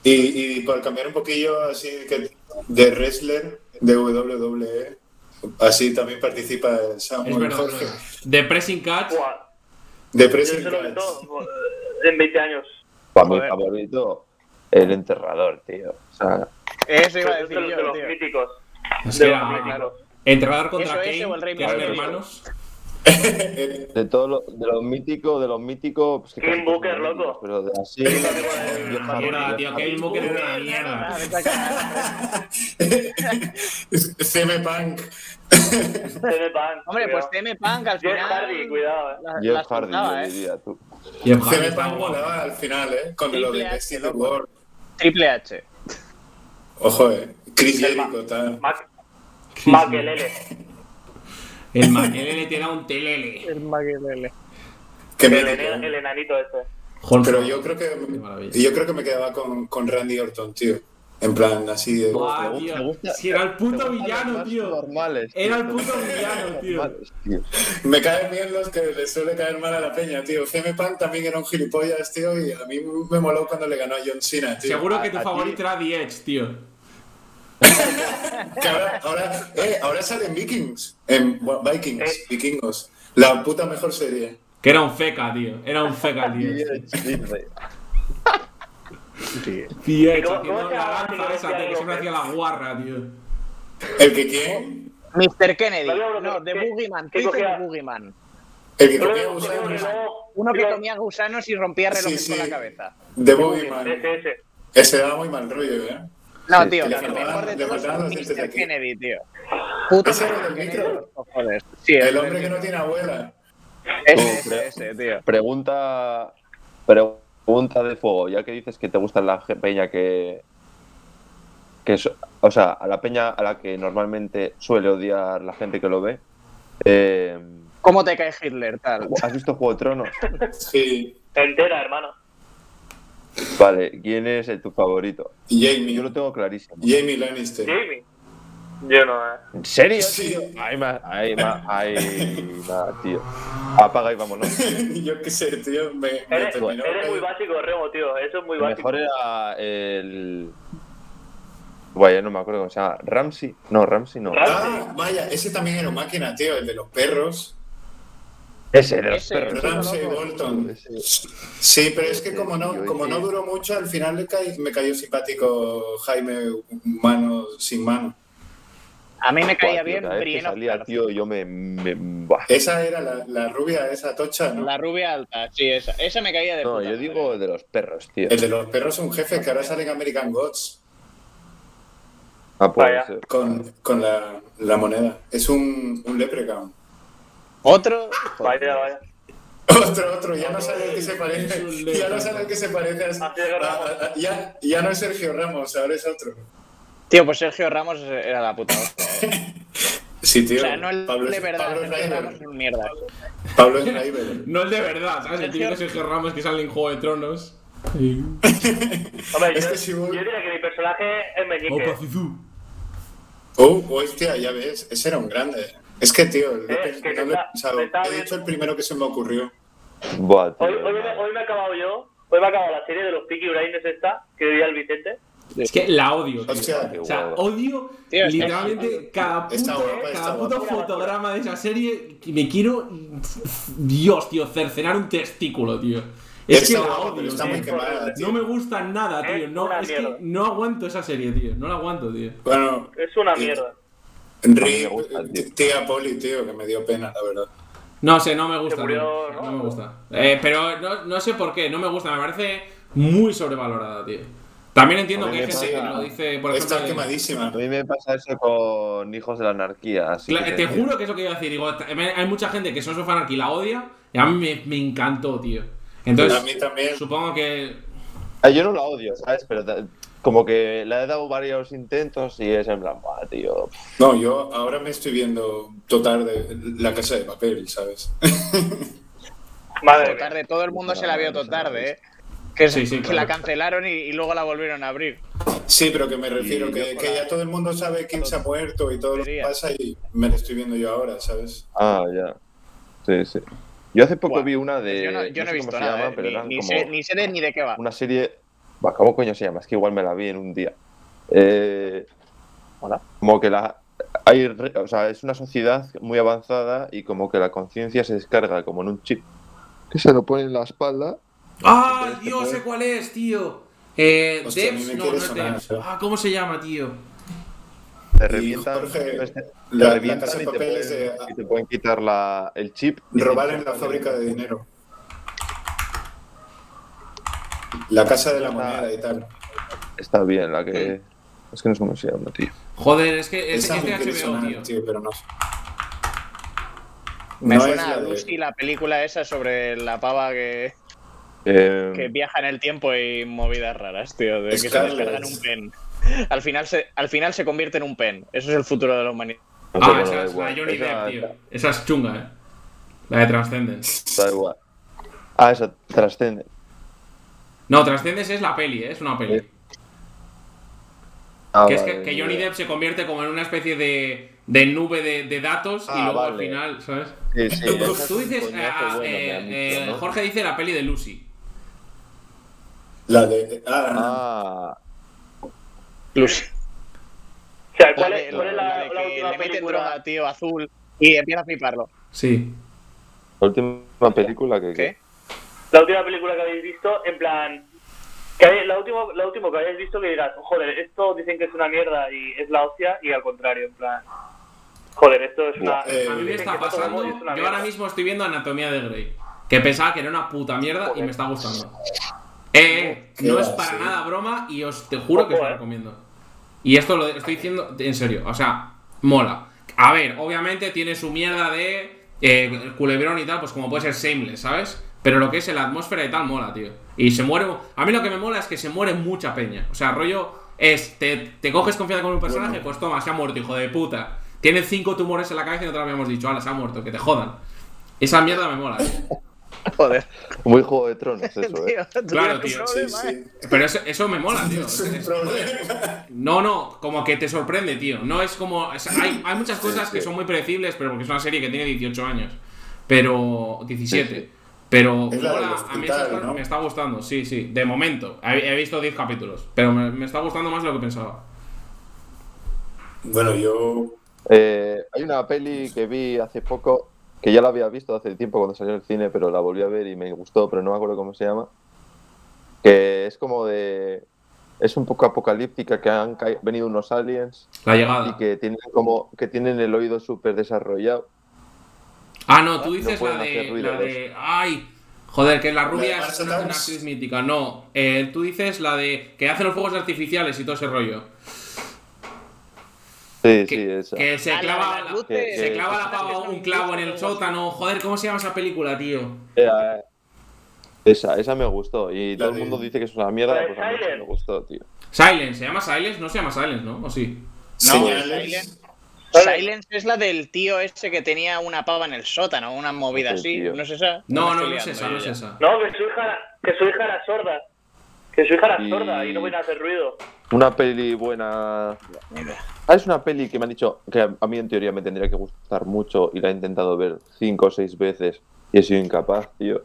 y, y por cambiar un poquillo así que de wrestler de WWE, así también participa
Es
Samuel
verdad.
Jorge.
pues,
De Pressing Catch,
Buah,
De
yo
Pressing
sé lo que
Catch.
todo buah, en 20 años.
Para mi
Joder.
favorito, el enterrador, tío. O sea,
Eso iba a decir
Pero De los, de
yo,
los
tío.
míticos.
es
de
que
los
era
míticos.
enterrador contra
Eso, ese o
Kane,
el Rey
que eran
Mysterio.
hermanos.
de todo lo, de los míticos, de los míticos, pues que
Kim
casi todos
Booker,
son míticos,
loco.
Pero de así.
Mierda, tío, Kane Booker era una
Ah,
mierda.
vete a cagar.
CM Punk.
Teme Punk.
Hombre, pues Teme Punk al
Jeff
final. mm,
Hardy, cuidado, eh.
la-
Jeff
las
Hardy,
juntaba,
yo
¿eh?
diría tú.
Jeff
Se
Hardy
me
está guapo.
guapo. volaba al final, ¿eh? Con lo de
Triple H,
Messi de World.
Triple H.
Ojo, eh. Chris Jericho, tal.
Mac-
Sí,
Maquelele.
El Maquelele te da un telele.
El Maguelele.
Que me
El, ene- el enanito este. ese.
Jorge.
Pero yo creo
Qué maravilla.
que yo creo que me quedaba con, con Randy Orton, tío. En plan, así de.
Buah,
Me
tío.
gusta-
Si era el
me
puto
gustan los
villano,
más
tío.
Normales,
Era el
tío.
puto villano, tío.
Normales, tío.
Me caen bien los que le suele caer mal a la peña, tío. Gm Punk también era un gilipollas, tío, y a mí me moló cuando le ganó a John Cena, tío.
Seguro que
a-
tu
a ti-
favorito era The Edge, tío.
Que ahora, ahora, eh, ahora salen Vikings. En bueno, Vikings,
Eh.
vikingos. La puta mejor serie.
Que era un feca, tío. Era un feca, tío.
Dice,
The Edge,
cómo-
haciendo
cómo
la
se llama el
lanza
tío
esa, tío, que
este
siempre hacía la guarra, tío.
¿El que quién?
Mr. Kennedy.
Había uno
No,
que-
de Boogeyman.
que
¿Qué dices
cogía-
de Boogeyman?
El que
Yo
comía
le- yo le-
gusanos.
yo-
Uno que
yo-
comía gusanos y rompía
Sí,
relojes
sí.
con la cabeza.
De Boogeyman.
Ese, ese.
Ese daba muy mal rollo, ¿eh?
No, tío,
le
el
faltaban-
mejor de
le
todos
faltaban
es
los dientes
Mr.
aquí.
Kennedy, tío. Puto
¿Ese era
Mr.
del
Kennedy
micro?
de los cojones. Sí,
El
ese,
hombre que
ese,
no tiene abuela.
ese,
Oh, creo.
ese, ese, tío.
Pregunta, pregunta de fuego, ya que dices que te gusta la ge- peña que, que so- o sea, a la peña a la que normalmente suele odiar la gente que lo ve. eh,
¿Cómo te cae Hitler, tal?
¿Has visto Juego de Tronos?
Sí.
Entera, hermano.
Vale, ¿quién es eh, tu favorito?
Y
Yo lo
Jamie.
tengo clarísimo.
Jamie Lannister.
Jamie. Yo no, eh.
¿En serio?
Sí.
Ahí más, ahí más, ahí nada, tío. Apaga y vámonos.
Yo qué sé, tío. Me, me
Eres,
terminó.
eres muy básico, Remo, tío. Eso es muy
El
básico.
mejor era el. Guay, no me acuerdo cómo se llama. Ramsey. No, Ramsey no.
Ramsey.
Ah, vaya, ese también era máquina, tío. El de los perros.
Ese de los
Ese.
perros.
Ramsey Bolton. Sí, pero es que como no, como no duró mucho, al final le caí- me cayó simpático Jaime Mano sin mano.
A mí me caía
Buah, tío,
bien
cada vez que
Brienne of
salía,
Tarth.
tío, yo me. me- buah.
Esa era la, la rubia, esa tocha, ¿no?
La rubia alta, sí, esa. Esa me caía de
No,
puta
yo
madre.
digo el de los perros, tío.
El de los perros un jefe que ahora sale en American Gods
Ah, pues,
Vaya.
eh,
con, con la, la moneda. Es un, un leprechaun.
Otro.
Vaya, vaya.
Otro, otro, ya no sale el que se
Es
parece.
un
Ya no
leprechaun.
sale el que se parece a-
A Sergio Ramos.
a- a- ya, ya no es Sergio Ramos, ahora es otro.
Tío, pues Sergio Ramos era la puta hostia. eh.
Sí,
O
tío.
sea, no el
Pablo,
de verdad,
Pablo
Sergio Ramos es
Schreiber.
un mierda.
Pablo Schreiber.
No el de verdad, ¿sabes? El
Sergio-
típico Sergio Ramos que sale en Juego de Tronos.
Hombre,
Es
yo,
que si voy-
yo diría que mi personaje es Meñique.
Opa, Zizú.
Oh, hostia, ya ves, ese era un grande. Es que, tío, el
Eh,
López
que
no lo
me
he
está-
pensado.
me está
He dicho
bien.
el primero que se me ocurrió.
buah, tío,
Hoy, hoy, me, hoy me he acabado yo. Hoy me ha acabado la serie de los Peaky Blinders esta, que veía el Vicente.
Es que la odio, tío.
Hostia,
O sea, odio
Tío, es-
literalmente cada puto, eh,
Está guapa, está
cada puto
guapa.
fotograma de esa serie. que Me quiero. Dios, tío, cercenar un testículo, tío. Es que
Está
la
guapa, pero
odio,
está
tío.
muy quemada, tío.
No me gusta nada, tío.
Es
No,
una
es que
mierda.
no aguanto esa serie, tío. No la aguanto, tío.
Bueno,
Es una
Sí.
mierda.
Rick,
me gusta, tío.
tía Poli, tío, que me dio pena, la verdad.
No sé, no me gusta.
Se murió,
tío. no,
¿no?
me gusta. Eh, pero no, no sé por qué, no me gusta. Me parece muy sobrevalorada, tío. También entiendo
A mí
que hay
me
gente que
pasa-
lo dice, por ejemplo.
Está
de-
A
quemadísima.
mí me pasa eso con Hijos de la Anarquía. Así
Cla-
que
te juro que es lo que iba a decir. Digo, t- hay mucha gente que son su fanarquía y la odia. Y a mí me, me encantó, tío. Entonces,
a mí también.
supongo que.
Ah, Yo no la odio, ¿sabes? Pero da- como que le he dado varios intentos y es en plan, "Buah, tío.
No, yo ahora me estoy viendo total de la casa de papel, ¿sabes?
Madre
Todo
mía.
tarde, todo el mundo se la vio todo tarde, ¿eh? Que,
Sí, sí,
que
claro.
la cancelaron y, y luego la volvieron a abrir.
Sí, pero que me refiero,
Y
que,
yo
que
con la-
ya todo el mundo sabe quién se ha muerto y todo lo que
Tontería.
pasa y me lo estoy viendo yo ahora, ¿sabes?
Ah, ya. Sí, sí. Yo hace poco
Buah, Pues
vi una de.
yo no, yo no he
Eh, sé cómo
visto
se
nada,
llama,
¿eh?
pero eran
ni, ni
como
sé, ni sé de ni de qué va.
una serie. Buah, ¿Cómo coño se llama? Es que igual me la vi en un día. Eh,
Hola.
Como que la. Hay, re- o sea, es una sociedad muy avanzada y como que la conciencia se descarga como en un chip. Que se lo pone en la espalda.
¡Ah!
Entonces,
Dios,
pues-
sé cuál es, tío. Eh,
Hostia, a mí
Debs,
me
no, no
quiere
es
sonar,
Debs.
tío.
Ah, ¿cómo se llama, tío?
Te
Y,
revientan.
Jorge,
pues, te- te
la- la
revientan
Casa de
y, te
Papel
pueden,
es de-
y te pueden quitar la, el chip. y te
Robar en la
quitan
fábrica de dinero. La casa de la moneda y tal.
Está bien, la que. Es que no sé cómo se llama, tío.
Joder, es Este que es,
Esa
es
me
de
quiere
HBO,
sonar,
tío.
tío, pero no.
Me
No
suena
es la
a
de-
Lucy la película esa sobre la pava que,
Eh,
que viaja en el tiempo y movidas raras, tío. De que se
Scarlett.
descargan un pen. Al final, se, al final se convierte en un pen. Eso es el futuro de la humanidad.
no sé,
Ah,
bueno,
esa
da
es la
igual.
de Johnny
Esa-
Depp, tío. Esa es chunga, eh. La de Transcendence.
Da igual. Ah, esa trascende.
No, Transcendence es la peli, eh, es una peli.
Ah,
que es
vale,
que, que Johnny Depp se convierte como en una especie de, de nube de, de datos y
Ah,
luego al
vale.
final, ¿sabes?
Sí, sí,
Tú-
esa Pues es
Tú
un
dices,
coñazo
ah,
bueno que
eh,
han dicho,
eh,
¿no?
Jorge dice la peli de Lucy.
La de. Ah,
Ah,
Lucy.
O sea, ¿cuál
La
es,
de-
cuál es
la
la,
de
la
que
última
le meten
película?
droga, tío, azul y empieza a fliparlo.
Sí.
la última película que.
¿Qué?
La última película que habéis visto, en plan. Que hay- la, última la último que habéis visto que digas, joder, esto dicen que es una mierda y es la hostia, y al contrario, en plan. Joder, esto es una.
Eh,
A mí me
dicen
está
que esto
pasando.
es una
Yo
mierda.
ahora mismo estoy viendo Anatomía de Grey. Que pensaba que era una puta mierda y me está gustando. Eh,
Qué
no es
va,
para
sí.
nada broma y os te juro que os
Ojo,
lo
eh.
recomiendo. Y esto lo estoy diciendo en serio, o sea, mola. A ver, obviamente tiene su mierda de eh, el culebrón y tal, pues como puede ser Shameless, ¿sabes? Pero lo que es la atmósfera y tal mola, tío. Y se muere. A mí lo que me mola es que se muere mucha peña. O sea, rollo es, te, te coges confianza con un personaje, pues toma, se ha muerto, hijo de puta. Tiene cinco tumores en la cabeza y no te lo habíamos dicho, ala, se ha muerto, que te jodan. Esa mierda me mola, tío.
Joder,
Muy juego de tronos, eso, eh.
tío. tú
Claro,
tienes un
tío,
sí,
problema, ¿eh?
sí.
Pero eso, eso me mola, tío.
Es un problema.
No, no, como que te sorprende, tío. No es como. o sea, hay, hay muchas cosas que son muy predecibles, pero porque es una serie que tiene 18 años. Pero. 17.
Sí, sí.
Pero
Es la del
mola, a mí esas
hospital,
cosas
¿no?
me está gustando, sí, sí, de momento. He, he visto 10 capítulos, pero me, me está gustando más de lo que pensaba.
Bueno, yo.
Eh, hay una peli que vi hace poco, que ya la había visto hace tiempo cuando salió en el cine, pero la volví a ver y me gustó, pero no me acuerdo cómo se llama. Que es como de. Es un poco apocalíptica, que han ca- venido unos aliens
La
y
llegada.
que tienen como que tienen el oído súper desarrollado.
Ah, no, tú
No
dices
pueden
la de.
hacer ruido,
La de. ¡Ay! Joder, que la rubia es
de
una,
Arsenal.
una actriz mítica. No, eh, tú dices la de. Que hacen los fuegos artificiales y todo ese rollo.
Sí,
Que,
sí, esa.
que se
Ah, la de
clava.
las
la-
luces.
que-
Se
Eh,
clava la
esas que
pava
son
un clavo en el
luces o algo así.
sótano. Joder, ¿cómo se llama esa película, tío?
Esa, eh. esa, esa me gustó.
La
Y todo el
de-
mundo dice que es una mierda,
La de
pues a mí sí
Silent.
me gustó, tío.
Silence, ¿se llama Silence? No se llama Silence, ¿no? ¿O sí?
Señales.
Silence es la del tío ese que tenía una pava en el sótano, una movida
Sí,
así,
tío.
¿no es esa?
No,
Me
no,
estoy
no es
liando
esa,
yo
no es
ya.
esa.
No, que su hija, que su hija era sorda. Que su hija era
Y-
sorda y no viene a hacer ruido.
Una peli buena. Ah, es una peli que me han dicho que a a mí en teoría me tendría que gustar mucho y la he intentado ver cinco o seis veces y he sido incapaz, tío.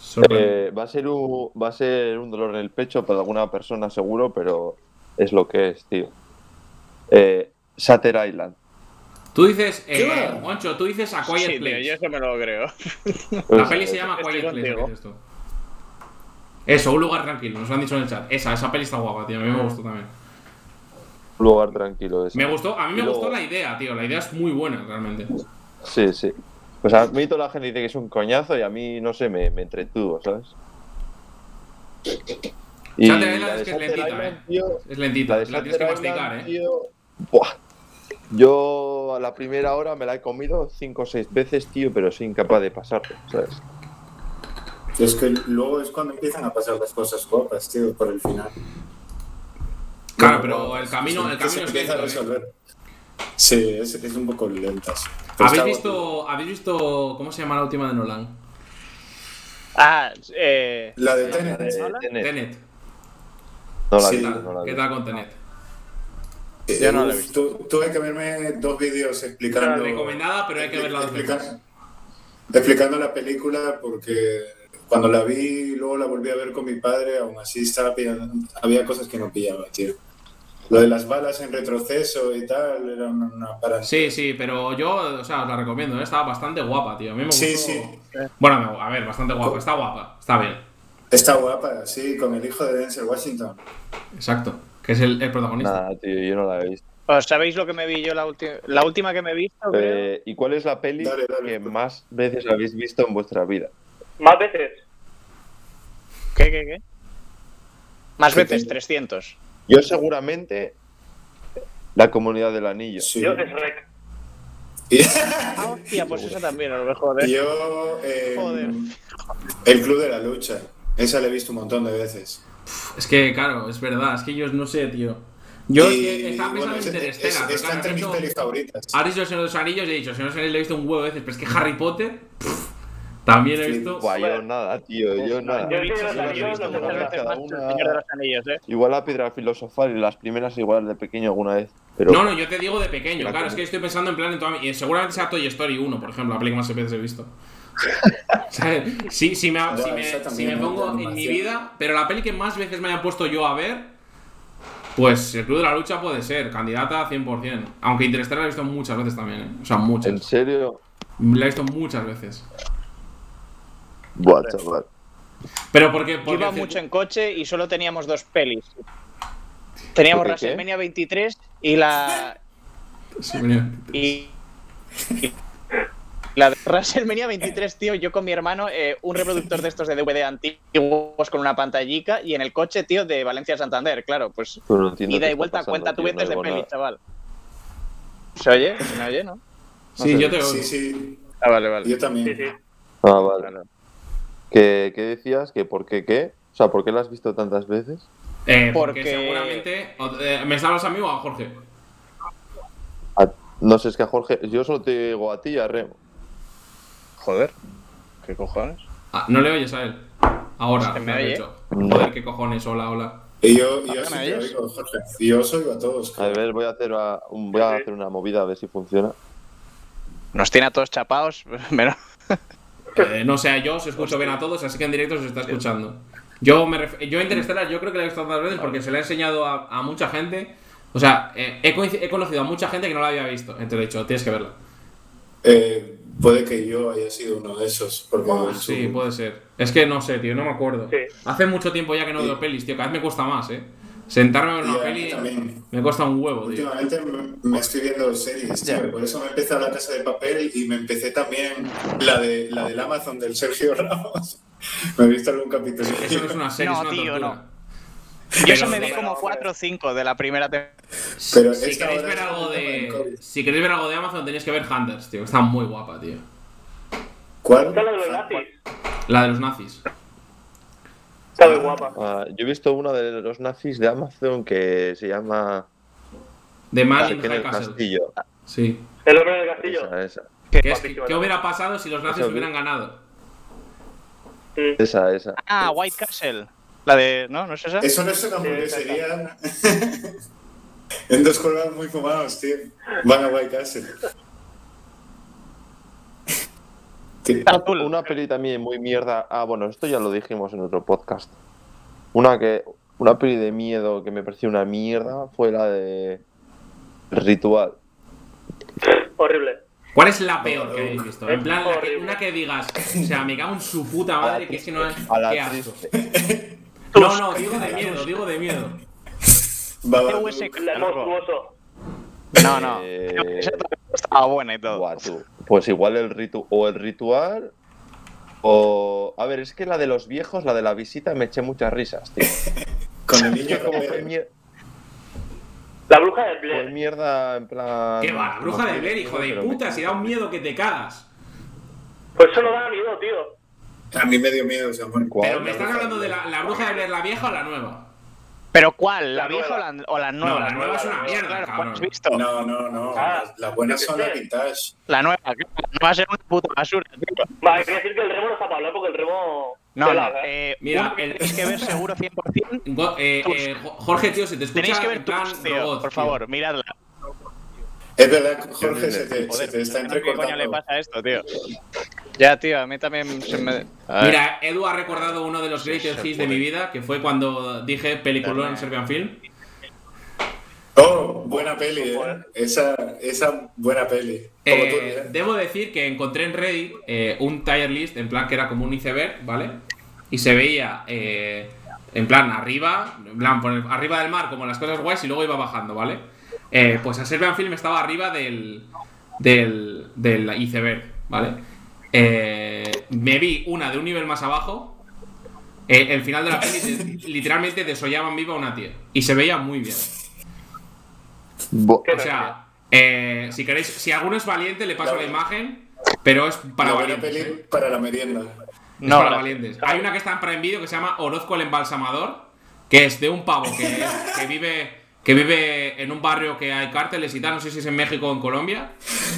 Sorprendente.
Eh, va, a ser un, va a ser un dolor en el pecho para alguna persona seguro, pero es lo que es, tío. Eh, Shutter Island.
Tú dices, eh,
¿Qué?
Moncho, tú dices A Quiet
Sí, tío, yo
Place.
eso me lo creo.
La peli se llama
estoy
Quiet Place,
contigo.
¿qué dices tú? Eso, un lugar tranquilo, nos lo han dicho en el chat. Esa, esa peli está guapa, tío. A
Ah.
mí me gustó también.
Un lugar tranquilo. ese.
Me gustó, a mí me
Y luego-
gustó la idea, tío. La idea es muy buena, realmente.
Sí, sí. Pues a mí toda la gente dice que es un coñazo y a mí, no sé, me, me entretuvo, ¿sabes?
Shutter Island
la de
es que es
Shutter
lentita,
Island,
eh.
tío,
Es
la
lentita,
de
la tienes que
Shutter Island,
masticar, eh.
tío, buah. Yo a la primera hora me la he comido cinco o seis veces, tío, pero soy incapaz de pasarlo, ¿sabes?
Es que luego es cuando empiezan a pasar las cosas guapas, tío, por el final.
Claro,
Luego,
pero el camino, el
que se
camino es
empieza a
lento, eh.
resolver. Sí, es, es un poco lenta. sí. Pero
¿Habéis
está guapo.
visto, ¿Habéis visto cómo se llama la última de Nolan?
Ah, eh,
La de
La de
Tenet.
Tenet.
Tenet.
No la
Sí.
vi,
tal.
no la vi.
¿Qué tal con Tenet?
Eh,
Yo no la he
uf, tu- tuve que verme dos vídeos explicando.
Recomendada, pero hay que verla dos
explica-
veces.
Explicando la película porque cuando la vi, luego la volví a ver con mi padre, aún así estaba pillando- había cosas que no pillaba, tío. Lo de las balas en retroceso y tal, era una, una para-
Sí, sí, pero yo, o sea, os la recomiendo, ¿eh? está bastante guapa, tío. A mí me gustó.
Sí, sí.
Bueno, no, a ver, bastante guapa, está guapa, está bien.
Está guapa, sí, con el hijo de Denzel Washington.
Exacto, que es el, el protagonista.
Nada, tío, yo no la he visto.
¿os sabéis lo que me vi yo la última? La última que me he visto, creo.
Eh, ¿Y cuál es la peli
Dale, dale.
que más veces habéis visto en vuestra vida?
Más veces.
¿Qué, qué, qué? Más
Sí,
veces,
sí.
300.
Yo seguramente La Comunidad del Anillo.
Sí.
Yo es rec.
Y-
Ah, hostia, pues eso también, a lo mejor. ¿eh?
Yo, eh,
Joder.
el Club de la Lucha. Esa la he visto un montón de veces.
Es que, claro, es verdad, es que yo no sé, tío. Yo es que
Y,
estaba
bueno,
Eh, pensando
es-
en
es-
Interestela. pero
está
claro,
entre
he
mis
dicho- Ah,
pelis favoritas.
Ahora he dicho El Señor de los Anillos y he dicho, El Señor de los Anillos lo he visto un huevo de veces, pero es que Harry Potter pff, también he
Sí,
visto.
Buah, yo nada, tío, yo nada.
Yo sí, los
Yo no he visto
anillos los he
nada.
visto.
Muchas veces
cada
más que el
una-
Señor de los Anillos, ¿eh?
Igual la piedra filosofal y las primeras igual de pequeño alguna vez. Pero
No, no, yo te digo de pequeño,
Claro.
claro, es que estoy pensando en plan en toda mi- y Seguramente sea Toy Story 1, por ejemplo, la película más veces he visto. O sea, sí, sí me, ha-
Ya,
sí me-
esa
sí
también
me
es de
pongo en
animación.
mi vida, pero la peli que más veces me haya puesto yo a ver, pues el Club de la Lucha puede ser, candidata 100%. Aunque Interstellar la he visto muchas veces también, ¿eh? O sea,
en
muchas.
serio,
La he visto muchas veces.
buah, chaval.
Pero porque...
Yo
porque
iba mucho en coche y solo teníamos dos pelis. Teníamos
¿Por qué?
WrestleMania 23 y la.
Sí, venía.
Y, y- la de WrestleMania 23, tío. Yo con mi hermano, eh, un reproductor de estos de DVD antiguos con una pantallica y en el coche, tío, de Valencia a Santander, claro, pues.
Pero no entiendo
Ida
qué
y
está
vuelta,
pasando,
cuenta tú
tío, no
veces de
oigo
peli,
nada.
chaval. ¿Se oye? ¿Se me oye, no?
Sí,
sé.
yo te oigo.
Sí, sí,
Ah, vale, vale.
yo también.
Sí, sí.
Ah, vale. ¿Qué, qué decías? ¿Que por qué qué? O sea, ¿por qué la has visto tantas veces?
Eh, porque...
Porque-
seguramente... o- eh, ¿Me estabas a mí o a Jorge?
A- no sé, es que a Jorge, yo solo te digo a ti y a Remo.
Joder. ¿Qué cojones?
Ah, no le oyes a él. Ahora,
¿Se me
me has
oye?
dicho. Joder, qué cojones, hola, hola.
Y yo, y yo
¿Me
sí te
oyes?
oigo, Jorge. Y yo os oigo a todos.
A ver, voy a hacer, a- un- voy a hacer una movida a ver si funciona.
Nos tiene a todos chapados, menos.
Eh, no sé, yo os escucho bien a todos, así que en directo se está escuchando. Yo, me ref- yo Interstellar, yo creo que la he visto tantas veces porque se la he enseñado a, a mucha gente. O sea, eh, he, coinci- he conocido a mucha gente que no la había visto. Entonces he dicho, tienes que verla.
Eh, puede que yo haya sido uno de esos. Porque su-
Sí, puede ser. Es que no sé, tío, no me acuerdo.
Sí.
Hace mucho tiempo ya que no veo pelis, tío. Cada vez me cuesta más, eh. Sentarme a ver una
Ya,
peli
también.
me cuesta un huevo, tío.
Últimamente me- me estoy viendo series, tío. Por eso me empecé a La Casa de Papel y me empecé también la, de, la del Amazon del Sergio Ramos. me he visto algún capítulo.
Eso no es una serie,
No,
es una
tío,
tortura.
no.
Pero-
Yo se me vi como 4 o 5 de la primera temporada.
Pero
si
esta
queréis
hora
ver
es
algo
un tema del
de
COVID.
si queréis ver algo de Amazon tenéis que ver Hunters tío que está muy guapa tío
¿Cuál?
Está la de los nazis.
la de los nazis
Está muy guapa.
Ah, yo he visto una de los nazis de Amazon que se llama
de
Ah,
Man in High
Parque del
Castle
Castillo.
sí
El hombre del castillo.
Esa, esa.
¿Qué, es- qué hubiera pasado si los nazis
Eso vi.
hubieran ganado
Mm.
Esa, esa.
Ah, White Castle. La de. ¿No? ¿No es esa?
Eso no es una hamburguesería. en dos colgados muy fumados, tío. Van a White Castle. Tío,
Azul.
Una peli también muy mierda. Ah, bueno, esto ya lo dijimos en otro podcast. Una que una peli de miedo que me pareció una mierda fue la de Ritual.
Horrible.
cuál es la peor que habéis visto en
Es
plan la que-
horrible.
una que digas o sea me cago en su puta
A la
madre Ah, que es que no es
A la
qué asco.
triste.
no no digo de miedo digo de miedo
Babadook.
La de monstruoso.
No, no.
Eh,
Esa también estaba buena y todo.
Buah, tú. Pues igual el ritu o el ritual o a ver, es que la de los viejos, la de la visita me eché muchas risas, tío.
Con el
Es que
niño
como fue,
Romero.
mier-
La bruja del
fue
Blair.
mierda en plan
qué va la bruja
no
de
sé,
Blair hijo de
pero me-
puta si da un miedo que te cagas
Pues eso no da miedo, tío.
A mí me dio miedo ese amor.
¿Cuál?
pero me están hablando de la, la bruja de Blair la vieja o la nueva
¿Pero cuál? ¿La,
La
vieja o
nueva.
la, o la nueva?
la nueva es una mierda,
claro, ¿cuál
cabrón.
has visto?
No, no, no.
Ah,
Las- las buenas
yo qué
son las
sé.
vintage.
La nueva, claro, no va a ser una puta basura, tío.
Va, hay que decir que el remo no está para hablar porque el remo.
No,
Tela,
no.
¿eh?
Eh,
Mira,
una que
el-
tienes que ver seguro 100%.
Go- eh, eh, Jo- Jorge tío se te escucha
Tenéis que
en
ver
plan
Tools, tío,
robot
por
tío.
favor, miradla.
Es verdad, Jorge, se te, se
Joder,
te está
no sé ¿qué coño le
entrecortando.
pasa a esto, tío? Ya, tío, a mí también se me... A ver.
Mira, Edu ha recordado uno de los greatest hits de mi vida, que fue cuando dije peliculón en Serbian Film.
Oh, buena peli, eh. Esa, esa buena peli. Como tú,
Eh,
mira.
debo decir que encontré en Reddit eh, un tier list, en plan que era como un iceberg, ¿vale? Y se veía, eh, en plan, arriba, en plan, por el- arriba del mar, como las cosas guays, y luego iba bajando, ¿vale? Eh, pues a Serbian Film estaba arriba del, del, del iceberg, ¿vale? Eh, me vi una de un nivel más abajo. eh, el final de la peli de- literalmente desollaban viva a una tía. Y se veía muy bien.
Bo-
Qué
O sea, Eh, si queréis, si alguno es valiente, le paso la,
La-
imagen, pero es para
la buena
valientes.
peli
¿eh?
para la merienda.
Es
No,
para
la-
valientes. Hay una que está en Prime Video que se llama Orozco el Embalsamador, que es de un pavo que, que vive que vive en un barrio que hay cárteles y tal, no sé si es en México o en Colombia,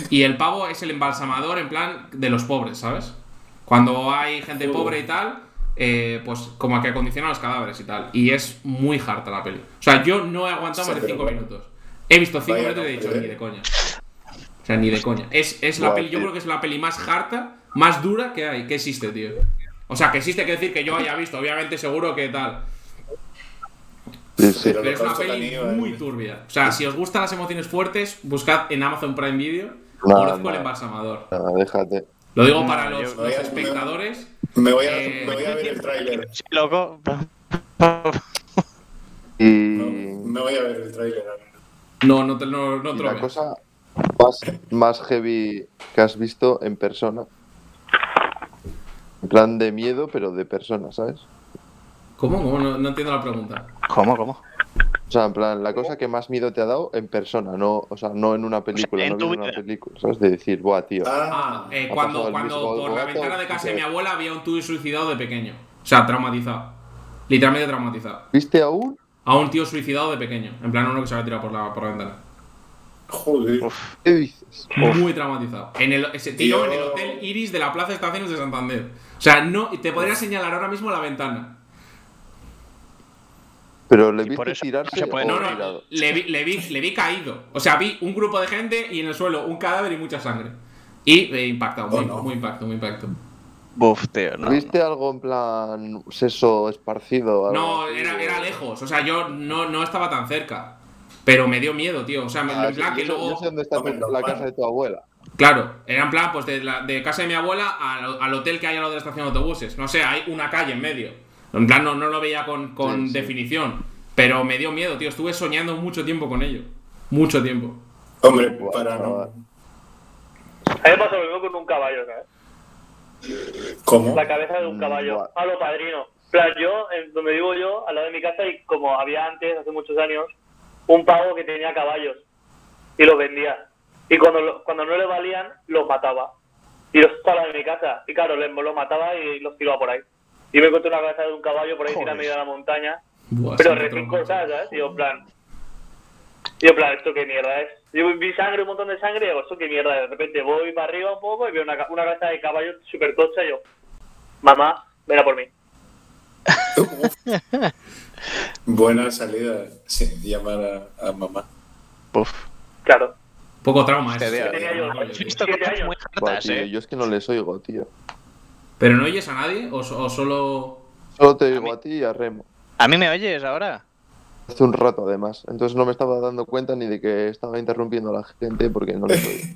y el pavo es el embalsamador en plan de los pobres, ¿sabes? Cuando hay gente pobre y tal, eh, pues como que acondiciona los cadáveres y tal. Y es muy harta la peli. O sea, yo no he aguantado
Sí,
más de
pero
5
bueno.
minutos. He visto 5
Vaya
minutos y he dicho,
nombre,
ni de
¿eh?
coña. O sea, ni de coña. Es, es la
Guau,
peli, yo
tío.
creo que es la peli más harta, más dura que hay, que existe, tío. O sea, que existe, que decir que yo haya visto, obviamente, seguro que tal.
Sí, sí.
Pero es una
Holocausto
peli
¿eh?
caníbal.
muy turbia. O sea, si os gustan las emociones fuertes, buscad en Amazon Prime Video
No,
Orozco
no.
el Embalsamador.
Ah, déjate.
Lo digo
No,
para
yo-
los,
no,
los
yo-
espectadores.
Me voy a,
Eh,
me voy a ver el tráiler.
Sí, loco.
Y,
Me voy a ver el tráiler. a ver.
No, no te, no, no
y
te lo
la
veas.
cosa más, más heavy que has visto en persona. En plan de miedo, pero de persona, ¿sabes?
¿Cómo? ¿Cómo? No, no entiendo la pregunta.
¿Cómo, cómo?
O sea, en plan, la cosa que más miedo te ha dado en persona, no, o sea, no en una película,
en
no
tu
viendo una
vida.
película, ¿sabes? De decir, buah, tío.
Ah, eh,
Ha
cuando,
pasado el
cuando
mismo
por la
gato,
ventana de casa de
sí.
mi abuela había un tío suicidado de pequeño. O sea, traumatizado. Literalmente traumatizado.
¿Viste aún?
A un tío suicidado de pequeño. En plan, uno que se había tirado por la, por la ventana.
Ah, Joder.
¿Qué dices?
Muy traumatizado. En el, se tiró en el hotel Iris de la Plaza Estaciones de Santander. O sea, no, te podría señalar ahora mismo la ventana.
Pero le
Y por
viste
eso
tirarse
no se puede-
o
No,
tirado.
no, le vi, le, vi, le vi caído. O sea, vi un grupo de gente y en el suelo un cadáver y mucha sangre. Y eh, impactado, muy,
Oh, no.
muy impacto, muy impacto.
Buf, tío, no.
¿Viste algo en plan sexo esparcido? algo
No,
así?
era, era lejos. O sea, yo no, no estaba tan cerca. Pero me dio miedo, tío. O sea, me,
Ah,
en
sí,
plan que
yo, sé-
luego.
yo sé dónde está
Hombre,
la
normal.
casa de tu abuela.
Claro, era en plan, pues de, la- de casa de mi abuela al, al hotel que hay al lado de la estación de autobuses. No sé, hay una calle en medio. En plan, no, no lo veía con, con
Sí, sí.
definición. Pero me dio miedo, tío. Estuve soñando mucho tiempo con ello. Mucho tiempo.
Hombre,
Buah,
para no.
A mí me pasó lo mismo con un caballo, ¿sabes?
¿Cómo?
La cabeza de un caballo.
Buah.
A lo padrino. En plan, yo, en donde vivo yo, al lado de mi casa, y como había antes, hace muchos años, un pavo que tenía caballos y los vendía. Y cuando, lo- cuando no le valían, los mataba. Y los estaba de mi casa. Y claro, les- los mataba y los tiraba por ahí. Y me encontré una cabeza de un caballo por ahí tirada en medio de la montaña.
Buah,
Pero
sí, me
recién
traumó.
cortada, ¿sabes? Y yo, en plan. y Yo, en plan, ¿esto qué mierda es? Yo vi sangre, un montón de sangre, y digo, ¿esto qué mierda es? De repente voy para arriba un poco y veo una, ca- una cabeza de caballo súper tocha, y yo, mamá, ven a por mí.
Buena salida. Sí, llamar a, a mamá.
Buf.
Claro.
Poco trauma eso.
Te digo.
tío,
Tenía yo
no, no,
ocho.
tío.
Esto
Siete
cosas
años.
muy
Buah,
hartas,
tío,
eh.
yo es que no les oigo, tío.
¿Pero no oyes a nadie? ¿O, so- o solo.?
Solo te oigo a, ti y a Remo.
¿A mí me oyes ahora?
Hace un rato, además. Entonces no me estaba dando cuenta ni de que estaba interrumpiendo a la gente porque no les oigo.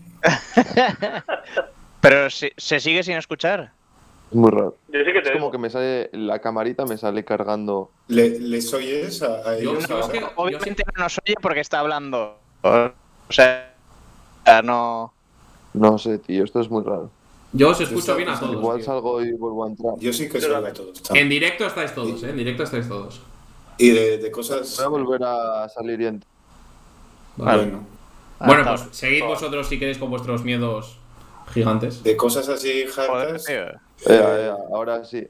Pero si- se sigue sin escuchar.
Es muy raro.
Yo sí que te
Es como
digo.
que me sale la camarita, me sale cargando.
¿Le, ¿Les oyes a, a
Yo-
ellos?
yo es que-
ahora?
Obviamente no nos oye porque está hablando. O sea, ah, no.
No sé, tío, esto es muy raro.
Yo os
Yo
escucho
estaba
bien a
pensando
todos.
Igual
tío.
salgo y vuelvo a entrar.
Yo sí que soy a todos.
En directo estáis todos, ¿eh? En directo estáis todos.
Y de, de cosas.
Voy a volver a salir y entrar.
Vale.
Ah, Bueno,
Bueno,
Ah,
pues seguid vosotros si queréis con vuestros miedos gigantes.
de cosas así
Joder,
hartas.
tío.
Eh, eh, ahora sí.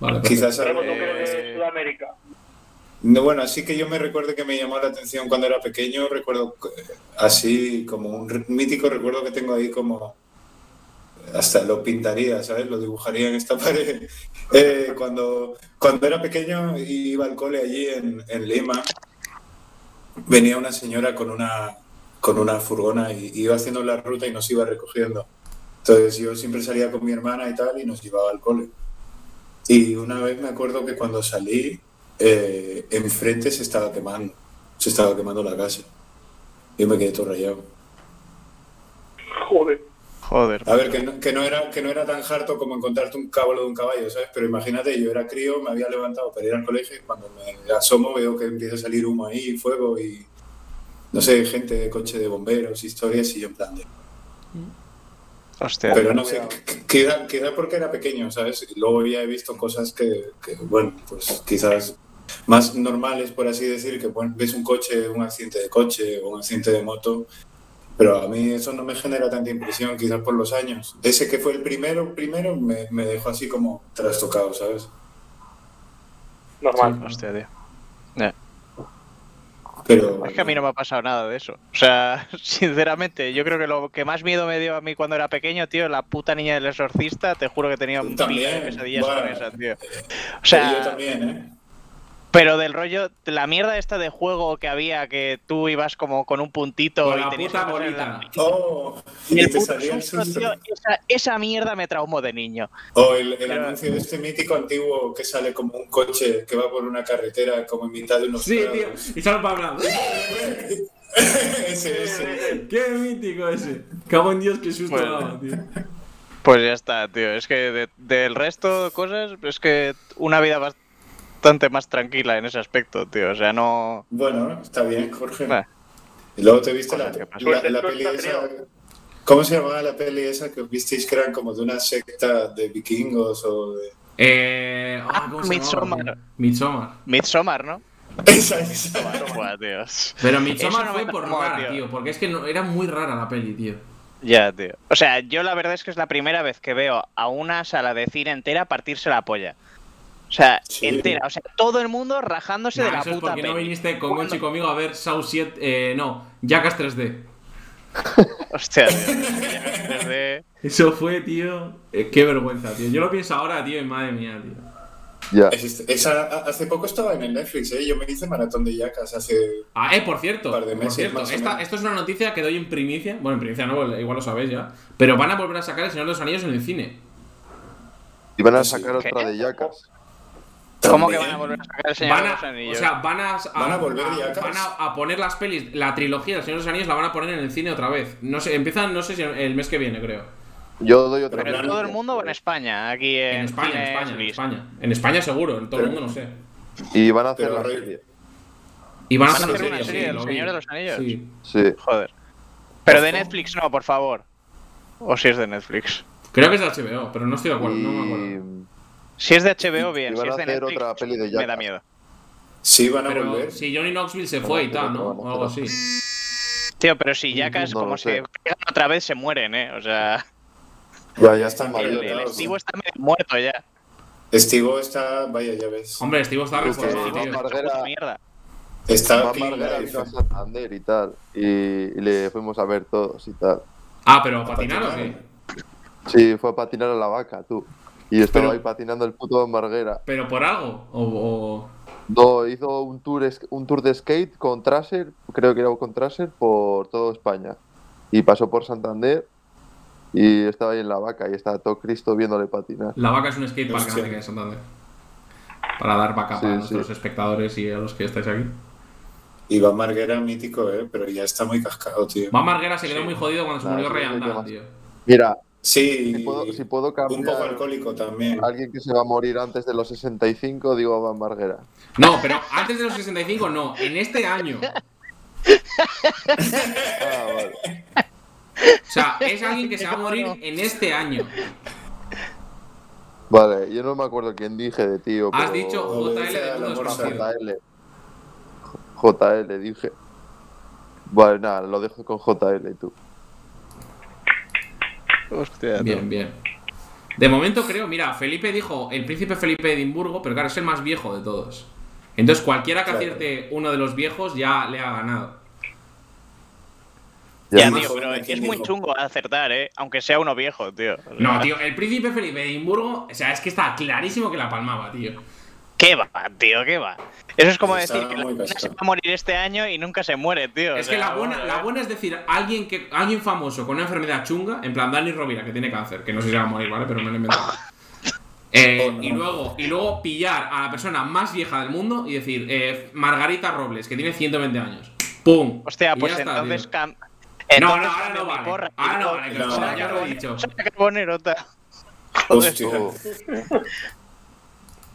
Vale, perfecto.
Quizás.
Pero
algo-
tú que eres de
Eh,
Sudamérica.
No, bueno, así que yo me recuerdo que me llamó la atención cuando era pequeño. Recuerdo eh, así como un re- mítico recuerdo que tengo ahí como. Hasta lo pintaría, ¿sabes? Lo dibujaría en esta pared. Eh, cuando, cuando era pequeño y iba al cole allí en, en Lima, venía una señora con una, con una furgona y iba haciendo la ruta y nos iba recogiendo. Entonces yo siempre salía con mi hermana y tal y nos llevaba al cole. Y una vez me acuerdo que cuando salí, eh, enfrente se estaba quemando. Se estaba quemando la casa. Yo me quedé todo rayado.
Joder.
Joder.
A ver, que no, que no era, que no era tan harto como encontrarte un cabolo de un caballo, ¿sabes? Pero imagínate, yo era crío, me había levantado para ir al colegio y cuando me asomo veo que empieza a salir humo ahí, fuego y. No sé, gente, coche de bomberos, historias y yo en plan de.
Hostia.
Pero no sé, quizá, quizá porque era pequeño, ¿sabes? Y luego ya he visto cosas que, que, bueno, pues quizás más normales, por así decir, que bueno, ves un coche, un accidente de coche o un accidente de moto Pero a mí eso no me genera tanta impresión, quizás por los años. Ese que fue el primero, primero, me, me dejó así como trastocado, ¿sabes?
Normal.
Hostia, tío. Ya.
Pero
Es que a mí no me ha pasado nada de eso. O sea, sinceramente, yo creo que lo que más miedo me dio a mí cuando era pequeño, tío, la puta niña del exorcista, te juro que tenía un
También,
pico de pesadillas
bueno.
con esa, tío. O
yo
sea,
también, ¿eh?
pero del rollo, la mierda esta de juego que había que tú ibas como con un puntito
Con
y
la
tenías
puta
que pasar en la-
bolita.
Oh,
Y
y
el
te
puto
salía el
susto,
susto.
tío, esa, esa mierda me traumó de niño.
O el, el
Pero-
anuncio de este mítico antiguo que sale como un coche que va por una carretera como en mitad de unos
Sí, tío.
prados.
Y sale para hablar.
ese, ese.
Qué mítico ese. Cago en Dios, qué susto
Bueno.
daba, tío.
Pues ya está, tío. Es que de- del resto de cosas, es que una vida bastante más tranquila en ese aspecto, tío. O sea, no.
Bueno, está bien, Jorge.
Bah,
Y luego te viste la,
Cosas que pasan.
la-
Pues
la
esto
peli
está
esa.
frío.
¿Cómo se llamaba la peli esa que visteis que eran como de una secta de vikingos o de.
Eh. ah, ¿cómo se llamaba?
Midsommar.
Midsommar.
Midsommar, ¿no?
Esa, esa.
Buah, tíos.
Pero
Eso
Midsommar
no me
fue por
tocó,
rara,
tío.
tío. Porque es que no, era muy rara la peli, tío.
Ya, tío. O sea, yo la verdad es que es la primera vez que veo a una sala de cine entera partirse la polla. O sea,
Sí.
entera. O sea, todo el mundo rajándose
Nah,
de la
eso es
puta
porque no
peli.
viniste con
¿Cuándo?
Gonchi conmigo a ver Saw 7. Eh, no, Jackass 3D.
Hostia, tío. Desde-
Eso fue, tío. eh, qué vergüenza, tío. Yo lo pienso ahora, tío, y madre mía, tío.
Ya.
Existe- este, esa- a- hace poco estaba en el Netflix, ¿eh? Yo me hice maratón de yacas hace.
Ah, eh, por cierto,
Un par de
por
meses,
cierto
más o
esta-
menos.
esto es una noticia que doy en primicia. Bueno, en primicia no, igual lo sabéis ya. Pero van a volver a sacar El Señor de los Anillos en el cine.
Y van a
Sí.
sacar
¿Qué?
otra de Yacas.
¿Cómo que
También.
van a volver a sacar el Señor
Van
de
a,
los
o
Anillos?
sea, van a,
Van a volver ya, claro.
van a- a poner las pelis, la trilogía del Señor de los Anillos la van a poner en el cine otra vez. No sé, empiezan, no sé si el mes que viene, creo.
Yo doy otra.
Pero
Claro.
en todo el mundo o en España, aquí en,
En, España, en
cines
España, en
Luis.
España. En España seguro, en todo el
Pero-
mundo no sé.
Y van a hacer
Pero
la
Rey-
serie.
Y van a
Van a
hacer
hacer una
sí,
serie del
lo vi.
Señor de los Anillos.
Sí.
Sí.
Joder. Pero de Netflix no, por favor. O si es de Netflix.
Creo que es de HBO, pero no estoy de acuerdo, no me
Y...
acuerdo.
Si es de HBO, bien.
y
Si
van
es
a
de
hacer
Netflix, pues,
otra peli de
me da
Jackass.
miedo.
Sí, van a
Pero
volver.
si Johnny Knoxville se fue y tal, ¿no? O algo así.
Tío, pero si Jackass,
Mm, No lo
como
sé.
se pegan otra vez, se mueren, ¿eh? O sea,
Ya, ya están
el,
Vale,
el
claro,
mayores.
Steve
sí.
está medio muerto ya.
Estivo está. Vaya, ya ves.
Hombre, Steve está
Pues que
reforzado,
va a
tío.
parar.
Esa
Marguera-
puta mierda.
Está
Mamá
Clean
Margarita vino a
Life.
Santander y tal. Y, y le fuimos a ver todos y tal.
Ah, pero ¿a patinar o qué?
Sí, fue a patinar a la vaca, tú. Y estaba
Pero-
ahí patinando el puto Marguera.
¿Pero por algo? O, o-
No, hizo un tour, es- un tour de skate con Traser, creo que era con Traser, por toda España. Y pasó por Santander y estaba ahí en la vaca y estaba todo Cristo viéndole patinar.
La vaca es un skatepark
Hostia.
grande que hay en Santander. Para dar vaca
Sí,
para
sí.
nuestros espectadores y a los que estáis aquí.
Iván Marguera, mítico, ¿eh? Pero ya está muy cascado, tío.
Juan Marguera se quedó muy jodido cuando se
Nah,
murió
sí,
Rey
sí,
Andal,
más.
tío.
Mira,
Sí.
si puedo, si puedo
un poco
cambiar
alcohólico también.
a alguien que se va a morir antes de los 65, digo Van Marguera.
No, pero antes de los 65 no, en este año.
Ah, vale.
O sea, es alguien que se va a morir en este año.
Vale, yo no me acuerdo quién dije de tío.
Has
pero-
dicho JL de todo desconocido.
JL. JL, dije. Vale, nada, lo dejo con JL tú.
Hostia, tío.
Bien, bien. De momento creo, mira, Felipe dijo el príncipe Felipe de Edimburgo, pero claro, es el más viejo de todos. Entonces, cualquiera que
Claro.
acierte uno de los viejos ya le ha ganado.
Ya,
más
tío,
joven
pero
de quien
es muy
dijo.
chungo acertar, ¿eh? Aunque sea uno viejo, tío. O sea,
No, tío, el príncipe Felipe de Edimburgo, o sea, es que está clarísimo que la palmaba, tío.
¿Qué va, tío? ¿Qué va? Eso es como
Está
decir que la
muy
buena se
cascado.
va a morir este año y nunca se muere, tío. O
Es que
sea,
la buena,
bueno,
la
eh.
buena es decir, alguien que alguien famoso con una enfermedad chunga, en plan Dani Rovira, que tiene cáncer, que no sé si va a morir, ¿vale? Pero me lo he inventado. Eh,
Oh, no.
y, luego, y luego pillar a la persona más vieja del mundo y decir, eh, Margarita Robles, que tiene 120 años. ¡Pum!
Hostia,
Y
pues
ya está,
entonces
tío.
cam...
No,
entonces
no, ahora
cambio
no
mi
vale.
porra.
Ahora no vale, que
No,
lo-
ahora
ya lo he dicho.
Saca Carbonerota.
Hostia.
Tú.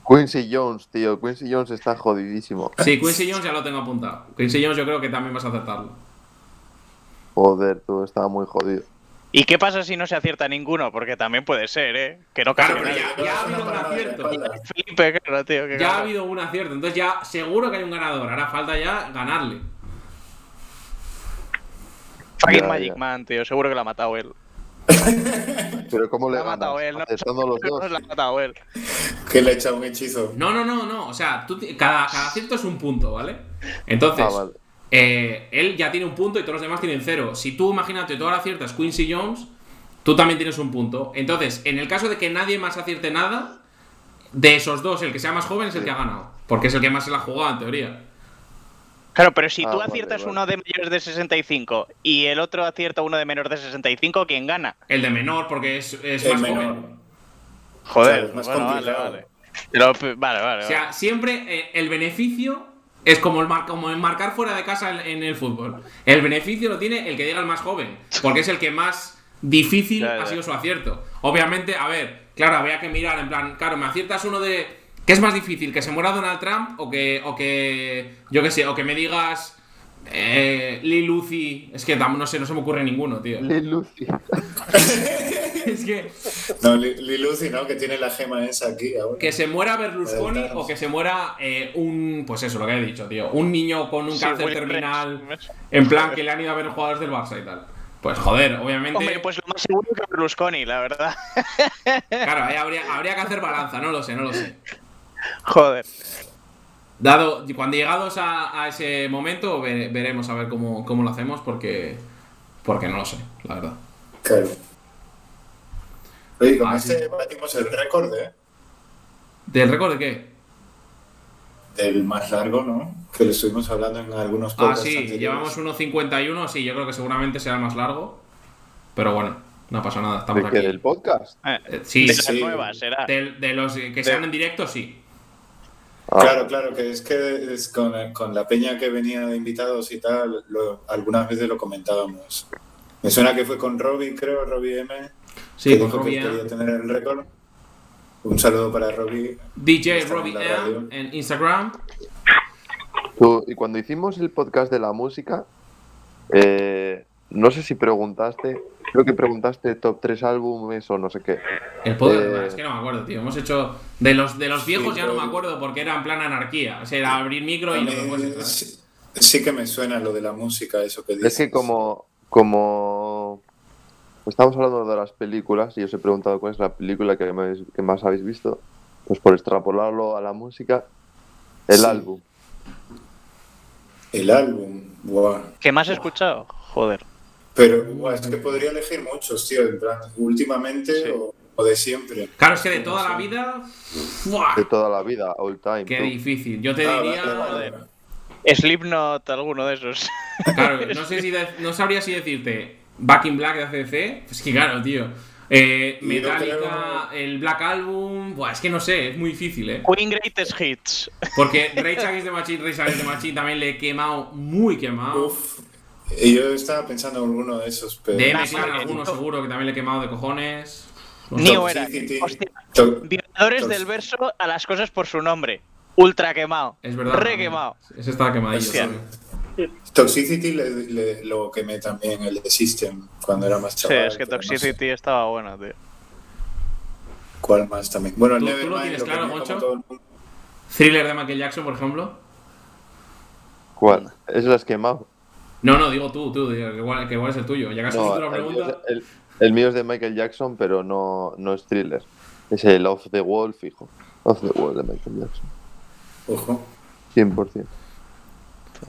Quincy Jones, tío. Quincy Jones está jodidísimo.
Sí, Quincy Jones ya lo tengo apuntado. Quincy Jones yo creo que también vas a acertarlo.
Joder, tú, está muy jodido.
¿Y qué pasa si no se acierta ninguno? Porque también puede ser, ¿eh? Que no
Claro,
cambie
pero ya,
nadie.
ya ha habido un acierto.
Felipe, claro, tío. que
Ya ha
cabrón.
habido un acierto. Entonces ya seguro que hay un ganador. Ahora falta ya ganarle.
Fucking
Ya,
Magic
ya.
Man, tío. Seguro que la ha matado él.
Pero ¿cómo le
La ha matado él.
ganas?
No,
Acertando los
no,
dos.
la ha matado él.
Que le echa un hechizo.
No, no, no, no. O sea, tú ti- cada, cada acierto es un punto, ¿vale? Entonces,
Ah, vale.
eh, él ya tiene un punto y todos los demás tienen cero. Si tú, imagínate, todas las aciertas Quincy Jones, tú también tienes un punto. Entonces, en el caso de que nadie más acierte nada, de esos dos, el que sea más joven es el que ha ganado. Porque es el que más se la ha jugado, en teoría.
Claro, pero si
Ah,
tú
vale,
aciertas
vale.
uno de mayores de 65 y el otro acierta uno de menor de 65, ¿quién gana?
El de menor, porque es, es
El
más
menor.
joven.
Joder,
Claro, es más
bueno, vale,
complicado.
vale. Pero, p- vale, vale.
O
vale.
sea, siempre eh, el beneficio es como el, mar- como el marcar fuera de casa en, en el fútbol. El beneficio lo tiene el que llega el más joven, porque es el que más difícil
Ya, ya.
ha sido su acierto. Obviamente, a ver, claro, había que mirar, en plan, claro, me aciertas uno de... ¿Qué es más difícil? ¿Que se muera Donald Trump o que, o que yo qué sé, o que me digas... Eh, Lil Lucy, es que tam- no sé, no se me ocurre ninguno, tío.
Lil Lucy.
Es que
No, Li- Li Lucy, ¿no? Que tiene la gema esa aquí ahora.
que se muera Berlusconi
Adelantaros.
o que se muera eh, un, pues eso, lo que he dicho, tío, un niño con un
Sí,
cáncer
William
terminal,
Rex.
En plan, que le han ido a ver jugadores del Barça y tal. Pues joder, obviamente.
Hombre, pues lo más seguro que Berlusconi, la verdad.
Claro, ahí habría, habría que hacer balanza, no lo sé, no lo sé.
Joder.
Dado, cuando llegados a, a ese momento, ve- veremos a ver cómo, cómo lo hacemos, porque. Porque no lo sé, la verdad.
Claro. Oye, con
Ah, sí.
este batimos el récord, ¿eh?
¿Del récord de qué?
Del más largo, ¿no? Que lo estuvimos hablando en algunos
Ah,
podcasts
sí,
anteriores.
llevamos 1.51, sí, yo creo que seguramente será el más largo. Pero bueno, no pasa nada, estamos
¿De qué?
aquí.
¿Del podcast?
Eh,
Eh, Sí,
de las
sí.
nuevas, será.
de, de los que sean en directo, sí.
Ah,
Claro, claro, que es que es con, con la peña que venía de invitados y tal, lo- algunas veces lo comentábamos. Me suena que fue con Robbie, creo, Robbie M,
Sí,
que
con
dijo
Robbie
que
M.
quería tener el récord. Un saludo para Robbie.
DJ
Está en
Robbie
la
M
radio.
en Instagram.
Tú, y cuando hicimos el podcast de la música, eh, no sé si preguntaste, creo que preguntaste top 3 álbumes o no sé qué.
El poder
Eh,
bueno, es que no me acuerdo, tío. Hemos hecho. De los, de los viejos
Sí,
ya no me
pero-
acuerdo porque era en plan anarquía. O sea, era abrir micro y lo que fuese,
Eh,
¿sabes?
Sí, sí que me suena lo de la música, eso que dices.
Es que como, como estamos hablando de las películas y os he preguntado cuál es la película que, me habéis- que más habéis visto, pues por extrapolarlo a la música, el
Sí.
álbum.
El álbum, guau.
¿Qué más he escuchado? Joder.
Pero guau, es que podría elegir muchos, tío, en plan, últimamente o, o de siempre.
Claro, es que de toda la vida. ¡Fua!
De toda la vida, all time.
Qué
tú.
difícil. Yo te
Ah,
diría.
vale, vale, vale.
Slipknot, alguno de esos.
Claro, no sé si de- no sabría si decirte Back in Black de ACC. Es que claro, tío. Eh,
Y no
Metallica,
creo-
el Black Album. Buah, es que no sé, es muy difícil, eh.
Queen Greatest Hits.
Porque Rage Against the Machine, Rage Against the Machine también le he quemado, muy quemado.
Uf. Y yo estaba pensando en alguno de esos, pero...
De
Nah,
MC en
porque-
alguno seguro que también le he quemado de cojones. No sé.
Neo era.
Toxicity.
Hostia.
To-
Violadores del verso a las cosas por su nombre. Ultra quemado.
Es verdad.
Re quemado.
Ese está quemadillo.
Hostia.
también.
Toxicity le, le- lo quemé también, el de System, cuando era más
Sí,
chaval.
es que
pero no sé
Toxicity estaba bueno, tío.
¿Cuál más también? Bueno, el
¿Tú- tú lo
Nevermind
tienes
quemé
claro,
como
Goncho?
todo el mundo.
Thriller de Michael Jackson, por ejemplo.
¿Cuál? Es las quemado.
No, no, digo tú, tú, digo, que igual, que igual es el tuyo. Ya que has
No,
hecho la
el, mío es,
pregunta.
el- el mío es de Michael Jackson, pero no, no es thriller. Es el Off the Wall, fijo. Off the Wall de Michael Jackson.
Ojo.
100%.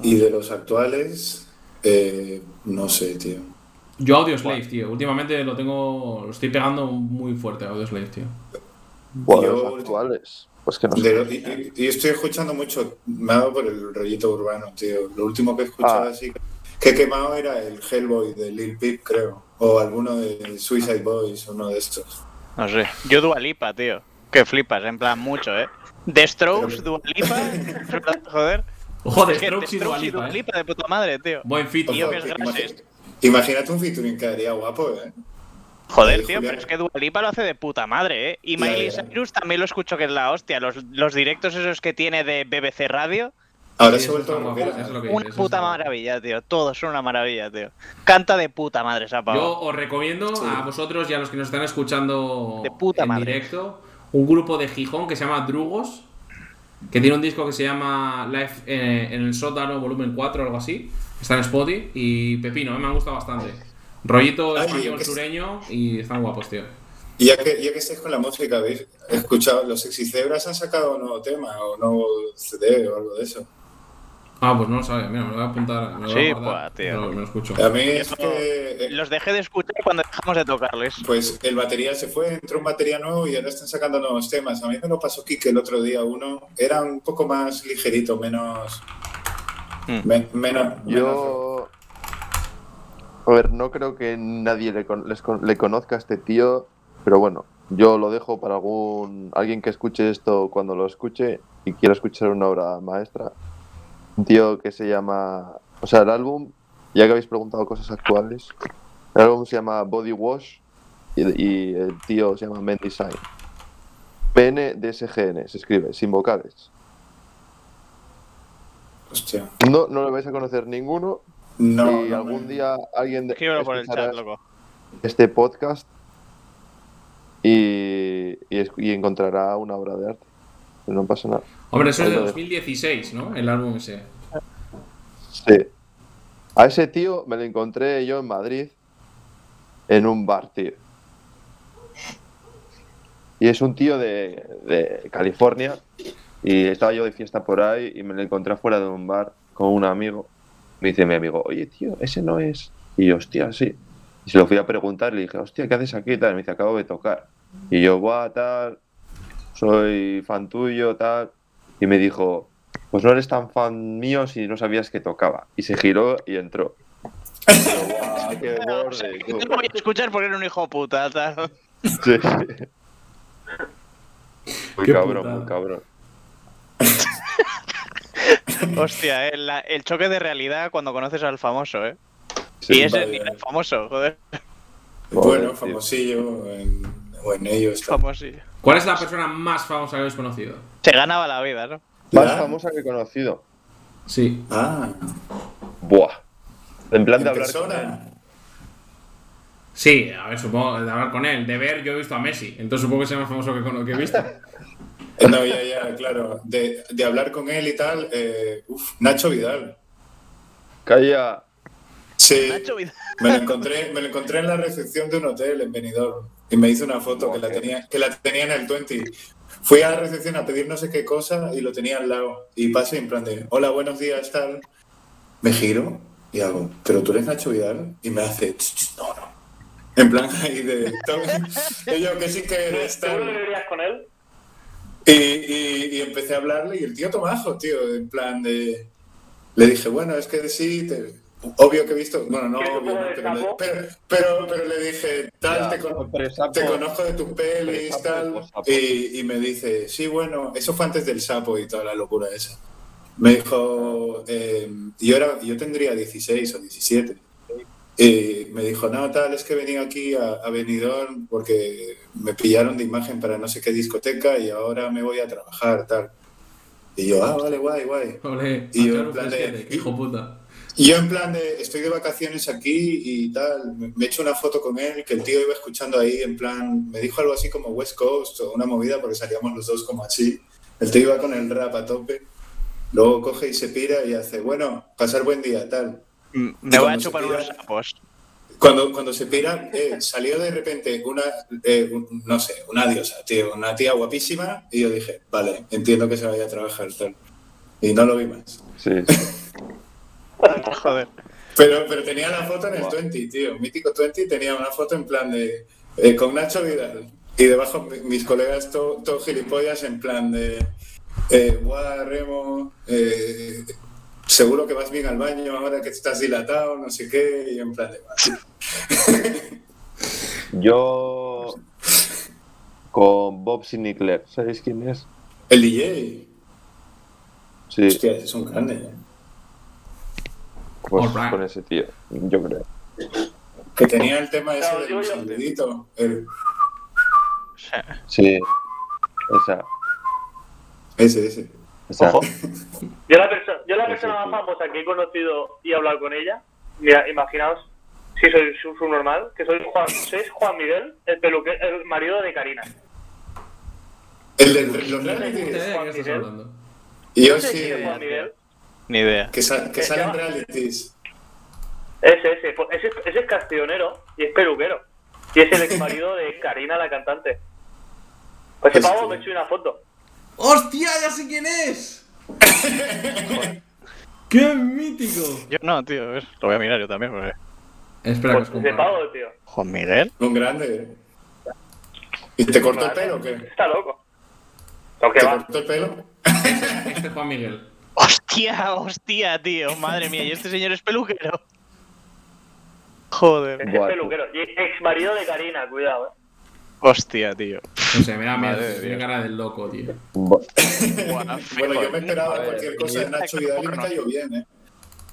Y de los actuales, eh, no sé, tío.
Yo Audio Slave, tío. Últimamente lo tengo. Lo estoy pegando muy fuerte, Audio Slave, tío.
Buah,
Yo-
los actuales. Pues que no
De
sé.
lo- y, y- y estoy escuchando mucho, me ha dado por el rollito urbano, tío. Lo último que he escuchado
Ah.
así que he quemado era el Hellboy de Lil Peep, creo. O alguno de Suicide Boys, uno de estos.
No sé. Yo Dualipa, tío. Que flipas, en plan mucho, eh. The Strokes, Dualipa. Joder.
Joder,
Es que
Strokes y Dua Lipa, eh.
Lipa de puta madre, tío.
Buen fit.
Tío,
tío.
que es
Ojo,
grande.
imagínate, imagínate un featuring que haría guapo, ¿eh?
Joder,
Eh,
tío,
Julián.
pero es que Dualipa lo hace de puta madre, ¿eh? Y
Ya,
Miley
ya, ya.
Cyrus también lo escucho que es la hostia. Los, los directos esos que tiene de BBC Radio,
Sí,
Ahora se
eso
ha vuelto
está guapo,
rockera.
eso es lo que-
una
eso
puta
está guapo.
maravilla, tío. Todos son una maravilla, tío. Canta de puta madre esa pava.
Yo os recomiendo a vosotros y a los que nos están escuchando
De puta
en
madre.
directo un grupo de Gijón que se llama Drugos, que tiene un disco que se llama Life eh, en el sótano, volumen 4 o algo así, Está en Spotify y Pepino, eh, me han gustado bastante. Rollito
Ay,
español
que-
sureño y están guapos, tío.
Y ya que, ya que estáis con la música, ¿habéis escuchado? ¿Los Sexicebras han sacado un nuevo tema o nuevo CD o algo de eso?
Ah, pues no lo sabía, mira, me lo voy a apuntar. Me lo voy
Sí,
a guardar,
buah, tío.
pero Me lo escucho.
A mí es
Eso-
que, eh,
Los dejé de escuchar cuando dejamos de tocarles.
pues el batería se fue, entró un batería nuevo y ahora están sacando nuevos temas. A mí me lo pasó Kike el otro día uno. Era un poco más ligerito, menos...
Mm.
me- menos, menos-
Hmm. Yo. A ver, no creo que nadie le, con- les con- le conozca a este tío, pero bueno, yo lo dejo para algún alguien que escuche esto cuando lo escuche y quiera escuchar una obra maestra. Un tío que se llama. O sea, el álbum, ya que habéis preguntado cosas actuales, el álbum se llama Body Wash y, y el tío se llama Men Design. PNDSGN se escribe, sin vocales.
Hostia.
No, no lo vais a conocer ninguno,
No,
si
no
algún
me-
día alguien de-
Escríbelo por el
escuchara
chat, loco.
este podcast y, y es- y encontrará una obra de arte. Pues No pasa nada.
Hombre, eso es de
Ahí lo
2016, ¿no? El álbum ese.
Sí. A ese tío me lo encontré yo en Madrid en un bar, tío. Y es un tío de, de California y estaba yo de fiesta por ahí y me lo encontré fuera de un bar con un amigo. Me dice mi amigo, oye tío, ese no es. Y yo, hostia, sí. Y se lo fui a preguntar, le dije, hostia, ¿qué haces aquí? y Tal, me dice, acabo de tocar. Y yo, guau, tal, soy fan tuyo, tal. Y me dijo, pues no eres tan fan mío si no sabías que tocaba. Y se giró y entró. Y yo, guau, qué
O sea,
borde,
que no
tú.
te voy a escuchar porque era un hijo puta. tal.
Sí. Muy
Qué
cabrón,
putada.
muy cabrón.
Hostia, el, la- el choque de realidad cuando conoces al famoso, ¿eh?
Sí,
y ese
vale,
ni
vale.
era famoso, joder,
Bueno,
Joder,
famosillo en, o en ellos.
famosillo.
¿Cuál es la persona más famosa que habéis conocido?
Se ganaba la vida, ¿no?
Más
¿Ya?
famosa que conocido.
Sí.
Ah,
Buah. En plan
en
de hablar con él.
persona.
Sí, a ver, supongo, de hablar con él, de ver, yo he visto a Messi, entonces supongo que sea más famoso que con lo que he visto.
Eh, No, ya, ya, claro. De, de hablar con él y tal, eh, uf, Nacho Vidal.
Calla.
Sí,
Nacho Vidal.
me lo, encontré, me lo encontré en la recepción de un hotel en Benidorm y me hizo una foto que la,
Ok.
tenía, que la tenía en el 20. Fui a la recepción a pedir no sé qué cosa y lo tenía al lado. Y pasé en plan de, hola, buenos días, tal. Me giro y hago, pero tú eres Nacho Vidal. Y me hace, "Ch, ch, no, no. En plan ahí de, y yo que sí que eres,
¿Seguro que
tal.
vivirías con él?
Y, y- y empecé a hablarle y el tío Tomajo, tío, en plan de... Le dije, bueno, es que sí, te- obvio que he visto... Bueno, no
¿Quieres un
obvio,
poco
no,
de
pero, le,
sapo?
pero, pero- pero le dije, tal,
Ya,
te, con-
pero sapo-
te conozco de tus pelis,
pero sapo,
tal...
pues, sapo.
Y, y me dice, sí, bueno, eso fue antes del sapo y toda la locura esa. Me dijo, eh, yo, era, yo tendría 16 o 17. Y me dijo, no, tal, es que he venido aquí a, a Benidorm porque me pillaron de imagen para no sé qué discoteca y ahora me voy a trabajar, tal. Y yo, ah, vale, guay, guay.
Ole,
Y
Antonio
yo, en plan de-
Frasquete, qué hijo puta.
Y yo en plan de, estoy de vacaciones aquí y tal, me me echo una foto con él que el tío iba escuchando ahí, en plan, me dijo algo así como West Coast o una movida porque salíamos los dos como así. El tío iba con el rap a tope, luego coge y se pira y hace, bueno, pasar buen día, tal.
Mm, Me voy a
se
chupar
pira-
unos sapos.
Cuando, cuando se pira, eh, salió de repente una, eh, un- no sé, una diosa, tío, una tía guapísima, y yo dije, vale, entiendo que se vaya a trabajar, tal. Y no lo vi más.
Sí.
Joder.
Pero, pero tenía la foto en el
Guau.
20, tío, mítico 20, tenía una foto en plan de, eh, con Nacho Vidal, y debajo mi- mis colegas todos gilipollas en plan de, eh, guau, Remo, eh, seguro que vas bien al baño ahora que estás dilatado, no sé qué, y en plan de,
Yo. Con Bob Sinclair. ¿Sabéis quién es?
el DJ,
Sí.
hostia, es un grande, ¿eh?
Pues
Alright.
con ese tío, yo creo.
Que tenía el tema ese
Claro,
del
digo yo.
sonidito. el-
Sí. Esa.
Ese, ese.
esa.
Ojo.
Yo la, perso- yo la
Sí, sí,
persona
sí.
más famosa que he conocido y he hablado con ella, mira, imaginaos si soy su- subnormal, que soy Juan, sois Juan Miguel, el peluque, el marido de Karina.
El de los
Ni puta idea
realities.
de qué estás hablando.
Y yo
¿Sabes
sí,
quién es Juan Miguel?
Ni idea.
que, sal- que
Que
salen
se llama-
realities.
Ese, ese, pues ese, ese es castionero y es peluquero. Y es el ex marido de Karina, la cantante. Pues ese pavo me he hecho una foto.
¡Hostia, ya sé quién es! ¡Qué mítico!
Yo no, tío, a ver, lo voy a mirar yo también, porque...
Espera, que os
Pues ese
compro.
pavo, tío.
Juan Miguel.
Un grande. ¿eh? ¿Y te cortó el
Vale.
pelo o qué?
Está loco. Lo que
¿Te
va.
cortó el pelo?
Este es Juan Miguel.
Hostia, hostia, tío, madre mía, y este señor es peluquero. Joder,
Es
Buah,
peluquero. Y ex marido de Karina, cuidado, eh.
hostia, tío.
No sé, me da miedo.
Madre de
Tiene
Dios.
cara del loco, tío.
Buah.
Buah,
Bueno, yo me esperaba
joder.
cualquier cosa de Nacho Vidal y me cayó bien, ¿eh?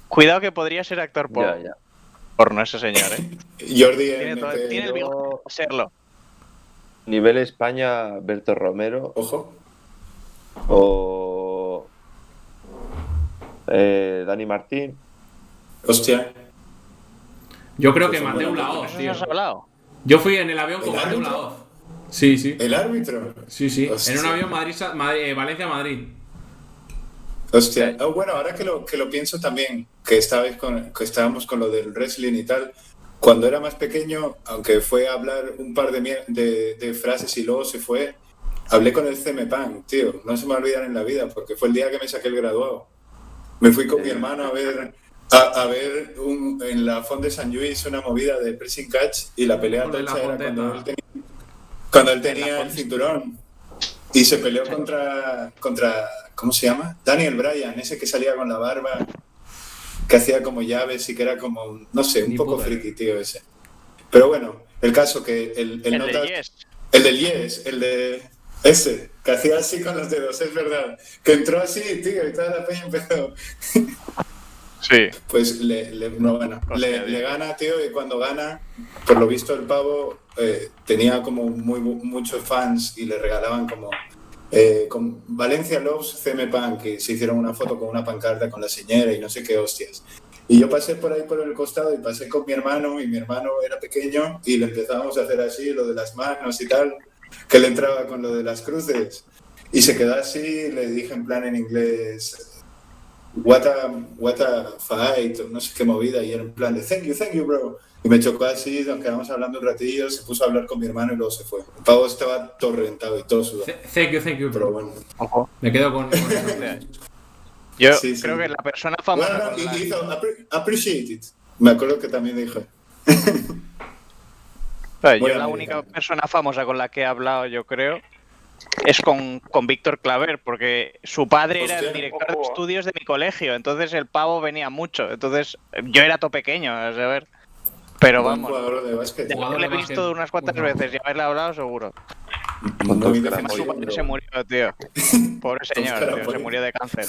Cuidado que podría ser actor por
Ya, ya.
porno ese señor, eh.
Jordi
Tiene, todo-
NT,
tiene el
yo-
bigote para serlo.
Nivel España, Berto Romero
Ojo.
o eh, Dani Martín.
Hostia.
Yo creo que
Pues
Mateu
bueno,
Laoz,
¿Eso no
tío.
has hablado?
Yo fui en el avión con
¿El
Mateu
árbitro?
Laoz. Sí, sí.
¿El árbitro?
Sí, sí. En un
Hostia.
avión Madrid, Madrid- eh, Valencia-Madrid.
Hostia, Ah, bueno, ahora que lo, que lo pienso también, que esta vez con, que estábamos con lo del wrestling y tal, cuando era más pequeño, aunque fue a hablar un par de, mier- de, de frases y luego se fue, hablé con el CMPAN, tío, no se me va a olvidar en la vida, porque fue el día que me saqué el graduado. Me fui con mi hermano a ver, a, a ver un- en la Fond de San Luis una movida de pressing catch y la pelea
Joder, la
tocha era cuando
fondeta.
él tenía, cuando él tenía el cinturón. Y se peleó contra, contra, ¿cómo se llama? Daniel Bryan, ese que salía con la barba, que hacía como llaves y que era como, un- no sé, un
Ni
poco
puta
friki, tío, ese. Pero bueno, el caso que el, el,
El
nota-
de Yes.
el del Yes, el de ese, que hacía así con los dedos, es verdad. Que entró así, tío, y toda la peña empezó.
Sí.
Pues le, le- no, bueno, le, le gana, tío, y cuando gana, por lo visto el pavo eh, tenía como muy, muchos fans y le regalaban como... eh, con Valencia Loves CM Punk y se hicieron una foto con una pancarta con la señora y no sé qué hostias. Y yo pasé por ahí por el costado y pasé con mi hermano y mi hermano era pequeño y le empezábamos a hacer así lo de las manos y tal, que le entraba con lo de las cruces. Y se quedó así y le dije en plan en inglés, what a, what a fight, o no sé qué movida, y era en plan de thank you, thank you, bro. Y me chocó así, nos quedamos hablando un ratillo, se puso a hablar con mi hermano y luego se fue. El pavo estaba torrentado y todo sudado.
Th- Thank you, thank you.
Pero bueno.
Ojo.
Me quedo con. con eso.
Yo
Sí, sí.
creo que la persona
Bueno,
famosa.
no,
con
y-
la-
y hizo "Appre- appreciate it. Me acuerdo que también dijo.
Claro,
Muy
yo la única
americano.
persona famosa con la que he hablado, yo creo, es con, con Víctor Claver, porque su padre era el
Hostia.
director de
Ojo.
estudios de mi colegio, entonces el pavo venía mucho, entonces eh, yo era todo pequeño, a saber. Pero
"Buen
vamos,
jugador de básquet.
de
Jugador
haberle
de
visto
básquet.
unas cuantas
Bueno.
veces y haberle hablado, seguro.
Muy
Muy
grande.
Su padre
defensivo,
se
bro.
murió, tío. Pobre señor,
Ostras,
tío, se
pues.
murió de cáncer.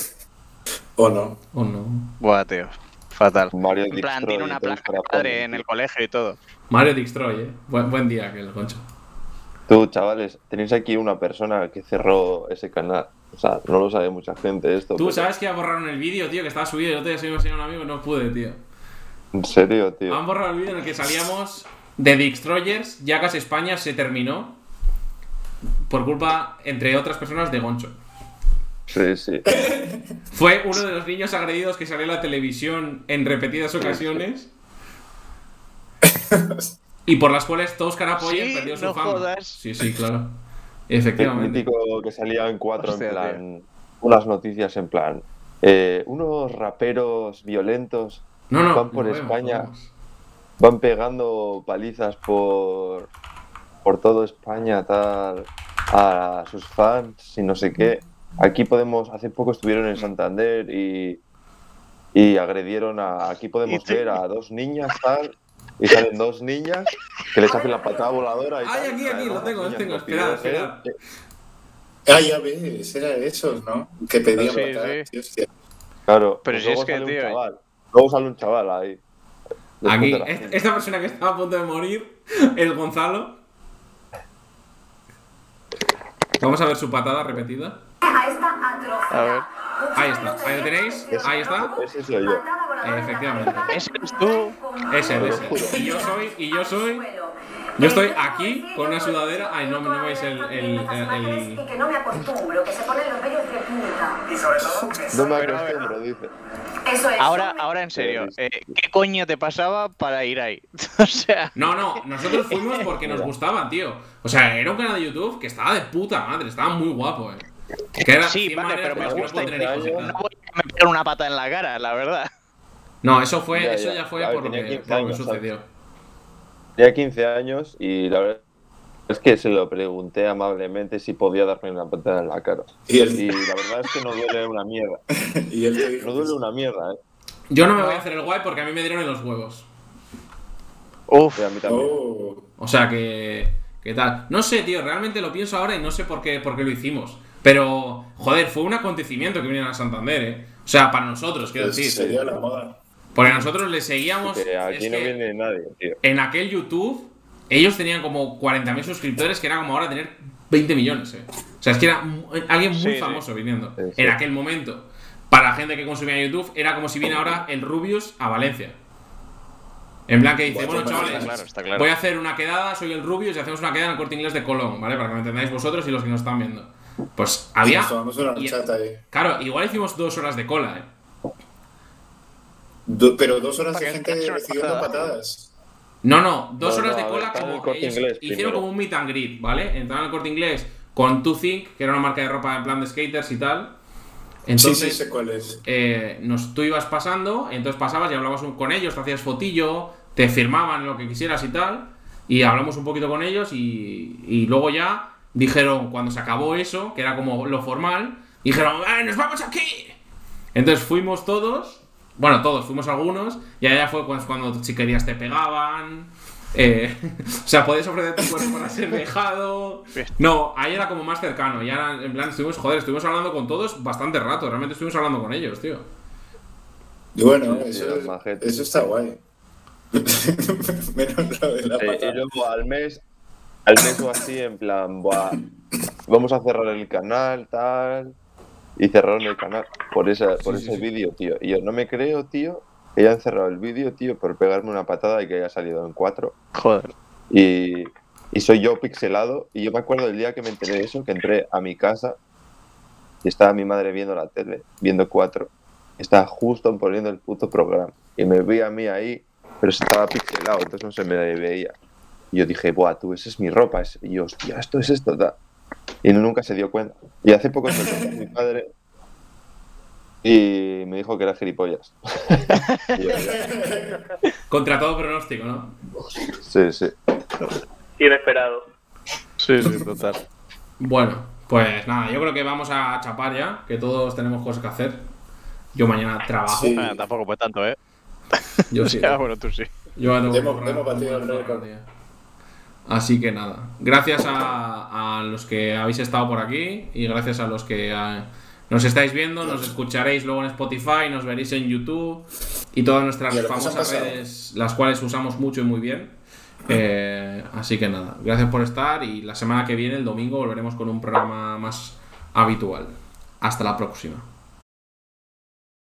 O no.
Oh, no.
Buah, tío, fatal.
Mario
En plan,
Destroy,
tiene una
entonces,
placa de
para
padre
poner.
en el colegio y todo.
Mario Dixtroy, eh. Buen, buen día, aquel, concho.
Tú, chavales, tenéis aquí una persona que cerró ese canal. O sea, no lo sabe mucha gente esto.
Tú
pero-
sabes que ya borraron el vídeo, tío, que estaba subido. Yo te día se lo enseñé a un amigo y no pude, tío.
En serio, tío.
Han borrado el vídeo en el que salíamos de Destroyers, ya casi España se terminó. Por culpa, entre otras personas, de Goncho.
Sí, sí.
Fue uno de los niños agredidos que salió en la televisión en repetidas ocasiones. y por las cuales Toscar Apoyen
Sí,
perdió su
no
fama.
jodas.
Sí, sí, claro.
El
Efectivamente.
mítico que salían cuatro
Hostia,
en plan. Unas noticias en plan. eh, unos raperos violentos
No, no.
Van por
nos vemos,
España.
nos vemos.
van pegando palizas por por todo España tal a sus fans y no sé qué. Aquí podemos hace poco estuvieron en Santander y y agredieron a aquí podemos ver a dos niñas tal y salen dos niñas que les hacen la patada voladora
Ay,
y tal.
aquí,
Salen
aquí, lo
dos
tengo, lo
niñas
tengo,
con
esperad,
pibes, ¿eh?
esperad.
Ah, ya ves, era esos, ¿no? Que pedían
Sí,
matar.
sí.
tío, hostia.
Claro. pues
Pero si
luego
es que,
sale un
tío, eh.
chaval, luego sale un chaval ahí.
Aquí, este-
Después de la
est-
gente.
esta persona que estaba a punto de morir, el Gonzalo. Vamos a ver su patada repetida.
A esta atrocidad.
A ver.
Ahí está, ahí lo tenéis, ahí está.
Ese soy yo.
Patada voladora
Efectivamente.
de
Ese eres tú.
Con
Ese,
Te lo
ese.
juro.
Y yo soy, y yo soy.
suelo.
Yo estoy aquí con una sudadera. Ay, no, no veis el. el, el, el...
Y que no me acostumbro, que se ponen los vellos de punta.
Y sobre todo, que
No me acostumbro, dice.
Eso es.
Ahora,
yo me-
ahora en serio, eh, ¿qué coño te pasaba para ir ahí? o sea,
No, no, nosotros fuimos porque nos gustaba, tío. O sea, era un canal de YouTube que estaba de puta madre, estaba muy guapo, eh. Que era
sí,
100
vale,
maneras
pero
por
me
las que no
gusta.
puedo tener hijos y
pero
tal.
No voy a que me peguen una pata en la cara, la verdad.
No, eso fue,
Ya,
eso
ya.
ya fue
A ver,
por lo, que,
tenía 15
por lo que
años, ¿sabes?
sucedió.
Tenía 15 años y la verdad es que se lo pregunté amablemente si podía darme una patada en la cara.
Y él,
Y la verdad es que no duele una mierda.
y él te
No
dijo,
duele una mierda, ¿eh?
Yo no me voy a hacer el guay porque a mí me dieron en los huevos.
Uf,
Y a mí también.
oh,
O sea que. ¿Qué tal? No sé, tío, realmente lo pienso ahora y no sé por qué, por qué lo hicimos. Pero, joder, fue un acontecimiento que vinieron a Santander, ¿eh? O sea, para nosotros, quiero
pues
decir.
sería la moda.
Porque nosotros le seguíamos.
Que
es
aquí no
que
viene nadie, tío.
En aquel YouTube, ellos tenían como 40.000 suscriptores, que era como ahora tener 20 millones, ¿eh? O sea, es que era mu- eh, alguien muy
Sí, sí.
famoso viniendo.
Sí, sí.
En aquel momento. Para la gente que consumía YouTube, era como si viene ahora el Rubius a Valencia. En plan que dice, bueno,
Bueno, bueno,
chavales,
está claro, está claro.
voy a hacer una quedada, soy el Rubius y hacemos una quedada en el corte inglés de Colón, ¿vale? Para que me entendáis vosotros y los que nos están viendo. Pues había.
Nos tomamos una
y-
horchata ahí.
Claro, igual hicimos dos horas de cola, ¿eh?
Do- pero dos horas de
Para que
gente
escuche una
recibiendo
patada.
patadas.
No, no, dos
No,
horas
no,
de
a
cola
ver, está en el
como
Corte
ellos
Inglés
hicieron
primero.
como un meet and greet, ¿vale? Entraron al corte inglés con Too Think, que era una marca de ropa en plan de skaters y tal. Entonces,
sí, sí, sé cuál es.
eh, nos, tú ibas pasando, entonces pasabas y hablabas un- con ellos, te hacías fotillo, te firmaban lo que quisieras y tal, y hablamos un poquito con ellos y, y luego ya dijeron, cuando se acabó eso, que era como lo formal, dijeron, "Eh, nos vamos aquí! Entonces fuimos todos, bueno, todos, fuimos algunos, y allá fue cuando, cuando si querías te pegaban. eh, o sea, podías ofrecer tu cuerpo para ser dejado. No, ahí era como más cercano. Ya era, en plan, estuvimos, joder, estuvimos hablando con todos bastante rato. Realmente estuvimos hablando con ellos, tío.
Y bueno,
Sí,
eso,
los majetes.
eso está guay. Menos lo de la
Eh, y
patada.
luego al mes, al mes o así, en plan, "Buah, vamos a cerrar el canal, tal. Y cerraron el canal por, esa, por
Sí, sí,
ese
sí.
vídeo, tío. Y yo no me creo, tío, que hayan cerrado el vídeo, tío, por pegarme una patada y que haya salido en cuatro.
joder.
Y, y soy yo pixelado. Y yo me acuerdo del día que me enteré de eso, que entré a mi casa y estaba mi madre viendo la tele, viendo cuatro. y Estaba justo poniendo el puto programa. Y me vi a mí ahí, pero estaba pixelado, entonces no se me veía. Y yo dije, buah, tú, esa es mi ropa. es-". Y yo, hostia, esto es esto, tal. Y nunca se dio cuenta. Y hace poco se lo conté a mi padre y me dijo que era gilipollas. Y yo, "Ya".
Contra todo pronóstico, ¿no?
sí, sí.
Inesperado.
Sí, sí, total.
Bueno, pues nada, yo creo que vamos a chapar ya, que todos tenemos cosas que hacer. Yo mañana trabajo.
Sí.
tampoco fue tanto, ¿eh?
Yo sí.
Ah, bueno, tú sí.
Yo ahora tengo que
Hemos-
currar
hemos batido el
todo
récord.
día. Así que nada, gracias a, a los que habéis estado por aquí y gracias a los que eh, nos estáis viendo, nos escucharéis luego en Spotify, nos veréis en YouTube y todas nuestras
Y a los que se han
famosas
pasado.
redes, las cuales usamos mucho y muy bien. Eh, así que nada, gracias por estar y la semana que viene, el domingo, volveremos con un programa más habitual. Hasta la próxima.